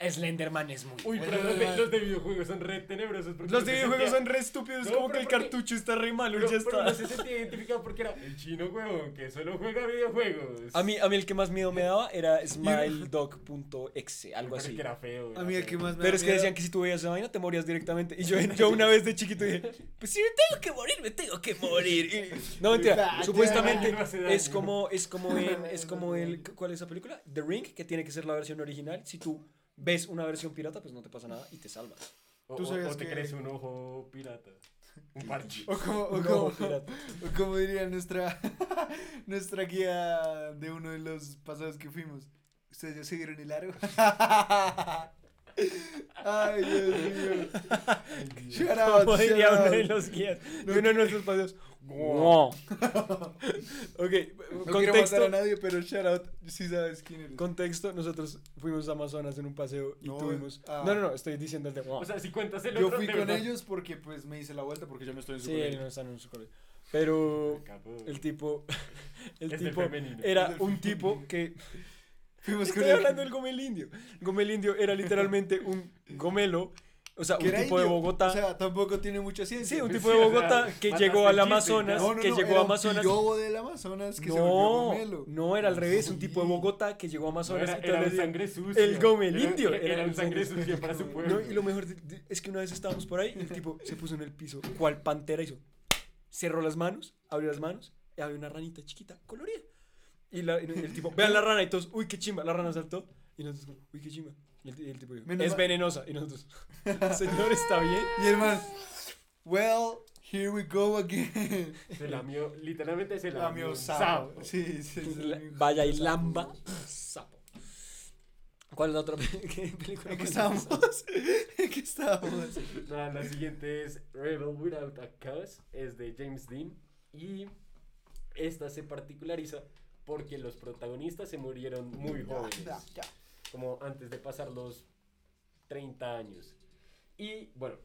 S2: Slenderman es muy.
S3: Uy, pero los de, los de videojuegos son re tenebrosos. porque
S2: Los de
S3: uno se
S2: videojuegos
S3: sentía-
S2: son re estúpidos,
S3: No,
S2: como que
S3: pero
S2: el
S3: porque-
S2: cartucho está re malo,
S3: Pero,
S2: ya
S3: pero
S2: está.
S3: no se sentía identificado porque era el chino huevón que solo juega videojuegos.
S2: A mí, a mí el que más miedo me daba [laughs] era smiledog.exe,
S3: Me
S2: algo
S3: parece
S2: así.
S3: que era feo. era
S1: A mí el
S3: feo.
S1: que más me
S2: Pero
S1: da
S2: es que
S1: miedo-
S2: decían que si tú veías esa vaina te morías directamente. Y [laughs] yo, yo una vez de chiquito dije, pues si me tengo que morir, me tengo que morir. Y- No, [laughs] mentira.
S1: Ah,
S2: Supuestamente
S3: ya, no hace daño.
S2: es como, es [laughs] como en, es como el, ¿cuál es esa película? The Ring, que tiene que ser la versión original. Si tú ves una versión pirata, pues no te pasa nada y te salvas.
S3: O,
S1: Tú
S3: o-
S1: sabías
S3: o te
S1: que-
S3: crees un ojo pirata.
S1: [laughs]
S3: Un parche.
S1: O como, o
S2: No,
S1: como-
S2: pirata.
S1: o como diría nuestra, [laughs] nuestra guía de uno de los pasados que fuimos. Ustedes ya siguieron el largo. [laughs] Ay, Dios [laughs] mío. Shout out,
S2: Como diría
S1: shout
S2: uno de
S1: out.
S2: los guías de uno de nuestros paseos.
S5: Wow.
S2: Ok, eh,
S1: No quiero matar a
S2: contexto.
S1: nadie, pero shout out. Sí sabes quién eres.
S2: Contexto, nosotros fuimos a Amazonas en un paseo y
S1: No,
S2: tuvimos...
S1: ah.
S2: No, no, no, estoy diciendo el de...
S3: O sea, si cuentas el
S1: Yo
S3: otro,
S1: fui
S3: de
S1: con
S3: verdad. [laughs]
S1: ellos porque pues me hice la vuelta porque yo no estoy en su
S2: Sí,
S1: colegio.
S2: él no está en su colegio. Pero
S3: Capaz.
S2: el tipo, [laughs] el
S3: Es del
S2: tipo
S3: femenino.
S2: era un tipo que...
S1: Fuimos con
S2: Estoy
S1: él.
S2: hablando del Gomel Indio. Gomel Indio era literalmente un gomelo, o sea, un
S1: Que
S2: tipo
S1: era
S2: de
S1: indio,
S2: Bogotá.
S1: O sea, tampoco tiene mucha ciencia. Pues,
S2: sí, un
S3: sí,
S2: tipo de
S3: o sea,
S2: Bogotá que
S3: mataste
S2: llegó
S3: el
S2: al
S3: chiste,
S2: Amazonas,
S3: ya.
S2: que llegó a Amazonas.
S1: Yo del Amazonas que se volvió
S2: no,
S1: gomelo.
S2: no, era al revés, un tipo de
S1: Sí.
S2: Bogotá que llegó a
S3: No,
S2: Amazonas
S3: era,
S2: y todos
S3: era
S2: le
S3: un
S2: decían,
S3: sangre sucia.
S2: el Gomel
S3: Era-
S2: Indio,
S3: Era,
S2: era
S3: un
S2: el
S3: sangre
S2: sangre
S3: sucia para su
S2: No,
S3: pueblo.
S2: y lo mejor de- de- es que una vez estábamos por ahí y el tipo se puso en el piso, cual pantera hizo. Cerró las manos, abrió las manos, y había una ranita chiquita, colorida. Y, la- y el tipo, vean la rana, y todos, uy, qué chimba, la rana saltó. Y nosotros, como, uy, qué chimba. Y el, y el tipo dijo,
S1: Menos
S2: es
S1: mal-
S2: venenosa. Y nosotros, [laughs] señor, está bien.
S1: Y el man, well, here we go again.
S3: Se lamió, literalmente se
S1: La
S3: lamió.
S1: mio
S3: un sapo.
S1: sapo. Sí, sí, sí.
S2: La-
S1: sí.
S2: vaya y lamba, sapo. ¿Cuál es la otra pe- [laughs] qué película?
S1: ¿En qué estábamos? [laughs] ¿En qué estábamos?
S3: La, la siguiente es Rebel Without a Cause, es de James Dean. Y esta se particulariza porque los protagonistas se murieron muy jóvenes, como antes de pasar los 30 años. Y bueno,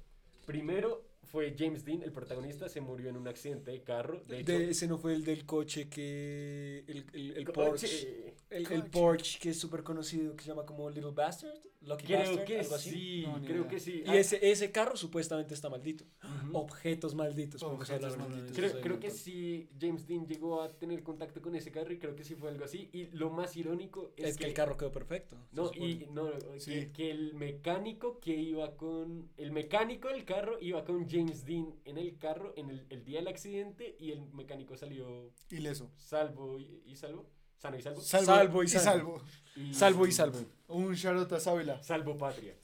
S3: primero fue James Dean, el protagonista, se murió en un accidente de carro. De hecho,
S2: De- ese no fue el del coche que. El, el, el
S3: Coche.
S2: Porsche. El, el
S1: Coche.
S2: Porsche que es súper conocido, que se llama como Little Bastard, Lucky
S3: Creo
S2: Bastard,
S3: que
S2: algo así.
S3: sí,
S1: No, ni
S3: creo
S1: idea.
S3: que sí.
S2: Y
S3: Ah,
S2: ese, ese carro supuestamente está maldito.
S3: ujú.
S2: Objetos malditos. podemos
S1: Objetos
S2: hablar una
S1: malditos.
S2: vez de
S3: Creo,
S2: eso
S3: creo
S2: ahí
S3: que
S2: un
S3: sí, James Dean llegó a tener contacto con ese carro y creo que sí fue algo así. Y lo más irónico
S2: montón. Es,
S3: es,
S2: que, el carro quedó perfecto. se
S3: No,
S2: supone.
S3: y no, que-
S1: Sí.
S3: que, el mecánico que iba con. El mecánico del carro iba con James Dean en el carro en el, el día del accidente y el mecánico salió
S1: Ileso.
S3: salvo y, y salvo. Sano y salvo.
S1: Salvo,
S2: Salvo y
S1: y
S2: salvo.
S1: salvo.
S3: Y-
S2: Salvo y salvo.
S1: Un charot a Sábila.
S3: Salvo patria.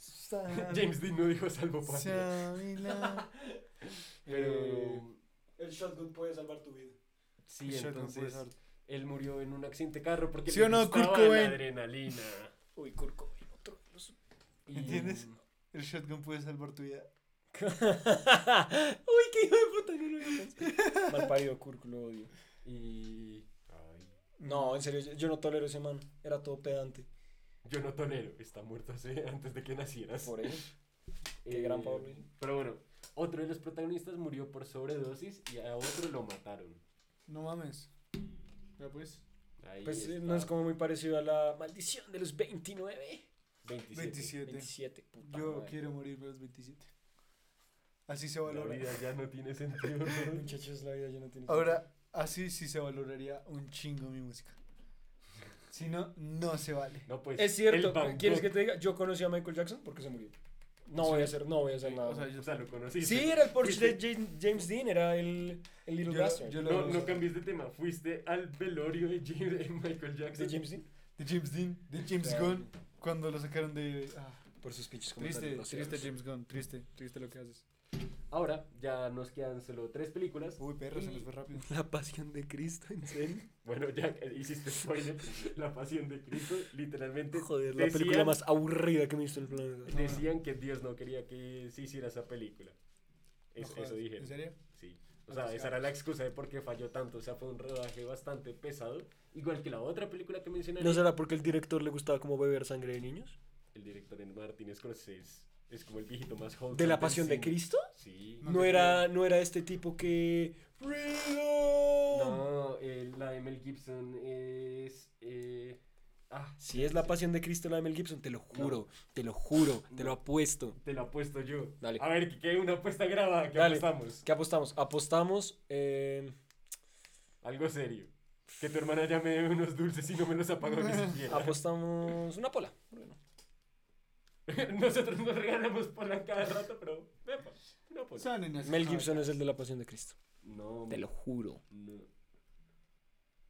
S3: James Dean no dijo salvo
S1: eh,
S3: patria.
S1: Sábila. Eh,
S3: Pero.
S2: El shotgun puede salvar tu vida.
S3: Sí,
S1: Shotgun puede
S3: entonces.
S1: ser.
S3: Él murió en un accidente de carro porque
S1: ¿Sí
S3: le
S1: o no,
S3: gustaba
S1: Kurt
S3: la
S1: Cobain?
S3: adrenalina.
S2: Uy, Kurt Cobain, otro de los-
S3: Y-
S1: ¿Entiendes? [laughs] El shotgun puede salvar tu vida.
S2: [laughs] Uy, qué hijo de puta, yo no lo había pensado. Mal parido, Kurt, lo odio.
S3: Y. ay,
S2: No, en serio, yo, yo no tolero ese man. Era todo pedante.
S3: yo no tolero. Está muerto hace, antes de que nacieras. Eh,
S2: Por eso. Qué gran Pablo.
S3: Pero bueno, otro de los protagonistas murió por sobredosis y a otro lo mataron.
S1: No mames. Ya pues.
S3: Ahí
S2: Pues eh,
S3: está,
S2: no es como muy parecido a la maldición de los 29.
S3: 27.
S1: 27.
S2: 27, puta
S1: Yo
S2: madre.
S1: quiero morirme a los 27. Así se
S3: La
S1: valora.
S3: vida ya no tiene sentido. ¿no?
S2: Muchachos, la vida ya no tiene
S1: Ahora, así sí se valoraría un chingo mi música. Si no, no se vale.
S3: [laughs] No, pues,
S2: sentido. Es cierto,
S3: el Van
S2: ¿quieres
S3: Gogh,
S2: que te diga? Yo conocí a Michael Jackson porque se murió. No
S1: Sí.
S2: voy a hacer, no voy a hacer nada.
S1: O sea, yo,
S3: O sea, lo conociste.
S2: sí, era el Porsche de
S3: Fuiste-
S2: James, James Dean, era el, el Little
S1: yo-
S2: Bastard.
S1: yo lo
S3: No, no
S1: conozco.
S3: cambies de tema. Fuiste al velorio de, James, de Michael Jackson.
S2: ¿De James Dean?
S1: De James Dean, de James
S2: Claro.
S1: Gunn, cuando lo sacaron de... ah,
S2: Por sus pinches
S1: triste,
S2: comentarios.
S1: triste James Gunn, triste, triste lo que haces.
S3: Ahora ya nos quedan solo tres películas.
S1: Uy, perro, se
S3: y-
S1: nos fue rápido.
S2: La pasión de Cristo, en serio.
S3: Bueno, ya eh, hiciste spoiler. La pasión de Cristo, literalmente.
S2: Joder, la película
S3: decían-
S2: más aburrida que me he visto en el planeta.
S3: Decían que Dios no quería que se hiciera esa película. Eso,
S1: No
S3: eso
S1: jodas,
S3: dijeron.
S1: ¿En serio?
S3: Sí. O
S1: Ah,
S3: sea,
S1: sí,
S3: esa era la excusa de por qué falló tanto. O sea, fue un rodaje bastante pesado. Igual que la otra película que mencioné.
S2: ¿No será porque el director le gustaba como beber sangre de niños?
S3: El director en Martin Scorsese es como el viejito más joven.
S2: ¿De la pasión de Cristo?
S3: Sí.
S1: No
S2: No
S1: te
S2: era, no era este tipo que... ¡Freedom!
S3: No, eh, la de Mel Gibson es. eh, ah,
S2: Sí, es la pasión de Cristo la de Mel Gibson, te lo juro, te lo juro, te lo apuesto.
S3: te lo apuesto yo.
S2: Dale.
S3: A ver, que quede una apuesta grabada que
S2: Dale.
S3: apostamos.
S2: ¿Qué apostamos? Apostamos en...
S3: Algo serio. Que tu hermana ya me debe unos dulces y no me los ha pagado ni siquiera.
S2: Ah, pues. Apostamos una pola. Bueno.
S3: [laughs] Nosotros nos regalamos por la cada rato, pero. Epa, no, pues.
S1: Son en Ah,
S2: Mel Gibson es el de la pasión de Cristo.
S3: No,
S2: Te lo juro.
S3: no.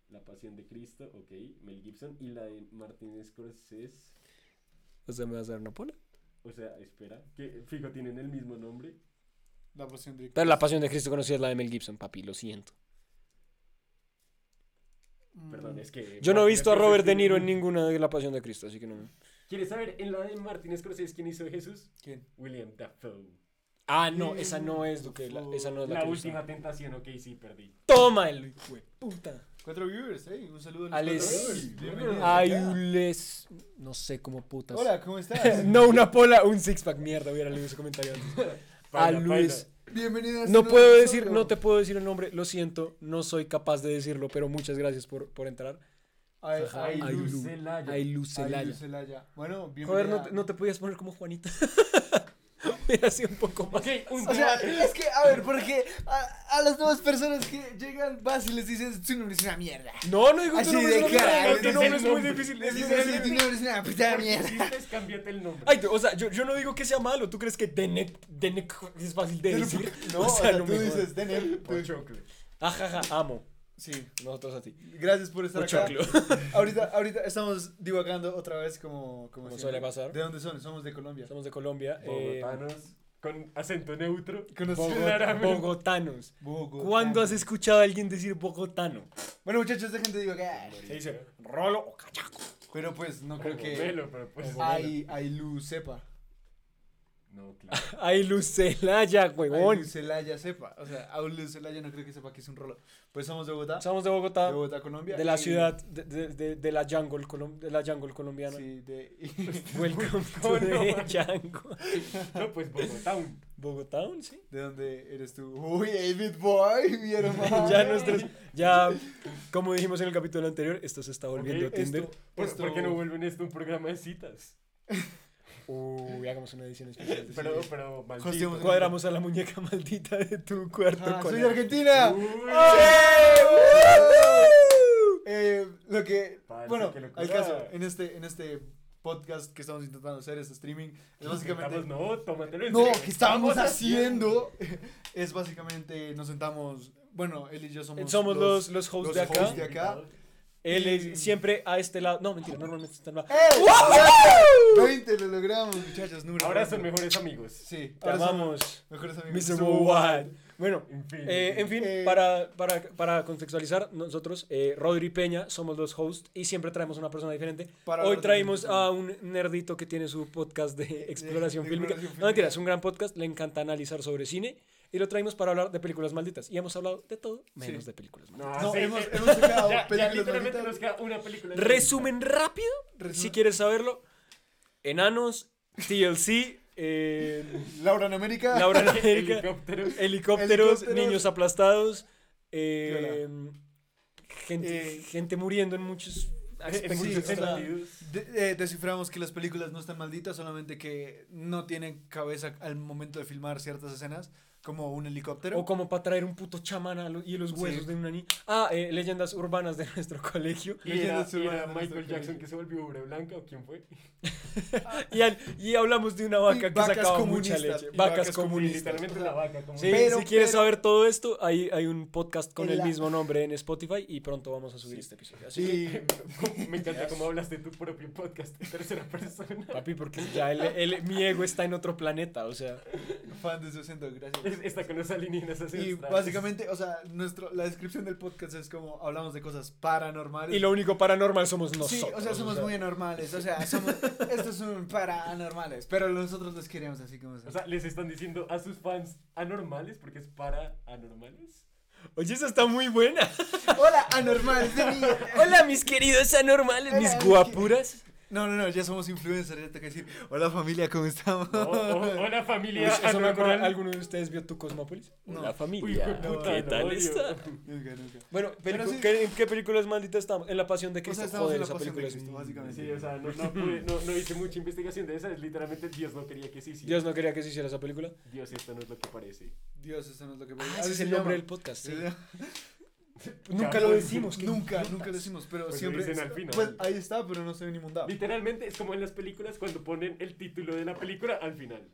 S3: La pasión de Cristo, ok. Mel Gibson y la de Martin Scorsese.
S2: O sea, ¿me vas a dar una pola?
S3: O sea, espera. Que fijo, tienen el mismo nombre.
S1: La pasión de
S2: Pero la pasión de Cristo conocida es la de Mel Gibson, papi, lo siento.
S1: Mm,
S3: Perdón, es que.
S2: Mm. Yo no he
S3: Martin
S2: visto a
S3: Scorsese
S2: Robert De
S3: tiene
S2: Niro
S3: un-
S2: en ninguna de la pasión de Cristo, así que no. me-
S3: ¿Quieres saber en la de Martin Scorsese quién hizo Jesús?
S1: ¿Quién?
S3: William Dafoe.
S2: Ah, no, esa no es lo que la, esa no es la,
S3: La
S2: que yo
S3: última
S2: estaba-
S3: tentación, ok, sí, perdí.
S2: Toma el hijo de puta.
S1: Cuatro viewers, ¿eh? Un saludo a los
S2: Alex.
S1: cuatro viewers. Bienvenidos.
S2: Ay,
S1: Ya.
S2: les no sé cómo putas.
S1: Hola, ¿cómo estás?
S2: [laughs] no una pola, un six pack, mierda, hubiera leído ese comentario antes. A
S3: [laughs] Paila,
S2: Luis.
S1: Bienvenidas.
S2: No puedo decir, no te puedo decir el nombre, lo siento, no soy capaz de decirlo, pero muchas gracias por, por entrar.
S1: Ay, ay,
S2: Ay,
S1: Luz.
S2: Lu.
S3: Celaya.
S2: Ay, Luz
S1: Ay,
S2: Celaya.
S1: Luz Celaya. Bueno, bienvenida.
S2: Joder, no, te- no te podías poner como Juanita. [laughs] Hubiera sido un poco más.
S3: Ok, un
S1: O sea,
S3: debate.
S1: es que, a ver, porque a, a las nuevas personas que llegan, vas y les dices, tu nombre es una mierda.
S2: No, no digo
S1: Así
S2: tu nombre,
S1: de
S2: es una
S1: cara,
S2: mierda,
S1: es
S2: tu
S1: el
S2: nombre es muy
S3: nombre.
S2: difícil.
S1: Les
S2: es
S1: dices,
S2: difícil.
S1: tu nombre es una puta
S3: Porque
S1: mierda.
S3: hiciste, cámbiate el nombre.
S2: Ay, tú- o sea, yo, yo no digo que sea malo, ¿tú crees que Denek, Denek es fácil de decir?
S1: No, o sea,
S2: no
S1: tú
S2: me jodas.
S1: dices, Denel. pues". tú-
S3: Pochoclo.
S2: Ajaja, amo.
S1: Sí,
S2: Nosotros a ti.
S1: gracias por estar acá.
S2: Pochoclo.
S1: Ahorita, ahorita estamos divagando otra vez como, como
S2: Como
S1: siempre.
S2: suele pasar.
S1: ¿De dónde son? Somos de Colombia.
S2: Somos de Colombia. eh,
S3: Bogotanos con acento neutro.
S1: [laughs] Conocí-
S2: Bogotá- Bogotanos.
S1: Bogotá.
S2: ¿Cuándo has escuchado a alguien decir bogotano?
S1: Bueno, muchachos, dejen de divagar.
S2: Se dice rolo o cachaco.
S1: Pero pues no creo
S3: Como
S1: que
S3: Melo, pero pues.
S1: hay, hay Luz sepa.
S3: No, claro.
S2: Ay, Lucelaya,
S1: Hay
S2: huevón.
S1: Luz Celaya sepa. O sea, a Luz Celaya no creo que sepa que es un rolo. Pues somos de Bogotá.
S2: Somos de Bogotá,
S1: De Bogotá, Colombia.
S2: de la
S1: y-
S2: ciudad, de, de- de- de la jungle, colom- de la jungle colombiana.
S1: Sí, de.
S2: Pues,
S1: y-
S2: [laughs] Welcome to
S3: No,
S2: the
S3: no.
S2: jungle.
S3: [laughs] No, pues Bogotá. un-
S2: Bogotá, [laughs] sí.
S1: ¿De dónde eres tú? Uy, David Boy, mi hermano.
S2: [laughs] Ya nuestros, ya, como dijimos en el capítulo anterior, esto se está volviendo
S3: Ok,
S2: Tinder.
S1: Esto,
S3: Pues,
S1: esto-
S3: ¿Por qué no vuelven esto un programa de citas?
S2: Uy, hagamos una edición especial. de
S3: Pero,
S2: Tinder.
S3: pero, maldito.
S1: Hosteamos-
S2: Cuadramos a la muñeca [laughs] maldita de tu cuarto
S1: Ah,
S2: con
S1: soy
S2: la-
S1: de Argentina.
S3: Uy,
S2: ¡Eh!
S1: [laughs] Eh, lo que.
S3: Parce,
S1: bueno,
S3: qué locura.
S1: al caso, en este, en este podcast que estamos intentando hacer, este streaming, es
S3: Estamos-
S1: básicamente.
S3: No, tómatelo en
S1: No,
S3: serio.
S1: que estábamos haciendo es básicamente nos sentamos. Bueno, él y yo
S2: Eh,
S1: somos.
S2: Somos los, los hosts
S1: los
S2: de acá.
S1: hosts de acá.
S2: Él es siempre a este lado. No, mentira, normalmente está al lado.
S1: ¡Eh! 20 lo logramos, muchachos. Número
S3: Ahora
S1: cuatro.
S3: son mejores amigos.
S1: Sí,
S2: Te
S1: ahora son
S2: amamos,
S1: Mejores amigos.
S2: Mr.
S1: So
S2: Worldwide. Bueno,
S3: En fin.
S2: Eh, en fin,
S1: Eh,
S2: para, para, para contextualizar, nosotros, eh, Rodri y Peña, somos los hosts y siempre traemos una persona diferente.
S1: Para
S2: Hoy
S1: hablar de
S2: traemos
S1: películas.
S2: a un nerdito que tiene su podcast de
S1: [laughs]
S2: exploración
S1: de
S2: fílmica.
S1: exploración
S2: No,
S1: fílmica.
S2: mentira, es un gran podcast, le encanta analizar sobre cine y lo traemos para hablar de películas malditas. Y hemos hablado de todo menos de películas malditas.
S1: No,
S3: sí,
S1: hemos,
S3: eh,
S1: hemos sacado
S3: [laughs] ya, ya
S1: películas
S3: literalmente
S1: malditas.
S3: nos queda una película.
S2: Resumen rápido,
S1: Resumen-
S2: si quieres saberlo, Enanos, TLC, eh,
S1: Laura en América. [laughs]
S2: Laura en América.
S3: Helicópteros.
S2: Helicópteros,
S1: Helicópteros.
S2: niños aplastados, eh, gente,
S1: Eh,
S2: gente muriendo en muchos
S3: En
S2: aspectos.
S3: muchos
S1: Ah, o sea,
S3: sentidos.
S1: De- eh, desciframos que las películas no están malditas, solamente que no tienen cabeza al momento de filmar ciertas escenas, como un helicóptero.
S2: o como para traer un puto chamán a lo- y los huesos
S1: Sí.
S2: de una niña. Ah, eh, leyendas urbanas de [laughs] nuestro colegio.
S3: Y era,
S1: Leyendas
S3: y era
S1: urbanas de
S3: Michael
S1: nuestro
S3: Jackson
S1: colegio.
S3: que se volvió obra blanca o quién fue.
S2: Y, al- y hablamos de una vaca que
S1: vacas
S2: sacaba mucha
S1: comunistas,
S2: leche.
S1: y
S2: Vacas,
S1: vacas
S2: comunistas.
S3: Literalmente una vaca.
S2: [laughs]
S3: Como
S2: Sí,
S1: Pero-
S2: si quieres
S1: pero-
S2: saber todo esto, hay, hay un podcast con
S1: En
S2: el
S1: la-
S2: mismo nombre en Spotify y pronto vamos a subir
S1: Sí.
S2: este episodio. Así
S1: Y
S2: que,
S3: [laughs] Me encanta cómo hablas de tu propio podcast en tercera persona.
S2: papi, porque ya el- el- mi ego está en otro planeta, o sea.
S1: Fan de su acento, gracias.
S3: Es- Está con los alienígenas
S1: Y
S3: ancestrales.
S1: básicamente, o sea, nuestro, la descripción del podcast es como hablamos de cosas paranormales.
S2: Y lo único paranormal somos nosotros.
S1: sí, o sea, somos
S2: o sea.
S1: muy anormales, o sea, somos, estos son paranormales, pero nosotros los queríamos así como
S3: O sea, les están diciendo a sus fans anormales porque es para anormales.
S2: Oye, esa está muy buena.
S1: Hola, anormales de mí.
S2: Hola, mis queridos anormales,
S1: Hola,
S2: mis
S1: mis
S2: guapuras.
S1: No, no, no, ya somos influencers, ya tengo que decir, hola familia, ¿cómo estamos?
S3: O- o- hola
S2: Uy,
S3: familia
S2: eso me acuerda,
S3: anormal.
S2: ¿Alguno de ustedes vio tu Cosmópolis?
S1: No.
S5: La
S3: Uy,
S5: familia.
S3: hijo de puta,
S5: ¿Qué
S3: lo
S5: tal
S3: odio.
S5: está?
S1: [laughs] Nunca, nunca.
S2: Bueno, pelicu-
S1: sí.
S2: ¿qué, en qué películas malditas estamos? En La Pasión de Cristo.
S1: estamos
S2: Joder,
S1: en La
S2: esa
S1: Pasión de
S2: película es
S1: Cristo,
S2: un-
S1: básicamente.
S3: Sí, o sea, no, no, pude- no- no hice mucha investigación de esa. Es literalmente Dios no quería que sí, sí.
S2: Dios no quería que se hiciera esa película.
S3: Dios, esto no es lo que parece.
S1: Dios, eso no es lo que
S2: Ah,
S1: parece.
S2: ese
S1: Así
S2: es
S1: se
S2: el
S1: llama.
S2: nombre del podcast. sí.
S1: Se llama-
S2: [laughs] Nunca lo decimos. qué
S1: Nunca,
S2: idiotas.
S1: nunca lo decimos, pero
S3: Pues lo
S1: siempre.
S3: dicen al final.
S1: Pues ahí está, pero no se ven inmundado. [laughs]
S3: Literalmente es como en las películas cuando ponen el título de la película al final.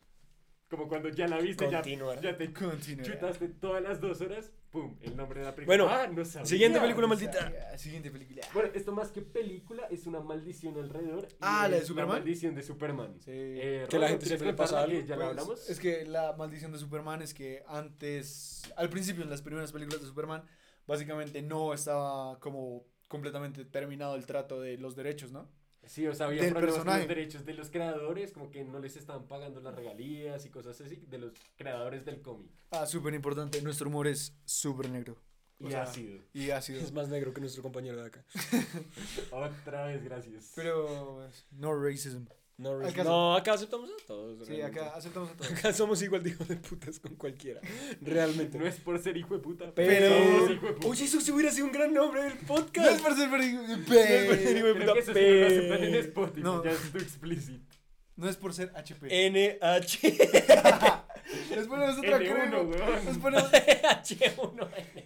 S3: Como cuando ya la viste, ya,
S2: Continuará.
S3: ya te
S1: Continúa.
S3: chutaste todas las dos horas, pum, el nombre de la película.
S2: Bueno,
S3: Ah, no sabía.
S2: Siguiente película maldita.
S1: Ah, Siguiente película.
S3: Bueno, esto más que película es una maldición alrededor. y
S1: Ah, ¿la de
S3: es
S1: Superman?
S3: La maldición de Superman.
S1: Sí.
S3: Eh,
S2: Que la gente
S3: Rodo, ¿quieres
S2: siempre le pasa
S3: contarla que
S2: algo?
S3: Ya
S1: Pues,
S3: la hablamos.
S1: Es que la maldición de Superman es que antes, al principio, en las primeras películas de Superman, básicamente no estaba como completamente terminado el trato de los derechos, ¿no?
S3: Sí, o sea, había
S1: del
S3: problemas con los
S1: personaje.
S3: derechos de los creadores, como que no les estaban pagando las regalías y cosas así, de los creadores del cómic.
S1: Ah, súper importante. Nuestro humor es súper negro. O
S3: Y
S1: sea,
S3: ha sido.
S1: Y ácido.
S2: Es más negro que nuestro compañero de acá.
S3: Otra vez, gracias.
S1: Pero pues, no racism.
S2: No, Riz-
S1: Acá-
S2: no, acá aceptamos a todos.
S1: Sí,
S2: realmente.
S1: acá aceptamos [laughs] a todos.
S2: Acá somos igual de hijos de putas con [laughs] cualquiera. Realmente.
S3: No es por ser hijo de puta,
S2: Pero-
S3: somos hijo de puta.
S2: Oye, eso sí hubiera sido un gran nombre del
S1: No es
S2: podcast.
S1: por ser peri-
S2: ser hijo de
S1: pe-
S3: Creo
S2: puta,
S3: que eso sí no lo aceptan en
S2: pe-
S3: Spotify,
S1: No.
S3: ya es explícito.
S1: No es por ser Eh, HP.
S2: NH.
S1: Les ponemos otra
S3: N1,
S1: crema.
S3: weón.
S1: Les ponemos, [laughs]
S2: H1N.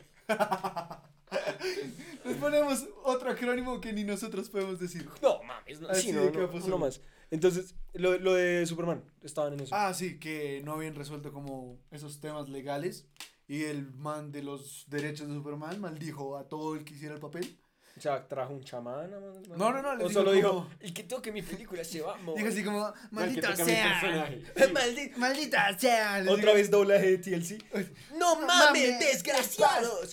S1: les ponemos otro acrónimo que ni nosotros podemos decir.
S2: No mames, no,
S1: Así
S2: sí, no,
S1: Ah, de
S2: no,
S1: capo
S2: no
S1: son.
S2: más. Entonces, lo, lo de Superman, estaban en eso.
S1: Ah, sí, que no habían resuelto como esos temas legales. Y el man de los derechos de Superman maldijo a todo el que hiciera el papel.
S2: O sea, trajo un chamán. más- más-
S1: No, no, no, les
S2: O
S1: digo
S2: solo dijo,
S1: como-
S2: el que toque mi película se va a morir".
S1: Dijo así como,
S3: Mal que
S1: maldita
S3: toca mi
S1: sea.
S3: personaje.
S2: [laughs]
S1: Maldi- maldita sea. Les
S2: Otra
S1: digo,
S2: vez doblaje de TLC. No
S1: mames,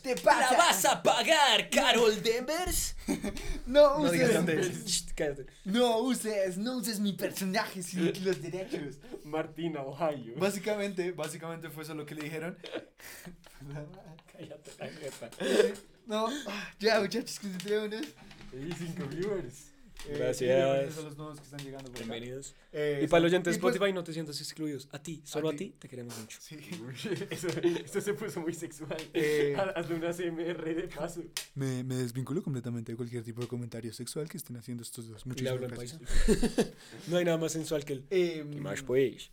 S1: te pasas.
S2: a pagar, Carol Denvers.
S1: No
S2: No digas
S1: uses,
S2: Denvers. [laughs] Shh, Cállate.
S1: no uses, no uses mi personaje sin los derechos.
S3: Martina, Ohio.
S1: Básicamente, básicamente fue eso lo que le dijeron. [laughs]
S2: Cállate la jefa.
S1: No, ah, ya muchachos, que se atrevan, ¿eh?
S3: Y cinco viewers.
S1: Eh,
S2: Gracias.
S1: bienvenidos a los nuevos que están llegando por acá.
S2: Bienvenidos.
S1: Eh,
S2: Y para los oyentes de
S1: y pues-
S2: Spotify, no te sientas excluidos. A ti, solo a, ti, te queremos mucho.
S1: Sí.
S3: Uy, Eso, eso se puso muy sexual.
S1: Eh.
S3: Ha- Hazle una CMR de paso.
S1: Me, me desvinculo completamente de cualquier tipo de comentario sexual que estén haciendo estos dos.
S2: Le
S1: Muchísimas
S2: hablo en
S1: gracias.
S2: paisa. [laughs] no hay nada más sensual que el.
S1: Eh,
S2: ¿Qué más, pues?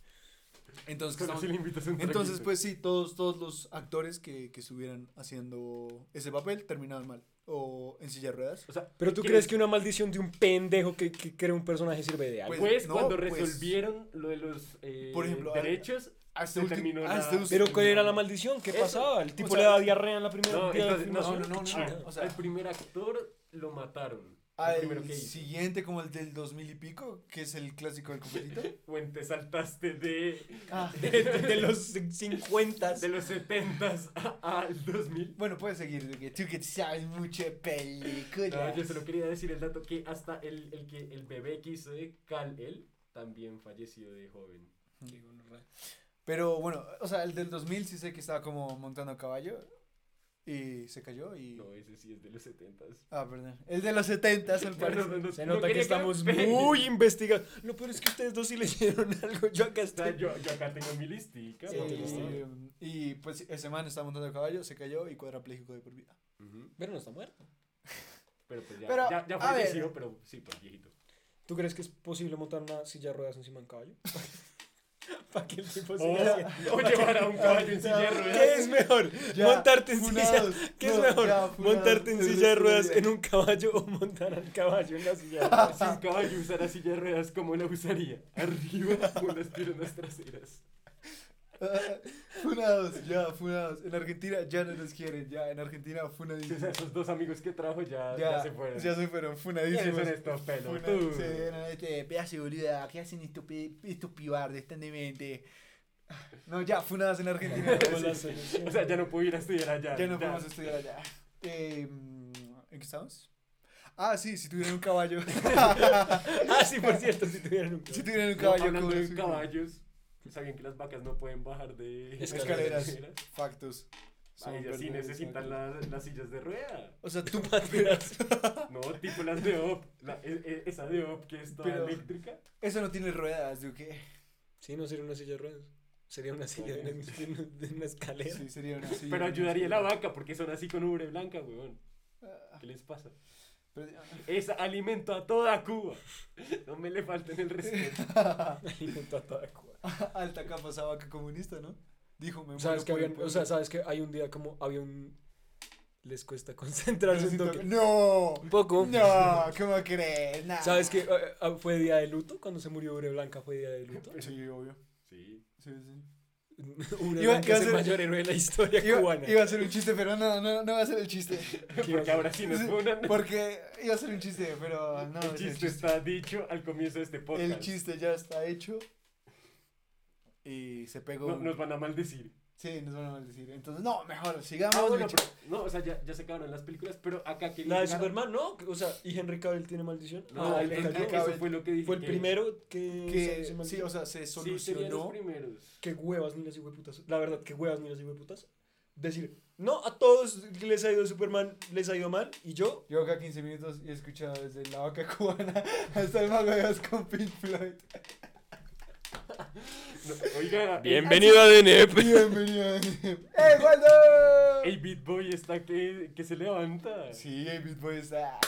S1: entonces,
S3: Solo si le invitas un
S1: entonces,
S3: traguito.
S1: pues sí, todos, todos los actores que, que estuvieran haciendo ese papel terminaban mal. O en silla de ruedas.
S3: O sea,
S2: Pero tú
S3: ¿qué-
S2: crees que una maldición de un pendejo que, que crea un personaje sirve de algo.
S1: Pues,
S3: Pues
S1: no,
S3: cuando
S1: pues-
S3: resolvieron lo de los eh,
S1: Por ejemplo, a-
S3: derechos,
S1: Hasta
S3: se
S1: ulti-
S3: terminó
S1: hasta
S3: la-
S1: ulti-
S2: Pero ¿cuál era la maldición? ¿Qué
S3: Eso.
S2: pasaba? El tipo
S1: sea,
S2: le daba diarrea en la primera
S3: No,
S2: día de
S3: entonces, no,
S2: filmación.
S1: no, no,
S2: Qué
S1: no.
S2: chingada.
S1: o sea-
S3: al primer actor lo mataron. Al Ah, primero
S1: Al
S3: que hizo.
S1: siguiente, como el del 2000 y pico, que es el clásico del copetito.
S3: [laughs] Bueno, te saltaste de,
S1: Ah,
S2: de, de los 50
S3: de los 70s a- al 2000.
S1: bueno, puedes seguir, de que tú que sabes mucho de películas.
S3: No, Ah, yo solo quería decir el dato que hasta el, el, que, el bebé que hizo de Kal-El también falleció de joven.
S1: Pero bueno, o sea, el del 2000 sí sé que estaba como montando a caballo y se cayó y...
S3: No, eh. ese sí es de los 70s.
S1: [laughs] Ah, perdón. El de los 70
S3: [laughs]
S1: al
S3: No, no,
S1: parecer.
S3: no, no,
S2: Se
S3: no
S2: nota que
S3: quería
S2: estamos
S3: me-
S2: muy investigados. Lo peor es que ustedes dos sí [laughs] leyeron algo. Yo acá
S3: O sea,
S2: estoy.
S3: yo, yo acá tengo mi listica.
S2: Sí,
S3: por
S2: te
S3: favor.
S2: listé.
S1: Eh, y pues ese man estaba montando a caballo, se cayó y cuadrapléjico de por
S2: [laughs]
S1: vida.
S3: Ujú.
S2: Pero no está muerto.
S3: Pero pues ya,
S1: Pero,
S3: ya, ya
S1: a
S3: falleció,
S1: ver.
S3: pero sí, pues viejito.
S2: ¿Tú crees que es posible montar una silla de ruedas encima de un caballo? Para que el tipo
S3: O,
S2: siga haciendo-
S3: [laughs] o llevar a un caballo en Oh. silla de ruedas.
S2: Pues, ¿Qué es mejor?
S1: Ya,
S2: ¿Montarte en silla?
S1: funados.
S2: ¿Qué es
S1: No,
S2: mejor?
S1: ya, funados.
S2: ¿Montarte en
S1: El
S2: silla de
S1: resto
S2: ruedas
S1: vida.
S2: en un caballo o montar al caballo en la silla de ruedas?
S3: Si un caballo usara silla de ruedas, ¿cómo la usaría? Arriba [laughs] con las piernas traseras.
S1: Ah, [laughs] funados, ya, funados. En Argentina ya no nos quieren, ya. En Argentina
S3: O sea,
S1: funadísimos.
S3: esos dos amigos que trajo ya, ya,
S1: Ya,
S3: se fueron.
S1: ya se fueron,
S3: ¿Quiénes
S1: funadísimos.
S3: son estos pelos?
S1: Funa- se dieron a este pedazo de boluda, ¿qué hacen estos, pe- estos pibardes tan demente? No, ya, funadas en
S3: [laughs]
S1: Argentina.
S5: O sea, ya no puedo ir a estudiar allá.
S1: Ya no podemos estudiar allá. Eh, ¿En qué estamos? Ah, sí, si tuvieran un caballo. [laughs]
S2: Ah, sí, por cierto, si tuvieran un
S1: si tuvieran un
S3: No,
S1: caballo.
S3: hablando
S1: ¿cómo
S3: de
S1: es?
S3: caballos, ¿sabían que las vacas no pueden
S1: [laughs]
S3: bajar de
S1: Escaleras. Factos. Súper
S3: Ay, ellas sí
S1: bien,
S3: necesitan
S1: exacto.
S3: la- las sillas de rueda.
S1: O
S3: [laughs]
S1: sea, tú.
S3: No, tipo las de OP. la- e- e- esa de OP que es toda
S1: Pero-
S3: eléctrica.
S1: Eso no tiene ruedas, Duque.
S2: Sí, no sería una silla de ruedas. Sería una silla [laughs] de una, de una escalera.
S1: Sí, sería una silla,
S3: pero
S1: una
S3: ayudaría la
S1: escalera.
S3: vaca porque son así con ubre blanca, weón.
S1: Ah,
S3: ¿Qué les pasa?
S1: pero-
S3: Es alimento a toda Cuba. No me le falten el respeto.
S1: Ah, [laughs]
S2: Alimento a toda Cuba.
S1: Alta capa esa vaca comunista, ¿no? Dijo, me muero
S2: ¿Sabes que
S1: por el
S2: habían- o
S1: pueblo.
S2: sea, sabes que hay un día como había un les cuesta [laughs]
S1: Pero
S2: concentrarse un
S1: siento
S2: toque.
S1: que- No.
S2: Un
S1: [laughs]
S2: poco.
S1: No, ¿cómo crees? Nah.
S2: ¿Sabes que eh, eh, fue día de luto cuando se murió Ure Blanca? Fue día de luto. [laughs]
S1: Sí, obvio.
S3: Sí.
S1: Sí, sí.
S2: Ure
S1: Iba-
S2: Blanca
S1: iba a
S2: es el
S1: ser-
S2: mayor héroe de la historia
S1: Iba,
S2: cubana.
S1: iba a ser un chiste, pero no, no, no va a ser el chiste.
S3: [laughs] Porque ahora sí nos funan.
S1: Porque iba a ser un chiste, pero no.
S3: El
S1: es el
S3: chiste está dicho al comienzo de este podcast.
S1: El chiste ya está hecho. Y se pegó.
S3: No,
S1: un-
S3: nos van a maldecir.
S1: Sí, nos van a maldecir. Entonces, no, mejor, sigamos.
S3: Ah, bueno,
S1: mi
S3: pero- no, o sea, ya, ya se acabaron las películas, pero acá que
S2: La de
S3: llegaron-
S2: Superman, no. O sea, ¿y Henry Cavill tiene maldición?
S3: No,
S2: Ah,
S1: Ah,
S3: el-
S2: le
S3: el-
S2: cayó.
S1: Henry Cavill.
S3: eso fue lo que dije.
S2: Fue el
S3: que-
S2: primero que, se- se
S1: que sí,
S2: maldició.
S1: o sea, se
S3: Sí, serían los
S1: solucionó.
S3: primeros.
S2: Qué huevas ni las putas La verdad, qué huevas ni las putas Decir, no, a todos les ha ido Superman, les ha ido mal, y yo.
S1: Llevo acá 15 minutos y he escuchado desde la vaca [laughs] cubana hasta el mago de Oz con Pink Floyd.
S3: No, oiga,
S5: Bienvenido a
S3: [laughs]
S5: DNF.
S1: Bienvenido. ¡Ey, Waldo!
S3: El, el Beat Boy está que, que se levanta.
S1: Sí, el Beat Boy está.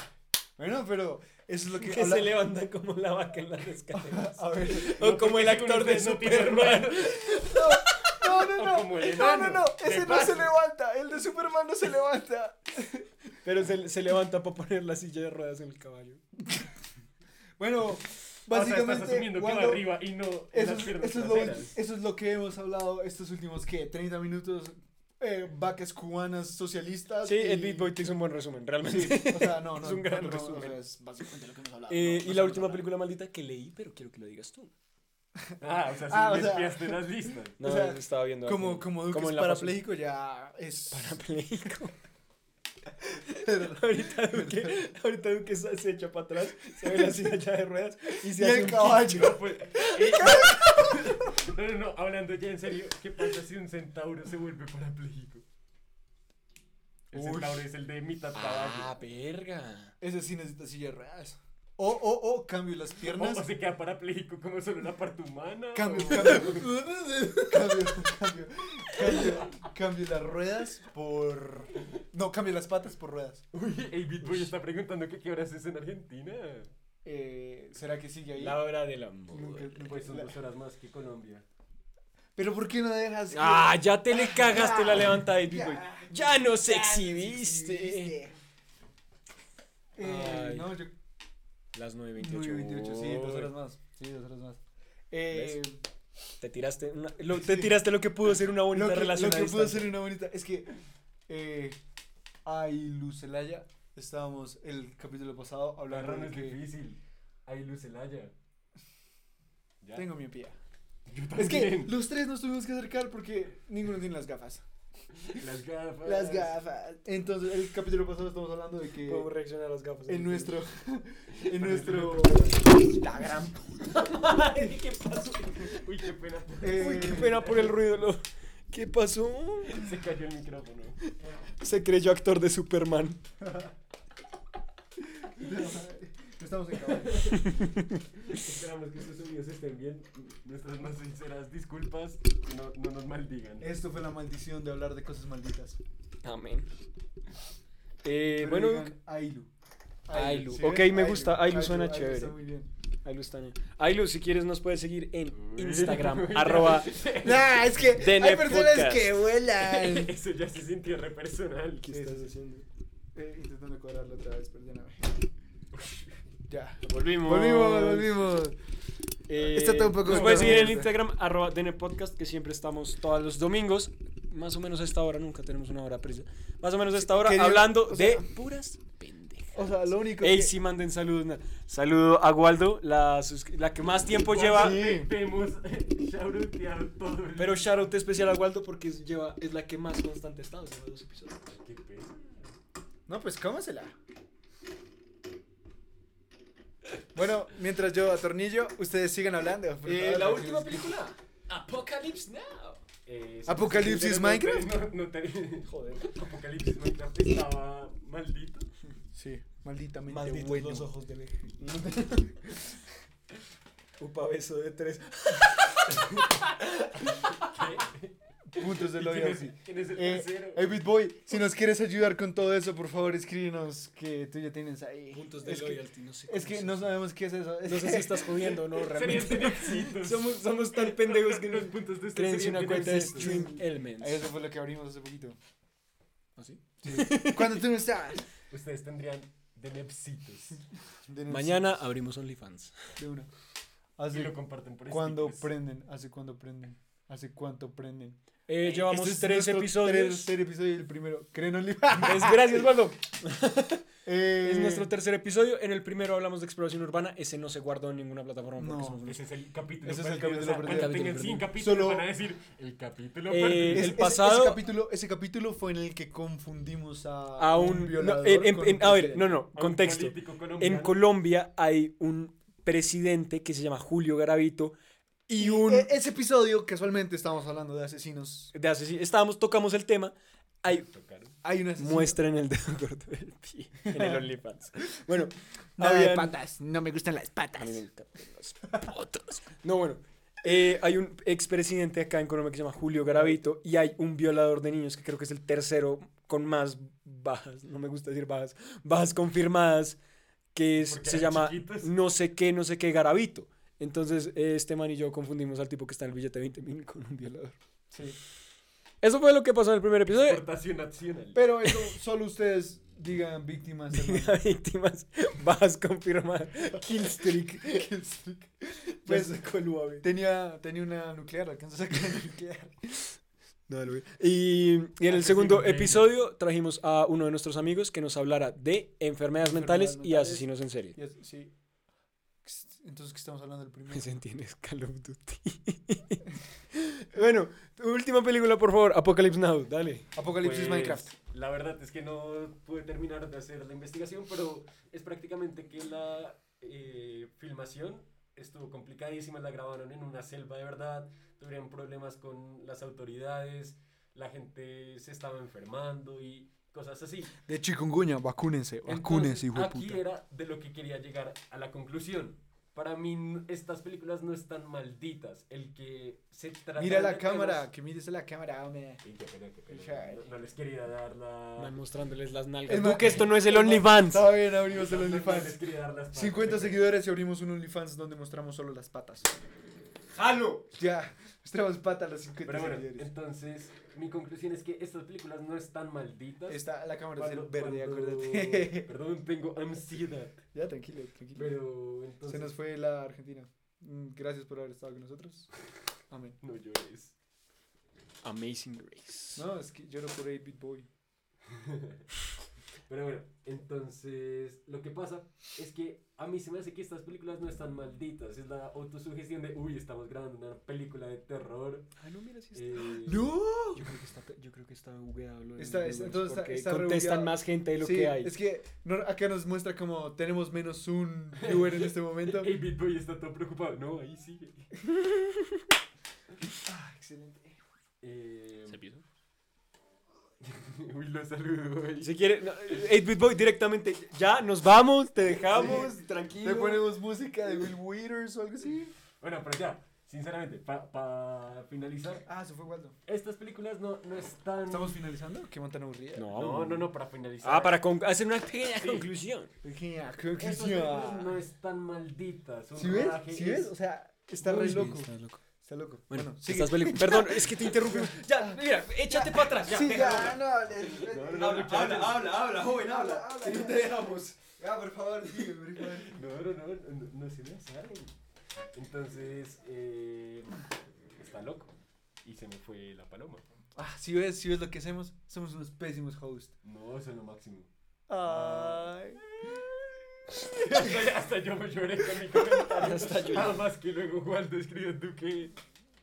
S1: Bueno, pero eso es lo que.
S2: [laughs] Que
S1: habla-
S2: se levanta como la vaca en las escaleras.
S1: A ver.
S3: [laughs]
S2: o como el
S3: porque con
S2: actor de
S3: ustedes no tiene
S2: Superman.
S1: [laughs] No, no,
S3: O
S1: no.
S3: como el
S1: No, no,
S3: enano,
S1: no. Ese
S3: de
S1: no se
S3: paso.
S1: levanta. El de Superman no se levanta.
S2: Pero se, se levanta para poner la silla de ruedas en el caballo.
S1: Bueno,
S3: o sea, estás
S1: básicamente.
S3: asumiendo que va
S1: Waldo,
S3: arriba y no en
S1: Eso
S3: las
S1: es,
S3: piernas
S1: eso es lo,
S3: traseras.
S1: eso es lo que hemos hablado estos últimos, ¿qué? 30 minutos. eh, vacas cubanas socialistas.
S2: Sí,
S1: y-
S2: el Beat Boy te hizo un buen resumen, realmente.
S1: Sí, o sea, no,
S2: Es
S1: no.
S2: un gran
S1: no, no, o
S2: resumen.
S1: sea, es básicamente lo que hemos hablado.
S2: [laughs]
S1: no, no
S2: Eh, y la
S1: estamos
S2: última
S1: hablando.
S2: película maldita que leí, pero quiero que lo digas tú.
S3: Ah, o sea, sí
S1: Ah, o
S3: le
S1: sea-
S3: espiaste las
S1: [laughs]
S3: listas.
S2: No,
S1: O sea,
S2: estaba viendo.
S1: Como,
S2: aquí.
S1: como Duque es
S2: en la
S1: parapléjico, ya es. [laughs]
S2: [laughs] foto. Parapléjico. [laughs] ahorita Duque, ahorita Duque se se echa para atrás, se ve la silla ya de ruedas y
S1: Y
S2: se hace
S1: el
S2: un-
S1: caballo.
S3: No, pues, eh, no, no, no, hablando ya en serio, ¿qué pasa si un centauro se vuelve parapléjico? El
S1: Uy.
S3: centauro es el de mitad
S2: Ah,
S3: caballo.
S2: verga.
S1: Ese sí necesita silla de ruedas. O, o, o, cambio las
S3: O,
S1: piernas.
S3: o se queda parapléjico como solo la parte humana.
S1: Cambio,
S3: o-
S1: cambio, [laughs] cambio, cambio, cambio, cambio las ruedas por... No, cambio las patas por ruedas.
S3: Uy, el Bitboy está preguntando que qué horas es en Argentina.
S1: Eh, ¿Será que sigue ahí?
S2: La hora del amor. [laughs]
S1: Nunca- nunca-
S3: Pues son
S1: la-
S3: dos horas más que Colombia.
S1: Pero ¿por qué no dejas? que-
S2: Ah, ya te le cagaste la levantada de
S1: Ya.
S2: Beat Boy. Ya nos
S1: Ya,
S2: exhibiste.
S1: Eh,
S2: Ay.
S1: no, yo...
S2: Las 9.28.
S1: 9.28, sí, dos
S2: Uy.
S1: horas más. Sí, dos horas más. Eh,
S2: Te tiraste, una- lo, te tiraste lo que pudo ser una bonita
S1: lo que,
S2: relación.
S1: lo
S2: a
S1: que pudo
S2: distancia.
S1: ser una bonita... Es que... Eh, ay, Lucelaya, estábamos el capítulo pasado
S3: La
S1: hablando
S3: rana
S1: de
S3: es
S1: que...
S3: difícil. Ahí Lucelaya. Ya.
S1: Tengo [laughs] miopía.
S3: Yo
S1: Es que
S3: también.
S1: los tres nos tuvimos que acercar porque ninguno tiene las gafas.
S3: las gafas.
S1: Las gafas. Entonces, el capítulo pasado estamos hablando de que
S2: Podemos reaccionar a las gafas.
S1: en nuestro [laughs] en nuestro [laughs]
S2: La gran ¿Qué pasó?
S3: Uy, qué pena.
S1: eh,
S2: Uy, qué pena por el ruido. lo- ¿Qué pasó?
S3: [laughs] Se cayó el micrófono.
S2: Se creyó actor de Superman.
S1: Estamos en caballo.
S3: Esperamos que estos sonidos estén bien. Nuestras más sinceras disculpas. No, no nos maldigan.
S1: Esto fue la maldición de hablar de cosas malditas.
S2: Amén. Eh,
S1: Pero
S2: bueno,
S1: digan Ailu.
S2: Ailu.
S1: ¿sí
S2: Ok,
S1: ven?
S2: me gusta. Ailu suena
S1: Está
S2: chévere.
S1: muy bien.
S2: Ailu está bien. Ailu, si quieres, nos puedes seguir en
S1: [laughs]
S3: Uy.
S2: Instagram. arroba.
S1: Nah, es que
S2: DNF
S1: hay personas
S2: Podcast.
S1: que
S2: [laughs]
S1: vuelan.
S3: Eso ya se sintió re personal.
S1: ¿Qué estás
S2: haciendo?
S1: Eh, intentando cuadrarlo otra vez, perdóname. [laughs] Ya.
S2: Volvimos.
S1: Volvimos, volvimos.
S2: Eh,
S1: Está todo un poco
S2: Nos puedes seguir en
S1: incongruente.
S2: Instagram, arroba DNPodcast, que siempre estamos todos los domingos. Más o menos a esta hora, nunca tenemos una hora precisa. Más o menos a esta hora,
S1: Querido,
S2: hablando
S1: o sea-
S2: de puras pendejas. O sea, lo único. Ey,
S1: que... sí, manden saludos. na- Saludo a Waldo, la, sus- la que más tiempo lleva.
S3: Intentemos shoutoutear eh, todo el...
S2: Pero shoutout especial a Waldo porque es, lleva, es la que más constante ha estado. Lleva dos episodios.
S3: Qué pena.
S1: No, pues cómasela. Bueno, mientras yo atornillo, ustedes sigan hablando. por
S2: Eh,
S1: favor.
S2: la última película: Apocalypse Now.
S3: Eh,
S1: ¿Apocalipsis
S3: sinceramente,
S1: Minecraft?
S3: No, no te- [laughs]
S2: Joder.
S3: Apocalipsis Minecraft estaba maldito.
S1: Sí, maldita mente
S2: Malditos
S1: bueno.
S2: los ojos del eje. Upa, beso de tres.
S1: Puntos del
S3: ¿Y
S1: odio.
S3: ¿Quién es,
S1: sí.
S3: quién es el [laughs]
S1: Eh,
S3: tercero?
S1: hey, Bitboy, si nos quieres ayudar con todo eso, por favor, escríbenos que tú ya tienes ahí.
S2: Puntos de
S1: es que,
S2: loyalty, no sé.
S1: es que
S2: cómo
S1: no sabemos qué es eso.
S2: se- no sé si estás
S1: [laughs]
S2: jodiendo o no,
S3: Serían
S2: realmente.
S3: éxitos.
S2: Somos, somos tan pendejos que
S3: los
S2: nos
S3: puntos de este
S2: creen
S3: serían
S2: una cuenta de
S3: éxitos.
S2: Stream Elements. ¿Ah,
S1: Eso fue lo que abrimos hace poquito.
S2: ¿Así?
S1: [laughs] Cuando tú no estás.
S3: Ustedes tendrían de nepsitos.
S1: De no-
S2: Mañana abrimos OnlyFans.
S1: De una.
S2: Ah,
S3: Y lo pues.
S1: Hace
S3: comparten por
S1: cuando
S3: stickers.
S1: prenden. Hace cuando prenden. Hace cuánto prenden.
S2: Eh, llevamos
S1: Este es
S2: tres
S1: nuestro
S2: episodios.
S1: Tercer episodio y el primero. Creen en
S2: Es, gracias, Waldo.
S1: eh,
S2: [laughs] Es nuestro tercer episodio. En el primero hablamos de exploración urbana. Ese no se guardó en ninguna plataforma. porque
S1: No.
S2: somos unos-
S3: Ese es el capítulo.
S1: Ese es el
S3: perdido,
S1: capítulo perdido.
S3: Cuando
S2: Capítulo
S3: tengan 100
S2: perdido.
S3: capítulos
S1: Solo-
S3: van a decir el capítulo
S2: Eh,
S3: perdido.
S2: el
S1: ese-
S2: pasado-
S1: Ese capítulo, ese capítulo fue en el que confundimos a.
S2: A un. no,
S1: violador
S2: en- en-
S1: con
S2: en-
S1: un
S2: a ver,
S1: presidente.
S2: no, no.
S3: A un
S2: Contexto.
S3: político
S2: En
S3: colombiano.
S2: Colombia hay un presidente que se llama Julio Garavito y un.
S1: E- ese episodio, casualmente, estamos hablando de asesinos.
S2: De asesino. Estábamos, tocamos el tema. Hay
S3: Tocaron.
S1: Hay una asesino.
S2: Muestren el dedo corto del pie en el OnlyFans. Bueno,
S1: [laughs] Nada de
S2: habían-
S1: patas. No me gustan las
S2: A
S1: patas.
S2: mí me encantan las patas. No, bueno. eh, hay un expresidente acá en Colombia que se llama Julio Garavito y hay un violador de niños que creo que es el tercero con más bajas, no me gusta decir bajas, bajas confirmadas, que es-
S3: Porque
S2: se
S3: eran
S2: llama
S3: chiquitos.
S2: no sé qué, no sé qué Garavito. Entonces, eh, este man y yo confundimos al tipo que está en el billete de 20 mil con un violador.
S1: Sí.
S2: Eso fue lo que pasó en el primer episodio.
S3: Exportación nacional.
S1: Pero eso solo ustedes digan víctimas.
S2: [laughs]
S1: hermano. [laughs]
S2: víctimas bajas confirmadas. Killstreak.
S1: Pues,
S2: Ya sacó el UAV.
S1: tenía, tenía una nuclear, alcanzó a sacar una nuclear.
S2: No, lo vi. Y, y en el
S3: Asesino
S2: segundo
S3: en serie.
S2: episodio trajimos a uno de nuestros amigos que nos hablara de enfermedades mentales y
S1: mentales.
S2: asesinos en serie. [laughs]
S1: Y así- sí. Entonces, ¿qué estamos hablando del primero?
S2: Me sentí en Call of Duty. [laughs] bueno, última película, por favor. Apocalypse Now, dale.
S1: Apocalipsis
S3: Pues,
S1: Minecraft.
S3: La verdad es que no pude terminar de hacer la investigación, pero es prácticamente que la eh, filmación estuvo complicadísima, la grabaron en una selva de verdad, tuvieron problemas con las autoridades, la gente se estaba enfermando y cosas así.
S1: De chikungunya, vacúnense,
S3: Entonces,
S1: vacúnense, hijo de
S3: Aquí
S1: puta.
S3: era de lo que quería llegar a la conclusión. Para mí n- estas películas no están malditas. El que se trata
S1: Mira
S3: de
S1: la
S3: temas-
S1: cámara, que mires la cámara, hombre.
S3: Y qué pena, qué pena. No, no les quería dar la...
S2: Van mostrándoles las nalgas.
S1: Es
S2: Tú
S1: más-
S2: que esto no Ah. es el
S1: es más-
S2: OnlyFans.
S1: Está bien, abrimos
S3: No,
S1: el
S3: no, no les
S1: OnlyFans.
S3: quería dar las
S1: 50
S3: patas.
S1: seguidores y abrimos un OnlyFans donde mostramos solo las patas. ¡Jalo! Ya, mostramos patas a los 50
S3: Pero bueno,
S1: seguidores.
S3: entonces, mi conclusión es que estas películas no están malditas.
S1: Está, la cámara es
S3: Cuando-
S1: el verde,
S3: cuando-
S1: acuérdate.
S3: [laughs]
S1: [laughs]
S3: Perdón, tengo ansiedad.
S1: ya, tranquilo, tranquilo.
S3: Pero
S1: Se
S3: entonces.
S1: nos fue la Argentina. Mm, Gracias por haber estado con nosotros. Amén.
S3: No llores. [laughs]
S2: Amazing Grace.
S1: No, es que yo no por 8-bit boy.
S3: Pero bueno, entonces lo que pasa es que a mí se me hace que estas películas no están malditas. Es la autosugestión de, uy, estamos grabando una película de terror.
S2: Ah, no, mira si está.
S3: eh,
S1: ¡No!
S2: Yo creo que está, yo creo que está bugueado lo de
S1: Está-
S2: los
S1: está-
S2: números,
S1: entonces está-
S2: porque
S1: está re
S2: contestan
S1: bugueado.
S2: más gente de lo
S1: Sí,
S2: que hay.
S1: Es que no- acá nos muestra como tenemos menos un viewer en este
S3: [laughs]
S1: momento.
S3: Hey, Bitboy está todo preocupado. No, ahí sigue.
S1: Excelente.
S3: Eh, [laughs] uy, lo saludo. ahí.
S2: Si quiere, no, 8-Bit Boy directamente, ya nos vamos, te dejamos, tranquilo.
S1: Le ponemos música de Will Withers o algo así.
S3: Bueno, pero ya, sinceramente, para finalizar,
S1: Ah, se fue Waldo.
S3: estas películas no, no están.
S1: ¿Estamos finalizando? Qué montan aburrida.
S2: No,
S3: No, no, no, para finalizar.
S2: Ah, para con- hacer una pequeña
S3: Sí.
S2: conclusión.
S1: Ya, creo que
S3: Estas
S1: ya.
S3: películas no están malditas. Su
S1: ¿Sí ves?
S3: rodaje
S1: ¿Sí ves?
S3: es-
S1: O sea, está re loco. Está loco.
S2: Bueno,
S1: Bueno, sigue. [laughs]
S2: estas películas- Perdón, es que te interrumpimos. Ya, mira, échate para atrás. Ya,
S1: Sí,
S2: deja,
S1: ya, no hables.
S3: No, no, no,
S2: Habla,
S3: muchachos.
S2: habla, habla, habla, joven, habla.
S1: Habla, habla,
S2: Si no
S1: ya.
S2: te dejamos.
S1: Ya, por favor, sigue, por favor.
S3: No, no, no, no, no se me salen. Entonces, eh, está loco. Y se me fue la paloma.
S1: Ah, si ves, si ves lo que hacemos, somos unos pésimos hosts.
S3: No, eso es lo máximo.
S1: Ay.
S3: hasta, hasta yo me lloré con mi comentario. Hasta yo. Además que luego Waldo escribió Duque,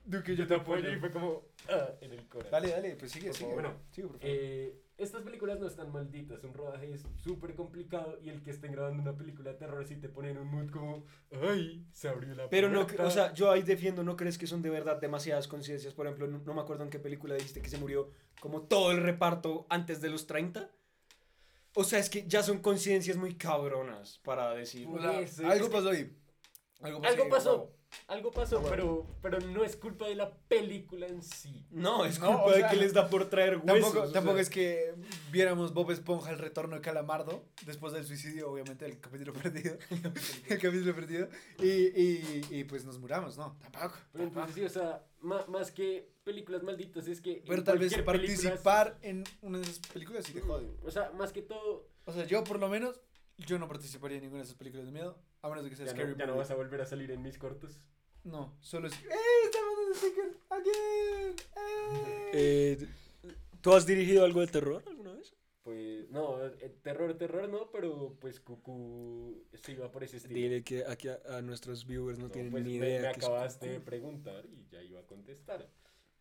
S1: Duque,
S3: que yo te apoyo y fue como ah, en el corazón.
S1: Dale, dale, pues sigue,
S3: Por
S1: sigue.
S3: favor. Bueno,
S1: sigue, por favor.
S3: Eh, estas películas no están malditas, un rodaje es súper complicado y el que estén grabando una película de terror si te pone en un mood como, ay, se abrió la
S2: Pero no,
S3: puerta.
S2: o sea, yo ahí defiendo, ¿no crees que son de verdad demasiadas conciencias? Por ejemplo, no, no me acuerdo en qué película dijiste que se murió como todo el reparto antes de los 30. O sea, es que ya son conciencias muy cabronas para decir.
S3: Puta,
S1: Hola,
S3: sí,
S1: algo
S3: es
S1: pasó ahí. Algo pasó.
S3: Algo
S1: ahí,
S3: pasó.
S1: guau.
S3: Algo pasó, pero, pero no es culpa de la película en sí.
S2: No, es
S1: No,
S2: culpa
S1: o
S2: de
S1: sea,
S2: que les da por traer huesos.
S1: Tampoco,
S2: o sea.
S1: tampoco es que viéramos Bob Esponja el retorno de Calamardo después del suicidio, obviamente, del capítulo [laughs] perdido. el capítulo perdido. Y, y, y pues nos muramos, ¿no, tampoco.
S3: Pero entonces sí, o sea, ma- más que películas malditas es que... en
S1: Pero tal vez
S3: cualquier Uh.
S1: participar en una de esas películas sí te
S3: película-
S1: jode.
S3: O sea, más que todo...
S1: O sea, yo por lo menos, yo no participaría en ninguna de esas películas de miedo, a menos de que sea
S3: Ya
S1: Scary
S3: no, ya no
S1: Movie.
S3: vas a volver a salir en mis cortos.
S1: No, solo es. ¡Eh! ¡Estamos en el sticker! ¡Again! ¡Eh!
S2: Eh, ¿Tú has dirigido algo de terror alguna vez?
S3: Pues, no, eh, terror, terror no, pero pues Cucú sí va por ese estilo.
S2: Dile que aquí a, a nuestros viewers no,
S3: No,
S2: tienen
S3: pues
S2: ni
S3: me-
S2: idea.
S3: Me,
S2: que es-
S3: acabaste de preguntar y ya iba a contestar.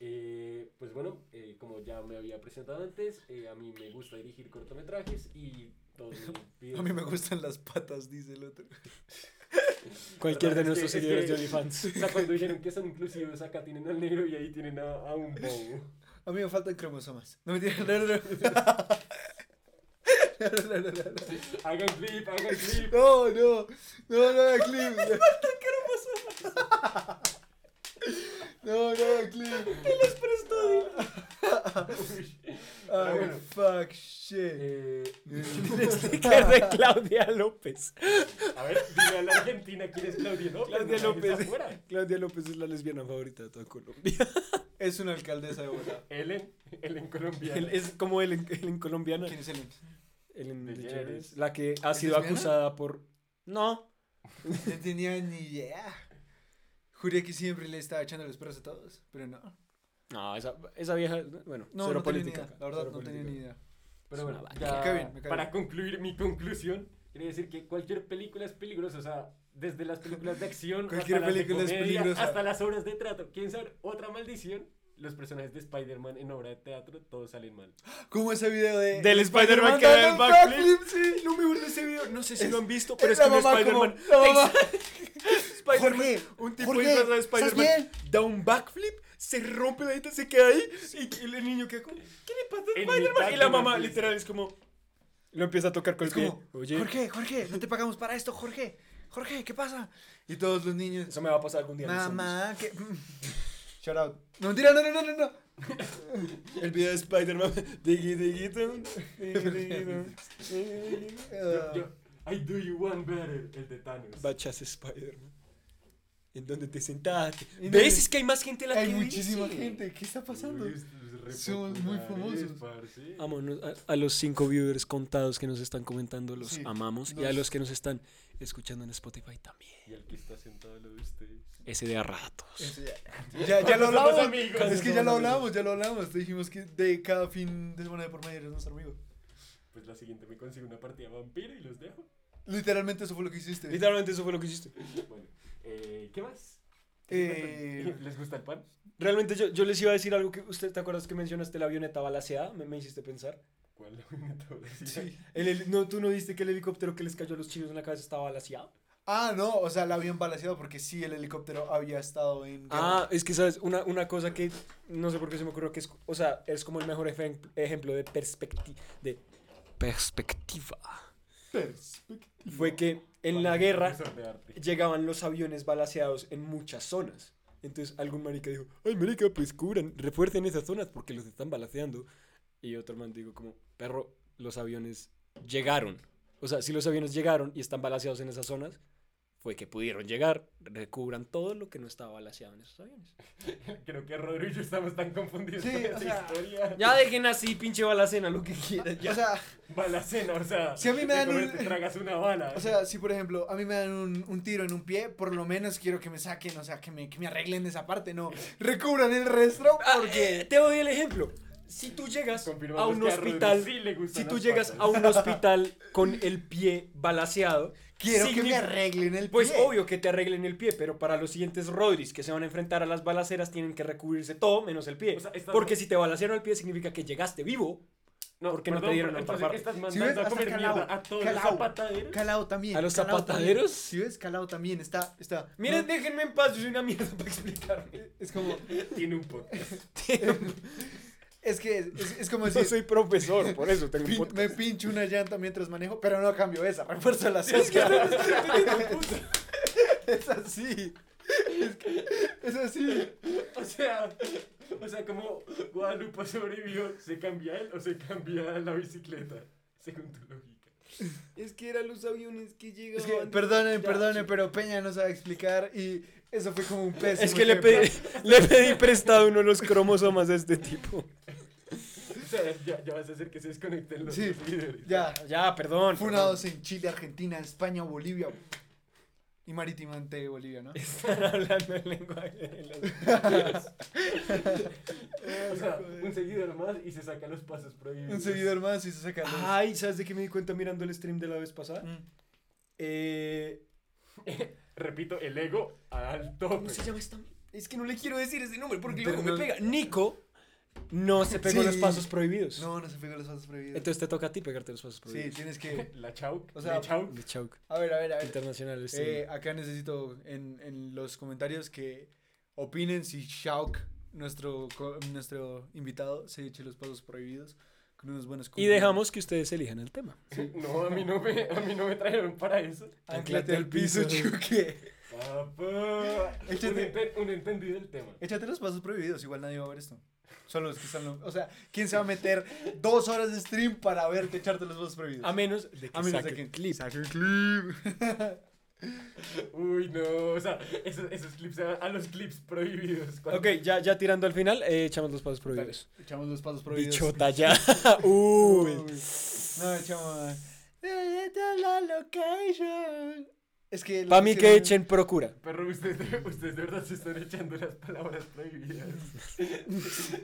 S3: Eh, pues bueno, eh, como ya me había presentado antes, eh, a mí me gusta dirigir cortometrajes y
S1: [laughs]
S3: todos mis videos-
S1: A mí me gustan las patas, dice el otro.
S2: Cualquier de
S3: Perdón, es
S2: nuestros
S3: que- es
S2: seguidores
S3: que-
S2: de OnlyFans.
S3: [laughs] O sea, cuando dijeron que son inclusivos, acá tienen al negro y ahí tienen a, a un bobo. [laughs]
S1: A mí me faltan cromosomas. No me tiran. No, no, no. [laughs] No, no, no, no, no.
S3: Hagan clip, hagan clip.
S1: No, no, no, no, [laughs] no, clip. Me faltan cromosomas. No, no, clip.
S3: Uy. Pero
S1: Ay,
S3: bueno,
S1: fuck shit.
S3: eh,
S1: Eh,
S2: Sticker de Claudia López.
S3: a ver, dime a la Argentina quién es Claudia López.
S2: Claudia
S3: no la dejes
S2: López.
S3: afuera.
S2: Claudia López es la lesbiana favorita de toda Colombia.
S1: [laughs] Es una alcaldesa de Bogotá.
S3: Ellen, Ellen colombiana.
S2: [laughs] Él es como él en, él en colombiana.
S1: ¿Quién es el?
S2: Ellen
S3: DeGeneres.
S2: DeGeneres, La que ha
S1: ¿Es
S2: sido
S1: lesbiana?
S2: acusada por. No.
S1: No tenía ni idea. Juré que siempre le estaba echando los perros a todos, pero no.
S2: No, esa, esa vieja. Bueno,
S1: No,
S2: cero
S1: no tenía ni
S2: política.
S1: idad, La verdad,
S2: cero
S1: no tenía
S2: política.
S1: ni idea.
S3: Pero bueno,
S2: Es una
S3: ya,
S1: vaina. Me cae bien, me cae
S3: para
S1: bien.
S3: concluir mi conclusión, quiero decir que cualquier película es peligrosa, o sea, desde las películas de acción
S1: Cualquier
S3: hasta, las de
S1: película es
S3: comedia,
S1: peligrosa.
S3: hasta las obras de trato. ¿Quién sabe? Otra maldición, los personajes de Spider-Man en obra de teatro todos salen
S1: [laughs]
S3: mal.
S1: ¿Cómo ese video de.
S2: Del Spider-Man que da el
S1: dando
S2: backflip.
S1: sí.
S2: No me burles de ese video. No sé si
S1: Es-
S2: lo han visto, pero
S1: es
S2: es,
S1: la
S2: que un
S1: mamá como-
S2: Spider-Man.
S1: la mamá.
S2: [laughs] Spider-Man,
S1: Jorge,
S2: un tipo
S1: Jorge,
S2: disfrazado de
S1: ¿estás
S2: Spider-Man da un backflip, se rompe la dieta, se queda ahí y el niño queda como, ¿qué le pasa a
S3: En
S2: Spider-Man?
S3: mitad
S2: Y
S3: de
S2: la
S3: una
S2: mamá
S3: fiesta.
S2: literal es como, lo empieza a tocar con
S1: Es
S2: el pie.
S1: como,
S2: Pues Oye,
S1: Jorge, Jorge, no te pagamos para esto, Jorge. Jorge, ¿qué pasa? Y todos los niños.
S2: eso me va a pasar algún día. en los
S1: Mamá, que.
S2: [laughs]
S1: Shout out. No, mentira, no, no, no, no. no.
S2: zombies. El video de Spider-Man, [laughs] diggy, diggy, dun, diggy, diggy, dun, diggy, diggy.
S1: [laughs]
S3: Yo- yo- I do you one better, el de Thanos.
S2: Bachas Spider-Man. ¿En dónde te sentaste?
S1: ¿En
S2: ¿Ves?
S1: dónde?
S2: Es que hay más gente de la
S1: Hay
S2: que
S1: muchísima
S2: dice.
S1: gente. ¿Qué está pasando?
S3: Uy, estos re
S1: Somos muy
S3: populares,
S1: famosos.
S3: parce.
S2: Vámonos a, a los cinco viewers contados que nos están comentando, los
S1: Sí,
S2: amamos. Y a
S1: los-
S2: los que nos están escuchando en Spotify también.
S3: Y el que está sentado al lado de ustedes.
S2: Ese de a ratos.
S1: Eso ya, ya, ya lo
S3: Cuando somos
S1: hablamos.
S3: amigos.
S1: Es que ya
S2: Cuando
S1: lo
S2: somos
S1: hablamos, ya lo hablamos. Te dijimos que de cada fin de semana de por medio eres nuestro amigo.
S3: Pues la siguiente me consigo una partida vampiro y los dejo.
S1: Literalmente eso fue lo que hiciste.
S2: Literalmente eso fue lo que hiciste.
S3: Bueno, eh, ¿qué más?
S1: Eh,
S3: ¿Les gusta el pan?
S2: Realmente yo, yo les iba a decir algo que usted, ¿te acuerdas que mencionaste la avioneta balaseada? Me, me hiciste pensar.
S3: ¿Cuál? [laughs]
S1: Sí.
S2: El heli- no, ¿Tú no viste que el helicóptero que les cayó a los chinos en la cabeza estaba balaseado?
S1: Ah, no, o sea, la habían balanceado porque sí, el helicóptero había estado en. guerra.
S2: Ah, es que sabes, una, una cosa que no sé por qué se me ocurrió que es, o sea, es como el mejor ejem- ejemplo de, perspecti- de perspectiva.
S1: Perspectiva.
S2: Fue que en la guerra
S3: Profesor de arte.
S2: llegaban los aviones balaseados en muchas zonas. Entonces algún marica dijo, ay marica, pues cubran, refuercen esas zonas porque los están balaseando. Y otro man dijo como, perro, los aviones llegaron. O sea, si los aviones llegaron y están balaseados en esas zonas, fue que pudieron llegar, recubran todo lo que no estaba balaseado en esos aviones.
S3: Creo que Rodrigo y yo estamos tan confundidos
S1: Sí,
S3: con
S1: o
S3: esa
S1: sea,
S3: historia.
S2: Ya dejen así, pinche balacena, lo que quieran.
S1: O sea,
S3: Balacena, o sea.
S1: Si a mí me
S3: de
S1: dan
S3: comer
S1: un-
S3: te tragas una bala.
S1: o sea, si por ejemplo a mí me dan un, un tiro en un pie, por lo menos quiero que me saquen,
S2: Ah,
S1: o sea, que me, que me arreglen esa parte, no recubran el resto porque.
S2: Te doy el ejemplo. si tú llegas a
S3: Confirmamos
S2: un
S3: que a Rodri
S2: hospital,
S3: sí le gustan
S2: si tú
S3: las
S2: llegas a
S3: patas.
S2: un hospital con el pie balaseado,
S1: Quiero que me
S2: significa-
S1: arreglen el
S2: Pues
S1: pie.
S2: obvio que te arreglen el pie, pero para los siguientes Rodris que se van a enfrentar a las balaceras tienen que recubrirse todo menos el pie.
S3: O sea, estás-
S2: porque si te balacearon el pie significa que llegaste vivo.
S3: No,
S2: ¿Por qué no te
S3: perdón,
S2: dieron
S3: pero
S2: la
S3: entonces
S2: otra parte?
S3: Estás
S1: Si
S3: mandando
S1: ves,
S3: a
S1: hasta
S3: comer
S1: Calao.
S3: mierda a todos los
S1: Calao.
S3: zapataderos.
S1: Calao también.
S2: ¿A los
S1: Calao
S2: zapataderos?
S1: también. Si ves, Calao también está. está
S2: Miren, déjenme en paz, yo soy una mierda para explicarme.
S1: Es como.
S3: Tiene un podcast.
S2: [laughs]
S1: Es que es, es- es como
S2: Yo
S1: decir.
S2: soy profesor, por eso tengo un
S1: pin-
S2: podcast.
S1: me pincho una llanta mientras manejo, pero no cambio esa. Refuerzo la
S2: Es que
S1: sesga.
S2: estoy entendiendo el punto.
S1: Es así. Es, que- es así.
S3: [laughs] O sea, o sea, como Guadalupe sobrevivió, ¿se cambia él o se cambia la bicicleta? Según tu lógica.
S2: Es que eran los aviones que llegaban.
S1: Es que, perdonen, perdonen, pero Peña no sabe explicar y eso fue como un pésimo.
S2: Es que le
S1: ejemplo.
S2: pedí, le pedí prestado uno de los cromosomas a este tipo.
S3: O sea, ya, ya vas a hacer que se desconecten los
S1: Sí,
S3: los líderes.
S1: Ya.
S2: Ya, perdón.
S1: Funados en Chile, Argentina, España, Bolivia. Y marítima ante Bolivia, ¿no?
S2: [laughs] Están hablando el lenguaje de los-
S3: O sea, un seguidor más y se saca los pasos prohibidos.
S1: Ah, Un seguidor más y se saca los-
S2: Ay, ¿sabes de qué me di cuenta mirando el stream de la vez pasada?
S1: Mm.
S2: Eh,
S3: Repito, el ego al
S2: ¿Cómo
S3: tope.
S2: se llama esta? Es que no le quiero decir ese nombre porque
S1: Pero
S2: luego me
S1: no-
S2: pega. Nico no se pegó
S1: Sí.
S2: los pasos prohibidos.
S1: No, no se pegó los pasos prohibidos.
S2: pues, Entonces pues, te toca a ti pegarte los pasos
S1: sí,
S2: prohibidos.
S1: tienes
S3: [laughs]
S1: que.
S3: La Chauk.
S1: O sea,
S3: la Chauk.
S2: De Chauk,
S1: A ver, a ver, a ver.
S2: internacional. pues, sí.
S1: Eh, acá necesito en, en los comentarios que opinen si Shauk, nuestro, co- nuestro invitado, se eche los pasos prohibidos con unos buenos
S2: y dejamos que ustedes elijan el tema.
S3: [laughs] No, a mí no me, a mí no me trajeron para eso.
S1: Anclate al piso, Chuque.
S3: Papá. Un,
S1: Échate.
S3: enten- un entendido del tema.
S1: Échate los pasos prohibidos, igual nadie va a ver esto. Solo los que están. lo- O sea, ¿quién se va a meter dos horas de stream para verte echarte los pasos prohibidos?
S2: A menos de que
S1: A menos de
S2: saque
S1: que-
S2: el clip.
S1: Saque el clip.
S2: [laughs]
S3: Uy, no. O sea, esos, esos clips a, a los clips prohibidos. Cuando-
S2: Ok, ya, ya tirando al final, eh, echamos los pasos prohibidos.
S1: Echamos los pasos prohibidos.
S2: Bichota ya. [laughs] Uy.
S1: No, echamos. La location. Es que.
S2: Para mí que echen procura.
S3: Perro, ustedes de, [laughs] ustedes de verdad se están echando las palabras prohibidas.
S2: [laughs]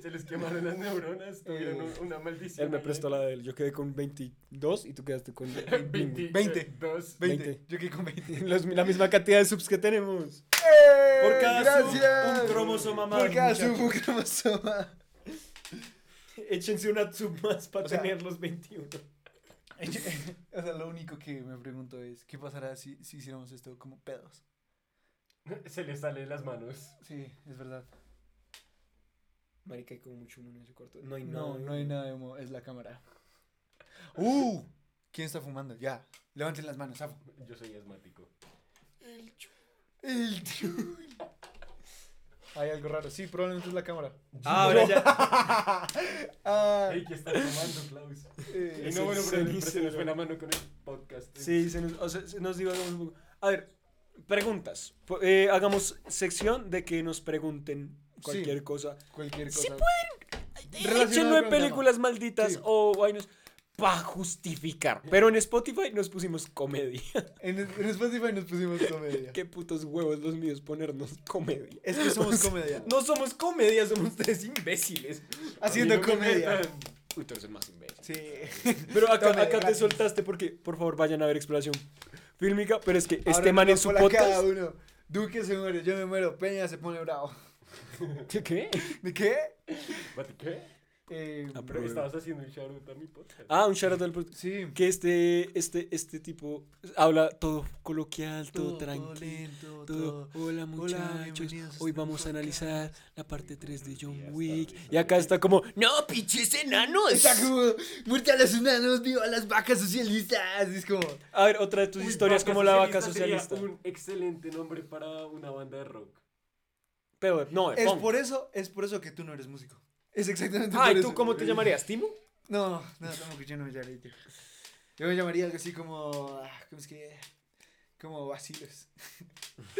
S3: se les quemaron las neuronas, tuvieron un- una maldición.
S2: Eh, Él me
S3: ahí.
S2: prestó la de él. Yo quedé con 22 y tú quedaste con [laughs]
S3: [laughs] 20.
S1: 20. 20.
S3: 2.
S2: 20.
S1: Yo que con 20.
S2: Los- la misma cantidad de subs que tenemos. Por cada sub, un cromosoma más.
S1: ¡Eh! Por cada sub,
S2: muchachos.
S1: un [laughs] cromosoma.
S2: Échense una sub más para
S1: O sea,
S2: tener los 21.
S1: o sea, lo único que me pregunto es: ¿qué pasará si, si hiciéramos esto como pedos?
S3: [laughs] Se les sale de las manos.
S1: Sí, es verdad.
S2: Marica, hay como mucho humo en ese cuarto. No hay
S1: No, no hay nada de humo, es la cámara. ¡Uh! ¿Quién está fumando? Ya. Levanten las manos, Safo.
S3: Yo soy asmático.
S1: [laughs] El Chu- Hay algo raro. Sí, probablemente es la cámara.
S2: Ah, ahora ya.
S1: Ah,
S3: [laughs] Ey, ¿qué estás tomando,
S2: [laughs]
S3: Klaus?
S1: eh,
S3: Y
S2: Es
S3: no,
S2: el
S3: bueno, pero pero se
S2: cenicero.
S3: nos fue la mano con el podcast. eh.
S2: Sí, se nos, o sea, se nos divagamos un poco. A ver, preguntas. Po- eh, hagamos sección de que nos pregunten cualquier cosa.
S1: cualquier cosa.
S2: Sí pueden.
S1: Relacionado
S2: Échenlo
S1: con
S2: en
S1: el
S2: películas malditas
S1: Sí.
S2: o vainas. Para justificar. Pero en Spotify nos pusimos comedia.
S1: En, en Spotify nos pusimos
S2: [laughs]
S1: comedia.
S2: Qué putos huevos los míos ponernos [laughs] comedia.
S1: Es que somos comedia.
S2: No somos comedia, somos tres imbéciles.
S1: Haciendo comedia.
S2: Uy, tú eres el más imbécil.
S1: Sí.
S2: Pero acá,
S1: Tome,
S2: acá te
S1: gracias.
S2: soltaste porque, por favor, vayan a ver Exploración Fílmica. Pero es que
S1: Ahora
S2: este man
S1: nos
S2: en su
S1: cola Cada
S2: podcast.
S1: uno. Duque se muere, yo me muero. Peña se pone bravo.
S2: [laughs] ¿Qué?
S1: ¿De qué?
S3: ¿Bati qué?
S1: Eh,
S2: Ah,
S3: Pero estabas haciendo un shoutout a mi podcast.
S2: Ah, un shoutout al podcast.
S1: sí.
S2: Que este, este, este tipo habla todo coloquial, todo, tranquilo.
S1: lento,
S2: todo. Hola muchachos,
S1: bienvenidos a
S2: hoy
S1: este
S2: vamos a
S1: podcast.
S2: analizar la parte 3 de
S3: Ya
S2: John
S3: está,
S2: Wick.
S3: listo.
S2: Y acá está como, no, pinches enanos.
S1: Está como, muerte a los enanos, viva las vacas socialistas. Y es como,
S2: A ver, otra de tus
S3: Uy,
S2: historias
S3: vaca
S2: como la vaca
S3: sería
S2: socialista.
S3: un excelente nombre para una banda de rock.
S2: Pero no, de
S1: es
S2: punk.
S1: por eso, es por eso que tú no eres músico. Es exactamente
S2: Ay,
S1: por
S2: Ah, ¿tú
S1: eso.
S2: cómo
S3: eh.
S2: te llamarías? ¿Timo?
S1: No, no, tampoco yo no me llamaría. Yo, yo me llamaría algo así como, ah, ¿cómo es que? Como vacilos.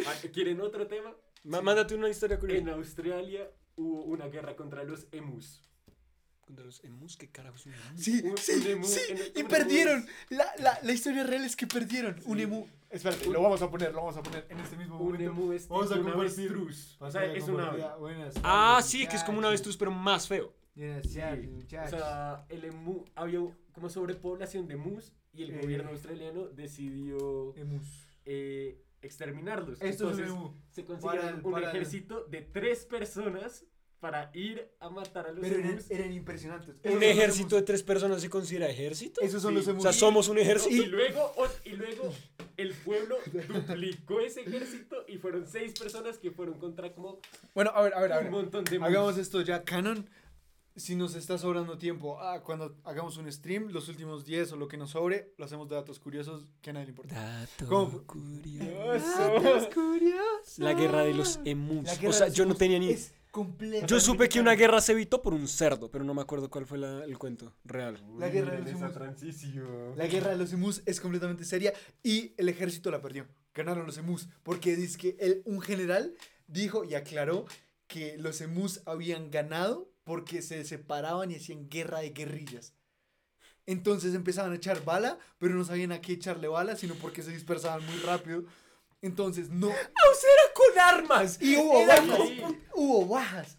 S3: Ah, ¿Quieren otro tema?
S2: Ma- Mándate una historia
S3: En
S2: curiosa.
S3: Australia hubo una guerra contra los emus.
S2: Contra los emus, ¿qué carajos son emus?
S1: Sí,
S3: Un-
S1: sí,
S3: un emu
S1: sí,
S3: en el- un
S1: y
S3: emu
S1: perdieron. La, la, la historia real es que perdieron. Un
S3: Sí.
S1: emu. Espérate,
S3: Un-
S1: lo vamos a poner, lo vamos a poner en este mismo
S3: Un
S1: momento.
S3: emu es tipo
S1: Vamos a
S3: un
S1: compartir. Ah,
S3: avestruz. O sea, es un ave.
S2: Ah, sí, que es como una avestruz, pero más feo.
S1: Demasiado,
S3: Sí, O
S1: muchachos.
S3: sea, el emu, había como sobrepoblación de emus y el
S1: Eh.
S3: gobierno australiano decidió
S1: Emus.
S3: eh, exterminarlos.
S1: Esto es un
S3: Entonces,
S1: emu.
S3: se consiguieron
S1: Para el-
S3: un
S1: para el-
S3: ejército de tres personas para ir a matar a los
S1: Pero eran,
S3: emus.
S1: eran impresionantes. Esos son
S2: ¿Un
S1: los
S2: ejército de
S1: emus.
S2: tres personas se considera ejército?
S1: Esos son
S3: Sí.
S1: los
S2: O
S1: emus.
S2: sea, somos un
S3: Y
S2: ejército.
S3: luego, ot- y luego el pueblo duplicó ese ejército y fueron seis personas que fueron contra como
S1: Bueno, a ver, a ver, a
S3: un
S1: ver.
S3: montón de emus.
S1: Hagamos esto ya, Canon. Si nos está sobrando tiempo, ah, cuando hagamos un stream, los últimos 10 o lo que nos sobre, lo hacemos de datos curiosos que a nadie le importa.
S2: Dato
S1: ¿Cómo? Ah,
S2: curioso. La guerra de los emus.
S1: La guerra
S2: O sea,
S1: de los
S2: yo no
S1: emus
S2: tenía ni.
S1: Es completo.
S2: Yo supe que una guerra se evitó por un cerdo, pero no me acuerdo cuál fue la- el cuento real.
S1: La guerra de
S3: Uy,
S1: los
S3: en esa
S1: emus.
S3: transición.
S1: La guerra de los emus es completamente seria y el ejército la perdió. Ganaron los emus porque dice que el, un general dijo y aclaró que los emus habían ganado porque se separaban y hacían guerra de guerrillas. Entonces empezaban a echar bala, pero no sabían a qué echarle bala, sino porque se dispersaban muy rápido. Entonces no.
S2: ¡Con armas!
S1: Y hubo
S2: Era
S1: bajas.
S3: como-
S1: Hubo bajas.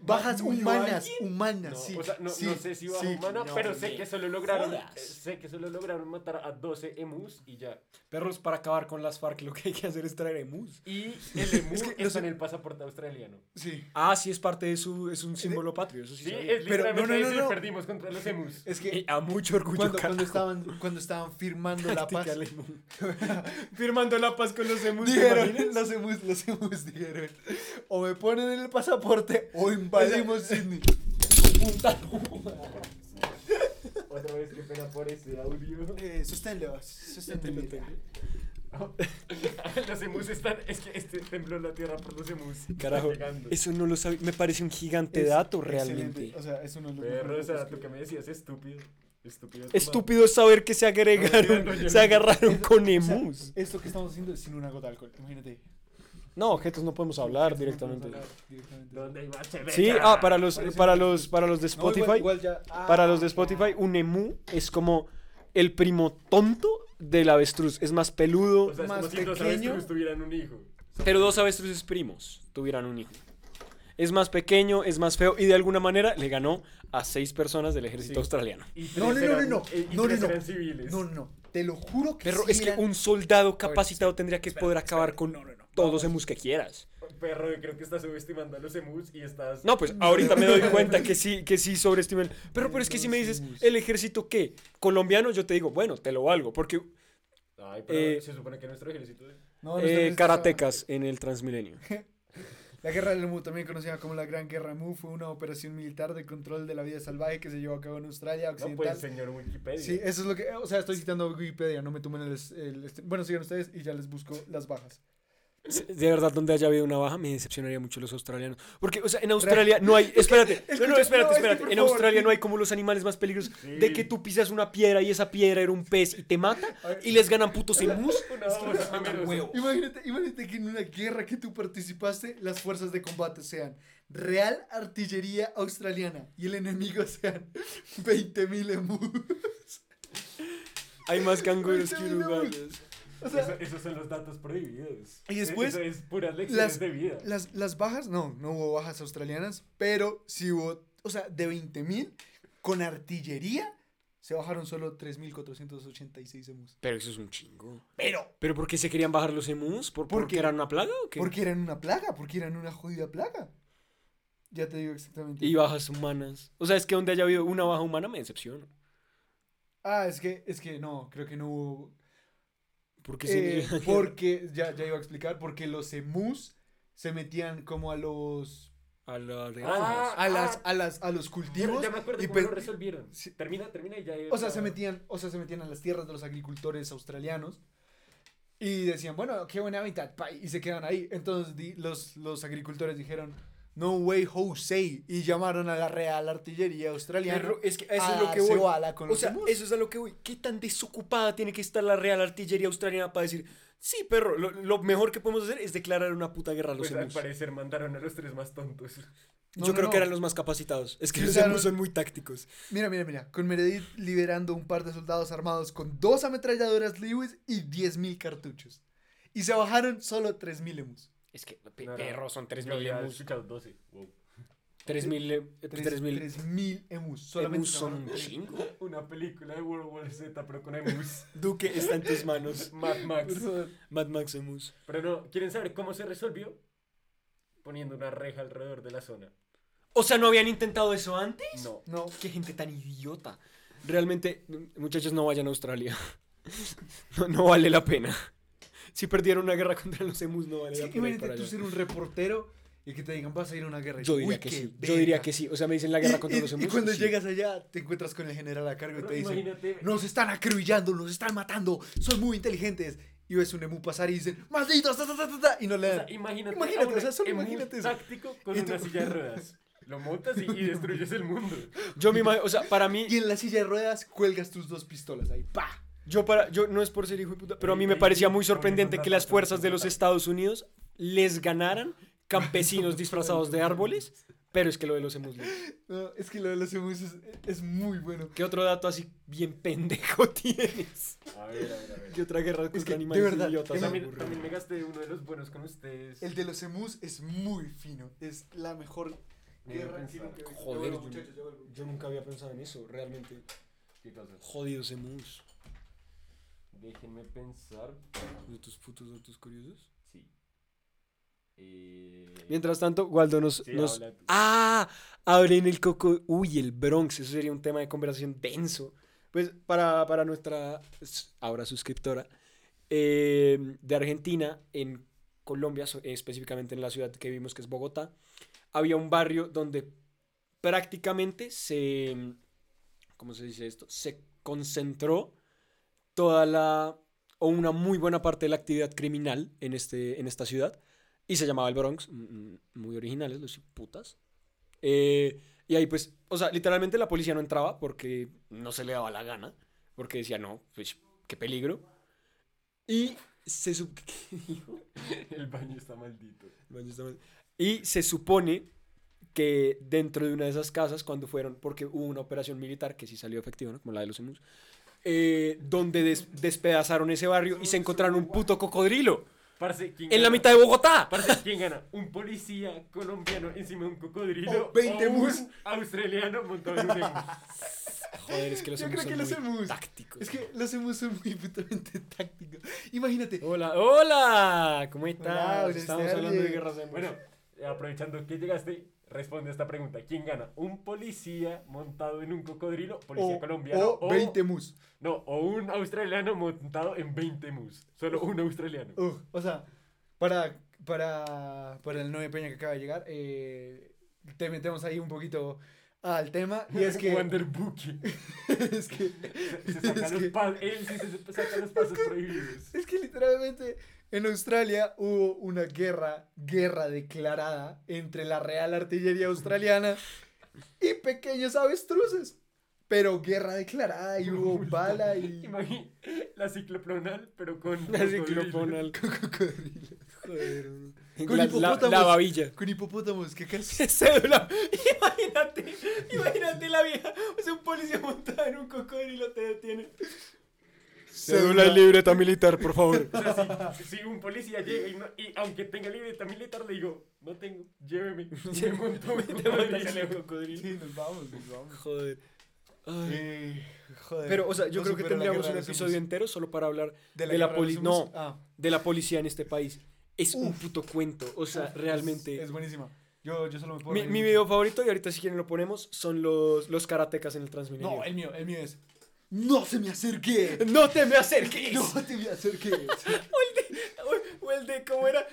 S1: Bajas
S3: ¿Murió
S1: humanas,
S3: alguien?
S1: humanas,
S3: No,
S1: sí.
S3: o sea, no,
S1: sí,
S3: no sé si baja
S1: sí.
S3: humana,
S2: no,
S3: pero
S2: me
S3: sé que solo lograron
S2: jodas.
S3: eh, sé que solo lograron matar a 12 emus y ya.
S2: Perros, para acabar con las FARC, lo que hay que hacer es traer emus.
S3: Y
S2: [laughs]
S3: el emu
S1: Es que
S3: está
S1: los-
S3: en el pasaporte australiano.
S1: Sí.
S2: Ah, sí, es parte de su. Es un símbolo patrio, eso Eh, sí.
S3: Sí,
S2: sabía.
S3: es
S1: Pero, no,
S3: literalmente
S1: no, no,
S3: decir,
S1: no.
S3: perdimos contra los emus.
S1: Es que
S2: Y ah, a mucho orgullo,
S1: cuando, cuando
S2: carajo.
S1: estaban, cuando estaban firmando la paz,
S2: Practicarle. [laughs] Firmando la paz con los emus. ¿te
S1: [laughs] dijeron,
S2: imaginas?
S1: los emus, los emus dijeron, o me ponen en el pasaporte o invadimos Sydney.
S3: Otra vez que pena por ese
S2: [laughs]
S3: audio.
S1: [laughs] Eh, sosténlo, sosténlo.
S3: los emus están es que este tembló la tierra por los emus.
S2: Carajo,
S3: Llegando.
S2: eso no lo sabía. Me parece un gigante
S1: Es
S2: dato
S1: excelente,
S2: realmente.
S1: O sea, es uno de los
S3: Perro, o
S1: mejores
S3: sea,
S1: datos
S3: tú
S1: que-
S3: que me decías estúpido. Estúpido. es tu
S2: Estúpido es saber que se agregaron,
S3: No, no, no,
S2: [laughs] se
S3: no.
S2: agarraron con
S1: O sea,
S2: emus.
S1: esto que estamos haciendo es sin una gota de alcohol, imagínate.
S2: No, objetos no podemos hablar directamente.
S1: Hablar directamente.
S3: madre. ¿Dónde iba Cheveca?
S2: Sí, ah, para los,
S1: Parece
S2: para
S1: un-
S2: los, para los de
S1: No, igual-
S2: Spotify,
S1: igual ya- ah,
S2: para los de Spotify, un emu es como el primo tonto del avestruz. Es más peludo,
S3: O sea, es
S1: más
S3: como si dos
S1: pequeño.
S3: avestruces tuvieran un hijo.
S2: pero dos avestruces primos tuvieran un hijo. Es más pequeño, es más feo y de alguna manera le ganó a seis personas del ejército
S3: Sí.
S2: australiano.
S3: Y tres
S1: No, no, no, no,
S3: eran-
S1: no,
S3: eh, y
S1: no,
S3: tres
S1: no, no.
S3: eran civiles.
S1: No, no, no, te lo juro que
S2: Pero
S1: sí
S2: es que
S1: eran-
S2: un soldado
S1: A ver,
S2: capacitado tendría que
S1: espérate,
S2: poder acabar
S1: espérate.
S2: con
S1: No, no, no.
S2: todos los emus que quieras.
S3: Perro, creo que estás subestimando a los emus y estás.
S2: No, pues ahorita me doy cuenta que sí, que sí sobreestimen. Pero, pero es que si me dices,
S1: Entonces,
S2: ¿el ejército qué? Colombiano, yo te digo, bueno, te lo valgo, porque
S3: Ay, pero
S2: Eh,
S3: se supone que nuestro ejército.
S1: No, no,
S2: eh,
S1: esto- esto-
S2: karatecas en el Transmilenio. [laughs]
S1: La Guerra del Mu, también conocida como la Gran Guerra Mu, fue una operación militar de control de la vida salvaje que se llevó a cabo en Australia
S3: No,
S1: Occidental.
S3: pues, señor Wikipedia.
S1: sí, eso es lo que, o sea, estoy citando Wikipedia, no me tomen el, el- este- bueno, sigan ustedes y ya les busco las bajas.
S2: De verdad, donde haya habido una baja, me decepcionaría mucho los australianos. Porque, o sea, en Australia
S1: [laughs]
S2: no hay. Espérate, no, no,
S1: escucha, no,
S2: espérate,
S1: es que,
S2: espérate.
S1: por
S2: En
S1: favor,
S2: Australia
S1: sí.
S2: no hay como los animales más peligrosos
S3: Sí.
S2: de que tú pisas una piedra y esa piedra era un pez y te mata y les
S1: [laughs]
S2: ganan putos emus.
S3: [laughs] Una babosa mamerosa.
S1: Imagínate, imagínate que en una guerra que tú participaste, las fuerzas de combate sean Real Artillería Australiana y el enemigo sean [laughs] 20.000 Emu.
S2: Hay
S1: [laughs]
S2: más canguros que
S1: Ay, no, no.
S2: uruguayos.
S1: O
S3: Eso-
S1: sea,
S3: esos son los datos prohibidos.
S1: Y
S3: Eh,
S1: después,
S3: Eso es puras lecciones
S1: las-
S3: de vida.
S1: las, las bajas, no, no hubo bajas australianas, pero sí hubo, o sea, de 20.000 con artillería se bajaron solo 3.486 Emus.
S2: Pero eso es un chingo. Pero. ¿Pero por qué se querían bajar los emus? ¿Por,
S1: ¿Por
S2: ¿Porque
S1: qué?
S2: eran una plaga o qué?
S1: Porque eran una plaga, porque eran una jodida plaga. Ya te digo exactamente.
S2: Y bajas humanas. O sea, es que donde haya habido una baja humana me decepciona.
S1: Ah, es que, es que no, creo que no hubo.
S2: Porque se-
S1: Eh,
S2: [laughs]
S1: porque, ya, ya iba a explicar, porque los emus se metían como a los.
S2: a la de
S3: Ah,
S1: a las, a las, a los cultivos.
S3: Ya me acuerdo
S1: y
S3: cómo
S1: pe-
S3: lo resolvieron.
S1: Sí.
S3: Termina, termina y ya.
S1: o sea, se metían, o sea, se metían a las tierras de los agricultores australianos. Y decían, bueno, qué buen hábitat, pa, y se quedan ahí. Entonces di- los, los agricultores dijeron, no way, Jose. Y llamaron a la Real Artillería Australiana.
S2: Perro, es que a
S1: a
S2: eso es lo que
S1: darse
S2: voy.
S1: bala Ah, con
S2: O
S1: los
S2: sea, eh,
S1: emus.
S2: eso es a lo que voy. ¿Qué tan desocupada tiene que estar la Real Artillería Australiana para decir, sí, perro, lo, lo mejor que podemos hacer es declarar una puta guerra a los
S3: Pues al
S2: emus?
S3: parecer mandaron a los tres más tontos.
S1: No,
S2: Yo
S1: no,
S2: creo
S1: no.
S2: que eran los más capacitados. Es que
S1: Sí,
S2: los
S1: claro.
S2: emus son muy tácticos.
S1: Mira, mira, mira. Con Meredith liberando un par de soldados armados con dos ametralladoras Lewis y 10.000 cartuchos. Y se bajaron solo 3.000 emus.
S2: Es que,
S3: perro,
S2: son
S3: Yo había escuchado 12. Wow.
S2: 3000 eh,
S1: Tres-
S2: 3000
S1: tres mil emus. Solamente
S2: emus son
S1: una-
S2: un chingo.
S3: Una película de World War Z, pero con emus. [laughs]
S2: Duque está en tus manos.
S3: Mad Max.
S2: Mad Max emus.
S3: Pero no, ¿quieren saber cómo se resolvió? Poniendo una reja alrededor de la zona.
S2: O sea, ¿no habían intentado eso antes?
S3: No.
S1: No,
S2: Qué gente tan idiota. Realmente, m- muchachos, no vayan a Australia. No, no vale la pena. Si perdieron una guerra contra los emus, no vale
S1: es
S2: la
S1: que
S2: pena. ir
S1: imagínate
S2: para
S1: tú
S2: allá.
S1: ser un reportero y que te digan vas a ir a una guerra.
S2: Yo diría que sí. Yo diría que sí. O sea, me dicen la guerra contra los
S1: Y,
S2: emus.
S1: cuando
S2: sí.
S1: llegas allá te encuentras con el general a cargo y
S3: Pero
S1: te dicen
S3: imagínate.
S1: nos están acribillando, nos están matando, son muy inteligentes. Y ves un emu pasar y dicen malditos ta, ta, ta, ta, ta", y no le
S3: o
S1: dan.
S3: sea, imagínate.
S1: Imagínate,
S3: a un
S1: o sea, solo
S3: emu
S1: imagínate eso.
S3: táctico con
S1: Y tú-
S3: una silla de ruedas. Lo montas y, y destruyes el mundo.
S2: Yo me imagino, o sea, para mí,
S1: y en la silla de ruedas cuelgas tus dos pistolas ahí. ¡Pa!
S2: yo para, yo no es por ser hijo de puta, pero a mí me
S3: Ahí-
S2: parecía
S3: ahí
S2: muy
S3: ponen
S2: sorprendente
S3: una
S2: que las
S3: foto de
S2: fuerzas de los
S3: Bogotá.
S2: Estados Unidos les ganaran campesinos disfrazados de árboles, pero es que lo de los emus. no.
S1: No, es que lo de los emus es, es muy bueno.
S2: ¿Qué otro dato así bien pendejo [laughs] tienes?
S3: A ver, a ver, a ver.
S2: ¿Qué otra guerra contra
S1: que, de
S2: animales
S1: verdad,
S2: idiotas?
S1: el-
S2: aburridos?
S3: También, también me gasté uno de los buenos con ustedes.
S1: El de los emus es muy fino. Es la mejor
S3: Me iba a
S1: guerra que
S3: pensar.
S1: nunca he visto.
S2: Joder,
S4: Yo vuelvo,
S2: yo-
S4: muchachos, yo vuelvo.
S2: yo nunca había pensado en eso, realmente.
S3: ¿Qué cosas?
S2: Jodidos emus.
S3: Déjenme pensar.
S2: ¿Y otros putos datos curiosos?
S3: Sí. Eh,
S2: Mientras tanto, Waldo nos...
S3: sí,
S2: nos...
S3: habla tú.
S2: Ah, abren el coco. Uy, el Bronx. Eso sería un tema de conversación denso. Pues para, para nuestra s- ahora suscriptora eh, de Argentina, en Colombia, so- eh, específicamente en la ciudad que vimos que es Bogotá, había un barrio donde prácticamente se, em, ¿cómo se dice esto? Se concentró toda la, o una muy buena parte de la actividad criminal en, este, en esta ciudad. Y se llamaba el Bronx. mm, mm, Muy originales los putas. Eh, y ahí pues, o sea, literalmente la policía no entraba porque no se le daba la gana. Porque decía, no, pues, qué peligro. Y se, sup- [laughs] ¿qué dijo?
S3: [laughs] El baño está maldito.
S2: Bueno, está mal. y se supone que dentro de una de esas casas, cuando fueron, porque hubo una operación militar que sí salió efectiva, ¿no? Como la de los emus, eh, donde des- despedazaron ese barrio y se encontraron un puto cocodrilo
S3: Parce, ¿quién
S2: en la
S3: gana?
S2: mitad de Bogotá.
S3: Parce, ¿quién gana? ¿Un policía colombiano encima de un cocodrilo?
S1: O 20
S3: o un
S1: mus.
S3: australiano
S1: [laughs]
S3: montado en un emus?
S2: Joder, es que los
S1: Yo
S2: emus
S1: creo que
S2: son
S1: los
S2: muy
S1: emus.
S2: tácticos.
S1: Es que los emus son muy [laughs] putamente tácticos. Imagínate.
S2: Hola, hola, ¿cómo
S1: Hola,
S2: estás?
S1: buenas
S2: Estamos hablando de
S1: tardes.
S2: guerras de emus.
S3: Bueno, aprovechando que llegaste, responde esta pregunta. ¿Quién gana? ¿Un policía montado en un cocodrilo? Policía
S1: o,
S3: colombiano.
S1: o 20 mus.
S3: No, o un australiano montado en 20 mus. Solo un australiano.
S1: Uf, o sea, para, para, para el 9 Peña que acaba de llegar, eh, te metemos ahí un poquito al tema. Y es que.
S3: Wander Buki.
S1: [laughs] es que.
S3: Se
S1: [laughs]
S3: saca
S1: es
S3: los
S1: que-
S3: pa- Él sí se saca los
S1: [laughs]
S3: pasos prohibidos.
S1: Es que literalmente en Australia hubo una guerra, guerra declarada entre la Real Artillería Australiana y pequeños avestruces. Pero guerra declarada y hubo bala y [laughs]
S3: Imagínate, la ciclopronal, pero con.
S2: La
S3: cocodrilo.
S1: [laughs]
S2: cicloponal.
S1: con cocodrilos,
S2: Joder, no.
S1: Con
S2: la, la,
S1: hipopótamos.
S2: la babilla.
S1: con hipopótamos que casi...
S2: [laughs] Cédula. Imagínate, imagínate la vieja. O sea, un policía montado en un cocodrilo te detiene. Cédula y libreta militar, por favor.
S3: O sea, si, si un policía llega y, no- y aunque tenga libreta militar, le digo, no tengo, lléveme. Y me monto un cocodrilo.
S1: Sí, nos vamos, nos vamos.
S2: [laughs] Joder. Ay.
S1: Eh, joder.
S2: Pero, o sea, yo
S1: No
S2: creo
S1: supero
S2: que
S1: la
S2: tendríamos
S1: guerra
S2: un
S1: de los
S2: episodio
S1: emus.
S2: entero solo para hablar de la
S1: guerra de los
S2: poli-
S1: emus.
S2: no.
S1: Ah,
S2: de la policía en este país. Es un puto cuento. O sea, realmente.
S1: Es, es buenísima. Yo, yo solo me puedo...
S2: Mi,
S1: reír
S2: mi
S1: mucho.
S2: video favorito, y ahorita si quieren lo ponemos, son los, los karatecas en el Transmilenio.
S1: No, el mío, el mío es... ¡No se me acerque!
S2: [laughs] ¡No te me acerques!
S1: ¡No te me acerques!
S2: [laughs] O- O el de cómo era.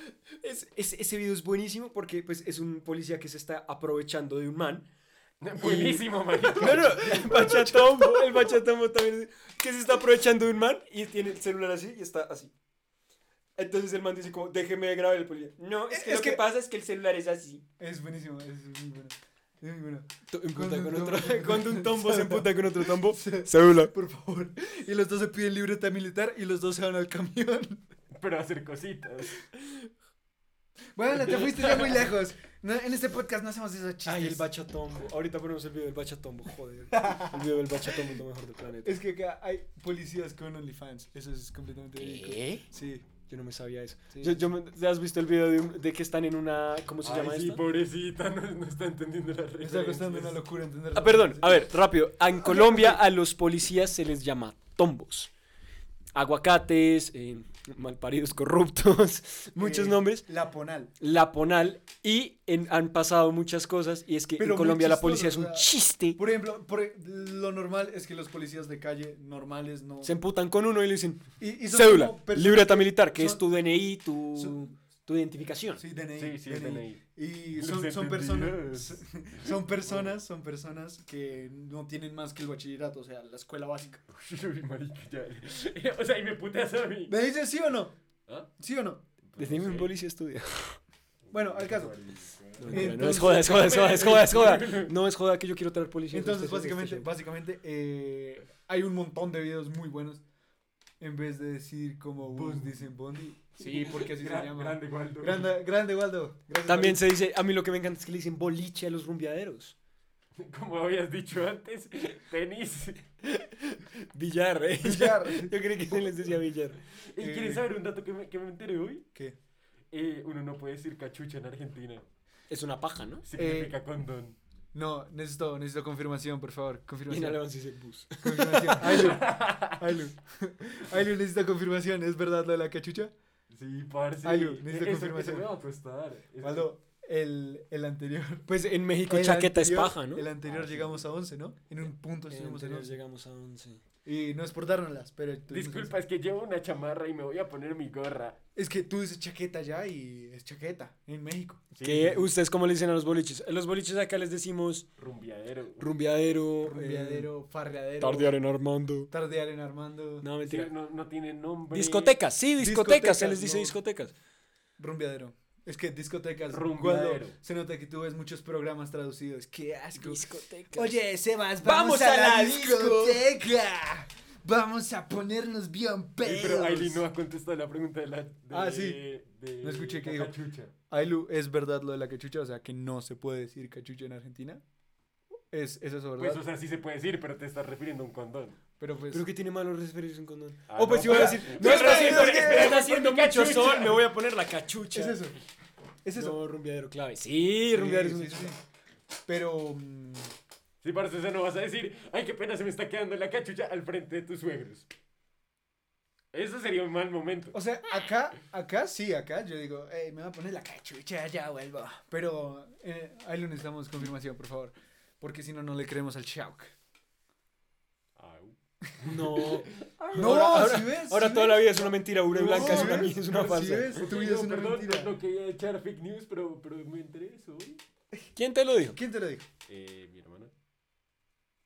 S2: Es- es- ese video es buenísimo porque pues, es un policía que se está aprovechando de un man.
S3: [laughs] Buenísimo, marica.
S2: [laughs] No, no, el bachatombo, el bachatombo también. es- Que se está aprovechando de un man y tiene el celular así y está así. Entonces el man dice como, déjeme de grabar el policía. No, es que
S1: Es
S2: lo
S1: que-
S2: que pasa es que el celular es así.
S1: Es buenísimo, es muy bueno. Es muy bueno.
S2: Emputa
S1: Cuando
S2: con
S1: un
S2: otro,
S1: tombo-
S2: cuando un tombo [laughs] se emputa con otro tombo, cédula.
S1: Por favor. Y los dos se piden libreta militar y los dos se van al camión.
S3: Pero hacer cositas.
S1: Bueno, te fuiste
S2: [laughs]
S1: ya muy lejos. No, en este podcast no hacemos esos chistes.
S2: Ay, el bachatombo. Ahorita ponemos el video del bachatombo, joder. El video del bachatombo es lo mejor del planeta.
S1: Es que acá hay policías con OnlyFans. Eso es completamente ridículo. Sí.
S2: Yo no me sabía eso.
S1: Sí,
S2: Yo-
S1: sí,
S2: yo me- ¿Has visto el video de, un- de que están en una. ¿Cómo se llama
S3: Ay, sí,
S2: esto?
S3: pobrecita, no, no está entendiendo la
S1: Me
S3: regla.
S1: está costando una locura entender.
S2: Ah, perdón, a ver, rápido. En Colombia a los policías se les llama tombos. Aguacates, eh, malparidos corruptos, [laughs] muchos
S1: Eh,
S2: nombres.
S1: La Ponal.
S2: La Ponal, y en- han pasado muchas cosas. Y es que
S1: Pero
S2: en
S1: muy
S2: Colombia la
S1: chistoso,
S2: policía es
S1: o
S2: un
S1: sea,
S2: chiste.
S1: Por ejemplo, por e- lo normal es que los policías de calle normales no.
S2: Se emputan con uno y le dicen:
S1: y, y son
S2: cédula,
S1: como personas
S2: libreta militar, que es
S1: son-
S2: tu DNI, tu,
S1: son-
S2: tu identificación.
S1: Sí, DNI.
S3: Sí, sí, es DNI. [laughs]
S1: Y
S3: Los
S1: son, son
S3: entendidos.
S1: personas. [laughs] son- Son personas, son personas que no tienen más que el bachillerato, o sea, la escuela básica.
S3: Uy, marica, ya. [laughs] O sea, y me puteas a mí.
S1: ¿Me dices sí o no?
S3: ¿Ah?
S1: ¿Sí o no?
S3: Pues
S2: Desde
S3: no
S2: mi
S3: sé.
S2: policía estudia.
S1: Bueno, al caso.
S2: No,
S1: Entonces-
S2: no, es joda, es joda, es joda, es joda,
S1: [laughs]
S2: es joda. No es joda que yo quiero traer policías.
S1: Entonces,
S2: Ustedes son
S1: básicamente, básicamente eh, hay un montón de videos muy bunos. En vez de decir como bus dicen Bondi. Sí, porque así
S3: Gran-
S1: se llama.
S3: Grande, Waldo.
S1: Grande, grande Waldo. Gracias,
S2: También
S1: Waldo.
S2: se dice, a mí lo que me encanta es que le dicen boliche a los rumbeaderos.
S3: [laughs]
S2: [laughs]
S3: Como habías dicho antes, [laughs] tenis.
S2: Villar, ¿eh?
S1: Villar.
S2: [laughs] Yo creí que se les decía Villar.
S3: ¿Y
S1: Eh.
S3: quieres saber un dato que me, que me enteré hoy?
S1: ¿Qué?
S3: Eh, uno no puede decir cachucha en Argentina.
S2: Es una paja, ¿no?
S1: Eh,
S3: Significa condón.
S1: No, necesito, necesito confirmación, por favor.
S2: Y en
S1: Confirmación.
S2: alemán se dice bus. [laughs]
S1: confirmación. Ailu. Ailu. Ailu necesita confirmación. ¿Es verdad lo de la cachucha?
S3: [laughs] Sí, parce.
S1: Ay, yo,
S3: Eh,
S1: necesito
S3: eso-
S1: confirmación.
S3: Eso me va a costar. Eso-
S1: Waldo, el, el anterior.
S2: Pues en México
S1: el
S2: chaqueta
S1: anterior-
S2: es paja, ¿no?
S1: El anterior
S3: Ah, sí.
S1: llegamos a 11, ¿no? En un punto
S2: En
S1: estuvimos en
S2: anterior
S1: 11.
S2: llegamos a 11.
S1: Y no exportárnoslas, pero. tuvimos
S3: Disculpa, es que llevo una chamarra y me voy a poner mi gorra.
S1: Es que tú dices chaqueta ya y es chaqueta en México.
S2: ¿Qué? ¿Ustedes cómo le dicen a los boliches? A los boliches acá les decimos
S3: Rumbiadero.
S2: rumbeadero, eh,
S1: Rumbiadero, farreadero.
S2: tardear en Armando.
S1: Tardear en Armando.
S2: No,
S3: Sí,
S2: mentira.
S3: no, no tiene nombre.
S2: Discotecas, sí, discotecas, se
S1: Discotecas,
S2: les dice
S1: no.
S2: discotecas.
S1: Rumbiadero. Es que discotecas.
S3: Rumbiadero.
S1: Waldo, se nota que tú ves muchos programas traducidos. ¡Qué asco!
S2: Discotecas.
S1: Oye, Sebas,
S2: ¡Vamos a la disco!
S1: discoteca. Vamos a ponernos bien
S3: Ey,
S1: pedos.
S3: pero Aileen no ha contestado la pregunta de la. de-
S1: Ah, sí.
S3: de
S1: No escuché qué dijo.
S3: la Cachucha.
S1: Ailu, ¿es verdad lo de la cachucha? O sea, que no se puede decir cachucha en Argentina. ¿Es, es eso verdad?
S3: Pues, o sea, sí se puede decir, pero te estás refiriendo a un condón.
S1: pero pues...
S2: Creo que tiene malo referirse a un condón.
S3: Ah,
S2: oh, pues
S3: no,
S2: iba a
S3: para.
S2: decir, no
S3: Pero
S2: está
S3: sí,
S2: haciendo,
S3: pero
S2: está
S3: espera,
S2: haciendo
S3: porque
S2: mucho
S3: cachucha.
S2: sol, me voy a poner la cachucha.
S1: Es eso. Es eso.
S2: No, rumbeadero clave. Sí, rumbeadero
S1: Sí,
S2: es un
S1: sí, sí. Pero... mm,
S3: Sí, parce, eso no vas a decir, ay, qué pena, se me está quedando la cachucha al frente de tus suegros. Eso sería un mal momento.
S1: O sea, acá, acá sí, acá yo digo, "Ey, me va a poner la cachucha, ya vuelvo. Pero eh, ahí lo necesitamos confirmación, por favor. Porque si no, no le creemos al Shauk.
S3: Au. [laughs]
S2: No.
S1: No,
S2: Ah, ahora, ahora-
S1: ¿sí ves?
S2: ahora
S1: ¿Sí
S2: toda
S1: ves?
S2: la vida es una mentira, una
S1: No,
S2: blanca es
S1: ¿sí
S2: una,
S1: ves?
S2: es una
S1: ¿Sí
S2: falsa.
S1: [laughs] ves?
S3: Ok,
S1: Tu vida es
S3: no,
S1: una
S3: perdón,
S1: mentira.
S3: no, no quería echar fake news, pero, pero me enteré eso hoy.
S2: ¿Quién te lo dijo?
S1: ¿Quién te lo dijo?
S3: Eh, mi hermana.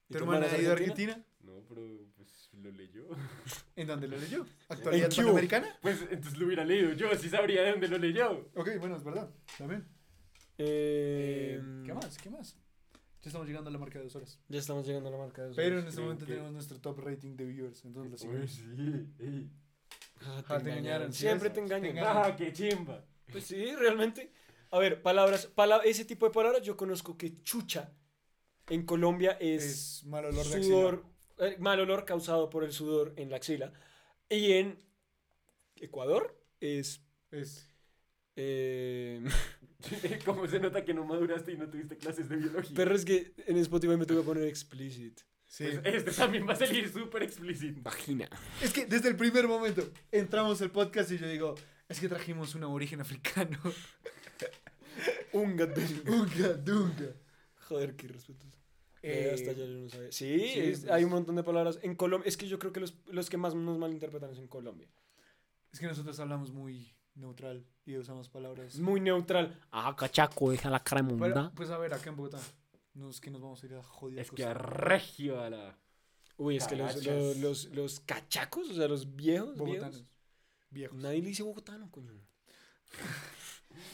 S2: ¿Y
S1: ¿Tu hermana
S2: es
S1: ha ido a Argentina?
S3: No, pero pues lo leyó. [laughs]
S1: ¿En dónde lo leyó? ¿Actualidad
S2: Q.
S1: Panamericana?
S3: Pues entonces lo hubiera leído yo, sí sabría de dónde lo leyó.
S1: Ok, bueno, es verdad. También. Em,
S2: Eh,
S1: ¿Qué más? ¿Qué más? Ya estamos llegando a la marca de dos horas.
S2: Ya estamos llegando a la marca de dos
S1: Pero en
S2: horas.
S1: este
S3: creo
S1: momento
S3: que-
S1: tenemos nuestro top rating de viewers. Entonces lo
S3: Uy,
S1: siguiente.
S3: Pues sí. ey.
S2: Ah,
S1: Ah, te engañaron, ¿sí
S2: Siempre
S1: ves?
S2: te engañan.
S1: Te engañaron.
S3: Ah, qué chimba. [laughs]
S2: Pues sí, realmente. A ver, palabras, pala- ese tipo de palabras yo conozco que chucha en Colombia es,
S1: Es mal olor de axila.
S2: sudor, eh, mal olor causado por el sudor en la axila. Y en Ecuador es...
S1: Es...
S2: eh, [laughs]
S3: ¿Cómo se nota que no maduraste y no tuviste clases de biología?
S2: pero es que en Spotify me tuve que poner explicit.
S1: Sí.
S3: Pues,
S2: eh.
S3: este también va a salir súper explícito.
S2: Vagina.
S1: Es que desde el primer momento entramos al podcast y yo digo, es que trajimos un aborigen africano.
S2: [laughs] Un
S1: Unga, dunga.
S2: Joder, qué irrespetuoso.
S1: Eh,
S2: Eh, hasta ya yo no sabía. Sí,
S1: sí,
S2: es-
S1: pues.
S2: hay un montón de palabras. En Colombia, es que yo creo que los, los que más nos malinterpretan es en Colombia.
S1: Es que nosotros hablamos muy neutral y usamos palabras.
S2: Es muy neutral. Ah, cachaco, deja la cara
S1: Bueno, pues a ver, acá en Bogotá. No es que nos vamos a ir a joder.
S3: Es que a regio a la.
S2: Uy, es que los, los,
S3: Carachas.
S2: los, los cachacos, o sea, los viejos,
S1: bogotanos.
S2: viejos.
S1: Viejos.
S2: Nadie le dice bogotano, coño.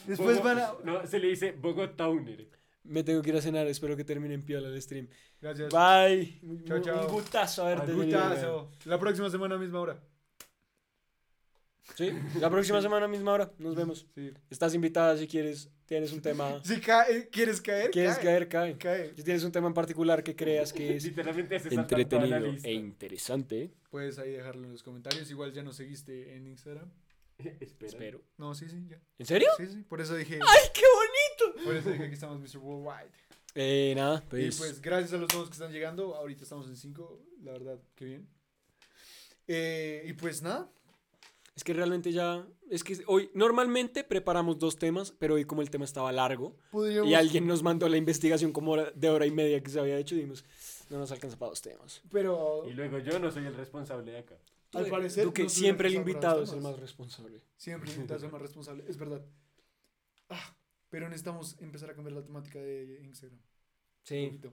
S1: Después
S3: Bogo-
S1: van a.
S3: No, se le dice Bogotauner.
S2: Me tengo que ir a cenar, espero que termine en piola el stream.
S1: Gracias.
S2: Bye.
S1: Chao,
S2: Un-
S1: chao.
S2: Un gustazo haberte
S1: Al
S2: tenido.
S1: gustazo. La próxima semana, misma hora.
S2: Sí, la próxima semana misma hora, nos vemos.
S1: Sí.
S2: Estás invitada si quieres, tienes un tema.
S1: Si cae, quieres caer,
S2: ¿Quieres
S1: cae.
S2: caer? Cae.
S1: Cae.
S2: Si tienes un tema en particular que creas que es
S3: Literalmente se saltan toda la
S5: Entretenido
S3: lista.
S5: e interesante.
S1: Puedes ahí dejarlo en los comentarios. Igual ya nos seguiste en Instagram.
S3: [laughs] Espera.
S2: Espero.
S1: No, sí, sí, ya.
S2: ¿En serio?
S1: Sí, sí, por eso dije,
S2: ¡Ay, qué bonito!
S1: por eso dije que estamos Mr. Worldwide.
S2: Eh, nada,
S1: Y
S2: pues.
S1: pues gracias a los nuevos que están llegando, ahorita estamos en 5, la verdad, qué bien. Eh, y pues nada,
S2: Es que realmente ya. Es que hoy. Normalmente preparamos dos temas, pero hoy, como el tema estaba largo
S1: podríamos...
S2: y alguien nos mandó la investigación como hora- de hora y media que se había hecho, dijimos, no nos alcanza para dos temas.
S1: Pero
S3: Y luego yo no soy el responsable de acá.
S2: Tú,
S1: Al
S2: eh,
S1: parecer,
S2: tú que
S1: no soy
S2: siempre el
S1: responsable para
S2: invitado
S1: los
S2: es el
S1: temas.
S2: más responsable.
S1: siempre [laughs] intentas ser más responsable, es verdad. Ah, pero necesitamos empezar a cambiar la temática de Instagram. Un
S2: Sí.
S1: poquito.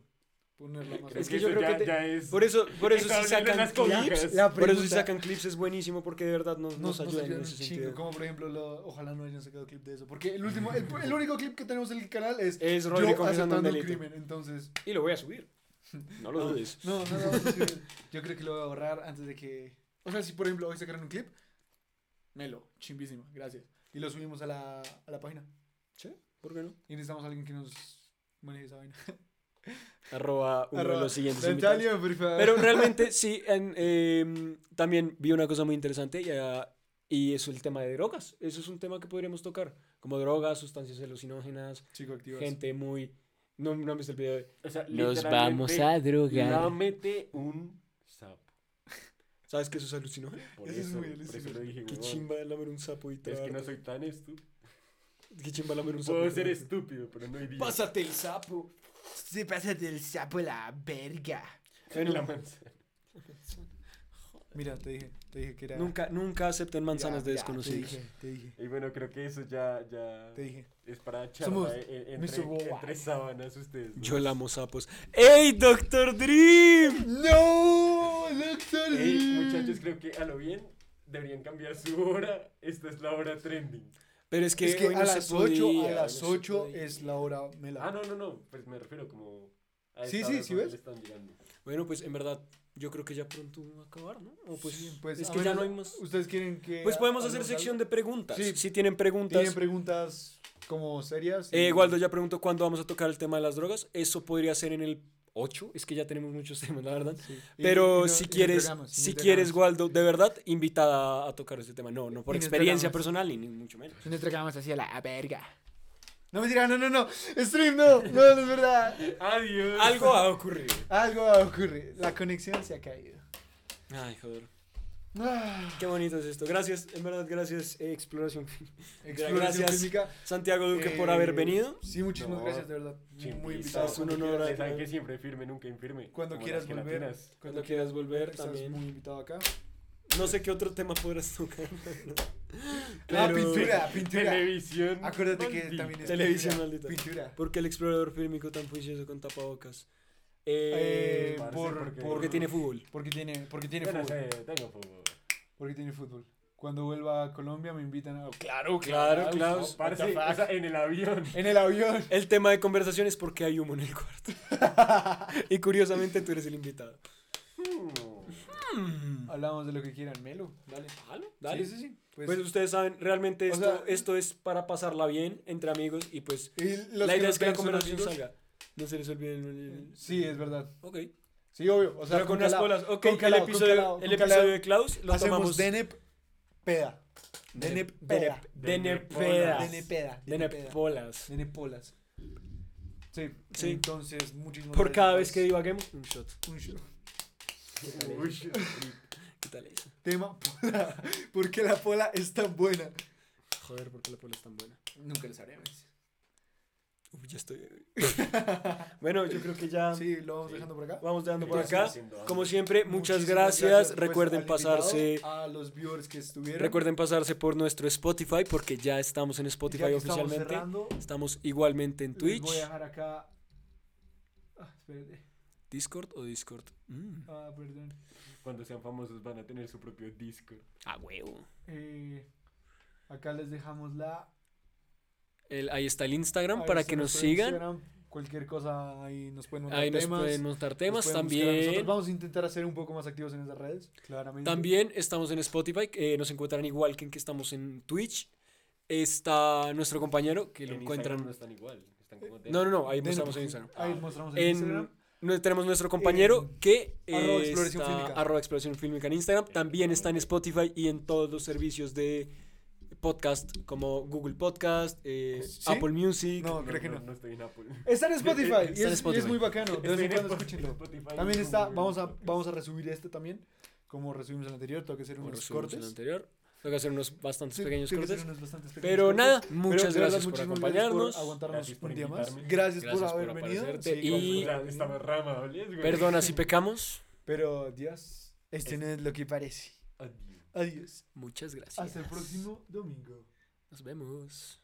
S1: Ponerla más...
S2: Es que
S3: Eso
S2: yo creo
S3: ya-
S2: que te-
S3: ya es-
S2: Por eso, por eso si
S3: Hablando de
S2: sacan
S3: las cobijas.
S2: clips,
S1: La
S2: por eso si
S1: pregunta-
S2: sacan clips es buenísimo porque de verdad nos, nos,
S1: nos, nos
S2: ayudan en
S1: ayudan un
S2: ese
S1: chingo,
S2: sentido.
S1: Como por ejemplo, lo- ojalá no hayan sacado clip de eso. Porque el último, el, el único clip que tenemos en el canal es
S2: Es
S1: yo
S2: Rodrigo comenzando
S1: aceptando
S2: un
S1: un
S2: delito.
S1: crimen. Entonces,
S2: Y lo voy a subir. No lo dudes.
S1: no, no, no, no, Yo creo que lo voy a borrar antes de que. O sea, si por ejemplo hoy sacaron un clip, melo, chimbísima, gracias. Y lo subimos a la, a la página.
S2: ¿Por qué no?
S1: Y necesitamos a alguien que nos maneje esa vaina.
S2: Arroba uno
S1: Arroba,
S2: de los siguientes invitados.
S1: Natalia, por favor.
S2: Pero realmente sí, en, eh, también vi una cosa muy interesante y, ah, y es el tema de drogas. Eso es un tema que podríamos tocar. Como drogas, sustancias alucinógenas,
S1: Chico, activas.
S2: gente muy... No, no han visto el video. de-
S3: O sea,
S5: Nos vamos a drogar.
S3: Lámete un sapo.
S2: ¿Sabes qué eso es alucinógeno?
S3: Por
S1: Eso
S3: eso,
S1: es muy
S3: por eso
S1: alucinante.
S3: lo dije,
S2: Qué
S3: huevón.
S2: chimba lamer un sapo y
S3: Es que no
S2: tragar.
S3: soy tan estúpido.
S2: Qué chimba lamer un sapo.
S3: Puedo
S2: y
S3: ser
S2: tragar.
S1: este-
S3: estúpido, pero no idiota. [laughs]
S2: Pásate el sapo.
S1: Se pasa del sapo a la verga.
S3: la
S2: Bueno,
S3: manzana.
S1: Mira, te dije, te dije que era.
S2: nunca, nunca acepten manzanas
S1: Ya,
S2: de
S1: ya,
S2: desconocidos.
S1: Te dije, te dije,
S3: Y bueno, creo que eso ya, ya
S1: te dije.
S3: es para charla
S1: Somos
S3: eh, eh,
S1: Mr. Worldwide.
S3: entre, entre sábanas ustedes. ¿no?
S2: Yo la amo sapos. ¡Ey, Doctor Dream!
S1: ¡No! ¡Doctor
S3: Ey, muchachos, creo que a lo bien deberían cambiar su hora. Esta es la hora trending.
S2: Pero es que,
S1: es que
S2: hoy no
S1: a
S2: se
S1: las 8,
S2: podía,
S1: a
S2: hoy
S1: las
S2: no se
S1: 8
S2: podía.
S1: es la hora mela.
S3: Ah, no, no, no. Pues me refiero como. a
S1: Sí,
S3: esta
S1: sí, ¿sí
S3: hora
S1: ves?
S3: cuando le Están llegando.
S2: Bueno, pues en verdad, yo creo que ya pronto va a acabar, ¿no? O pues,
S1: Sí, pues,
S2: es
S1: a
S2: que ya
S1: menos-
S2: no hay más.
S1: ¿Ustedes quieren que.?
S2: Pues podemos
S1: ha-
S2: hacer
S1: hablemos
S2: sección
S1: algo?
S2: de preguntas.
S1: Sí.
S2: Si tienen preguntas.
S1: ¿Tienen preguntas como serias?
S2: Eh, Waldo ya preguntó cuándo vamos a tocar el tema de las drogas. Eso podría ser en el 8. Es que ya tenemos muchos [laughs] temas, la verdad.
S1: Sí. Y-
S2: Pero
S1: y no-
S2: si
S1: y no
S2: quieres,
S1: entregamos, y no
S2: si
S1: entregamos.
S2: quieres, Waldo, de verdad, invitada a tocar ese tema. No, no por
S1: Y no
S2: experiencia
S1: entregamos.
S2: personal, ni, ni mucho menos.
S1: Si no entregamos así a la verga. No me dirán, no, no, no. Stream,
S2: [laughs]
S1: no. No, no es verdad.
S3: [laughs] Adiós.
S2: Algo ha ocurrido.
S1: Algo va a ocurrir. La conexión se ha caído.
S2: Ay, joder.
S1: Ah,
S2: Qué bonito es esto. Gracias, en verdad, gracias, eh, Exploración.
S1: exploración
S2: Gracias,
S1: física.
S2: Santiago Duque, por
S1: Eh,
S2: haber venido.
S1: Sí, muchísimas
S3: No.
S1: gracias, de verdad. Muy invitado.
S3: invitado.
S2: Es un honor
S1: Cuando
S2: a-
S1: quieras,
S3: Saben que siempre firme, nunca infirme.
S1: Cuando
S3: como
S1: quieras
S3: las
S1: volver.
S3: gelatinas.
S2: Cuando quieras volver
S1: Estás
S2: también.
S1: muy invitado acá.
S2: No sé qué otro tema podrás tocar.
S1: [laughs] Ah,
S2: Pero- [laughs]
S1: pintura, pintura.
S3: Televisión.
S1: Acuérdate que
S3: maldita.
S1: también es
S2: Televisión
S1: pintura.
S2: maldita.
S1: Pintura.
S2: Porque el explorador fílmico tan juicioso con tapabocas.
S1: Eh,
S2: Eh,
S3: parce,
S1: por,
S3: porque-
S1: por-
S2: porque tiene fútbol.
S1: Porque tiene, porque tiene
S3: Yo no
S1: fútbol.
S3: sé, tengo fútbol.
S1: Porque tiene fútbol. Cuando vuelva a Colombia me invitan a... Claro,
S2: Claro, claro.
S3: No, parce, o sea, en el avión. [laughs]
S1: En el
S2: [laughs]
S1: avión.
S2: El tema de conversación es porque hay humo en el cuarto. y curiosamente tú eres el invitado.
S1: Mm. Hablamos de lo que quieran. Melo, dale.
S2: Dale.
S1: Sí, sí, sí. Pues,
S2: Pues ustedes saben, realmente
S1: O
S2: esto,
S1: sea-
S2: esto es para pasarla bien entre amigos y pues
S1: y los
S2: la idea
S1: nos
S2: es que la
S1: ven son
S2: conversación
S1: amigos.
S2: salga. No se les olvide el... el-
S1: Sí, es verdad.
S2: Ok.
S1: Sí, obvio. O sea,
S2: Pero con
S1: las
S2: las bolas. Ok,
S1: con calado,
S2: el
S1: con
S2: episodio,
S1: calado,
S2: el
S1: con calado.
S2: episodio de Klaus lo
S1: Hacemos
S2: tomamos...
S1: Denep peda. Denep
S2: Denep-
S1: peda.
S2: Denep-
S3: Denep-
S2: Denepedas.
S1: Denep peda.
S2: Denep- polas.
S1: Denep polas. Sí.
S2: Sí.
S1: Entonces, muchísimas
S2: Por
S1: gracias,
S2: cada vez
S1: parce.
S2: que divaguemos, un shot.
S1: Un show.
S3: Uy,
S2: ¿Qué tal eso?
S1: Tema pola. [laughs] ¿Por qué la pola es tan buena?
S2: Joder, ¿por qué la pola es tan buena?
S1: Nunca lo sabremos.
S2: Uy, ya estoy. bueno, yo creo que ya
S1: [laughs] Sí, lo vamos
S3: Sí.
S1: dejando por acá.
S2: vamos dejando por
S3: Estoy
S2: acá.
S3: haciendo hambre.
S2: Como siempre, muchas
S1: Muchísimas
S2: gracias.
S1: pues,
S2: Recuerden
S1: al invitado,
S2: pasarse.
S1: A los viewers que estuvieron.
S2: Recuerden pasarse por nuestro Spotify porque ya estamos en
S1: Ya
S2: Spotify
S1: que estamos
S2: oficialmente.
S1: cerrando,
S2: Estamos igualmente en
S1: les
S2: Twitch,
S1: Voy a dejar acá. Ah, espérate.
S2: Discord o Discord. Mm.
S1: Ah, perdón.
S3: Cuando sean famosos van a tener su propio disco.
S2: Ah, huevo.
S1: Eh, acá les dejamos la.
S2: El- ahí está el Instagram
S1: ahí
S2: para
S1: está
S2: que nos
S1: nuestro
S2: sigan.
S1: Instagram, Cualquier cosa ahí nos pueden mandar
S2: Ahí nos
S1: temas.
S2: pueden montar temas
S1: nos pueden buscar a
S2: también.
S1: nosotros. Vamos a intentar hacer un poco más activos en esas redes, claramente.
S2: También estamos en Spotify, eh, nos encuentran igual que en que estamos en Twitch. Está nuestro compañero que lo
S3: En
S2: encuentran.
S3: Instagram No están igual. Están como
S2: No, no, no, ahí
S1: Denos-
S2: mostramos en Instagram.
S1: Ahí mostramos en,
S2: En,
S1: Instagram.
S2: no- tenemos nuestro compañero que
S1: arroba
S2: eh,
S1: exploración
S2: está-
S1: fílmica.
S2: arroba exploración fílmica en Instagram. También está en Spotify y en todos los servicios de podcast como Google Podcast, eh,
S1: ¿Sí?
S2: Apple Music.
S1: No, creo que no.
S3: No estoy en Apple. [laughs]
S1: Está en Spotify. y,
S2: Eh, Está en
S1: es, y es
S2: Spotify.
S1: muy bacano. De vez
S3: Estoy
S1: en
S3: en
S1: cuando
S3: Spotify,
S1: escúchenlo.
S3: Spotify,
S1: También está,
S3: Google.
S1: vamos a, vamos a resubir este también. Como resumimos el anterior, tengo que hacer
S2: Como
S1: unos
S2: resumimos
S1: cortes.
S2: el anterior. Tengo que hacer unos bastantes
S1: Sí,
S2: pequeños
S1: tengo que hacer
S2: cortes.
S1: unos bastantes pequeños
S2: Pero
S1: cortes.
S2: nada,
S1: Pero
S2: muchas
S1: de verdad,
S2: gracias por
S1: muchísimas
S2: acompañarnos.
S1: por aguantarnos
S3: Gracias por
S1: un día más.
S3: invitarme.
S1: Gracias, por
S2: Gracias por
S1: haber venido.
S2: aparecerte
S1: Sí,
S2: y-
S1: como-
S3: O sea, esta rama, ¿vale? güey?
S2: Perdona
S3: [laughs]
S2: si pecamos.
S1: Pero Dios, este no es lo que parece.
S3: Adiós.
S1: Adiós.
S2: Muchas gracias.
S1: Hasta el próximo domingo.
S2: Nos vemos.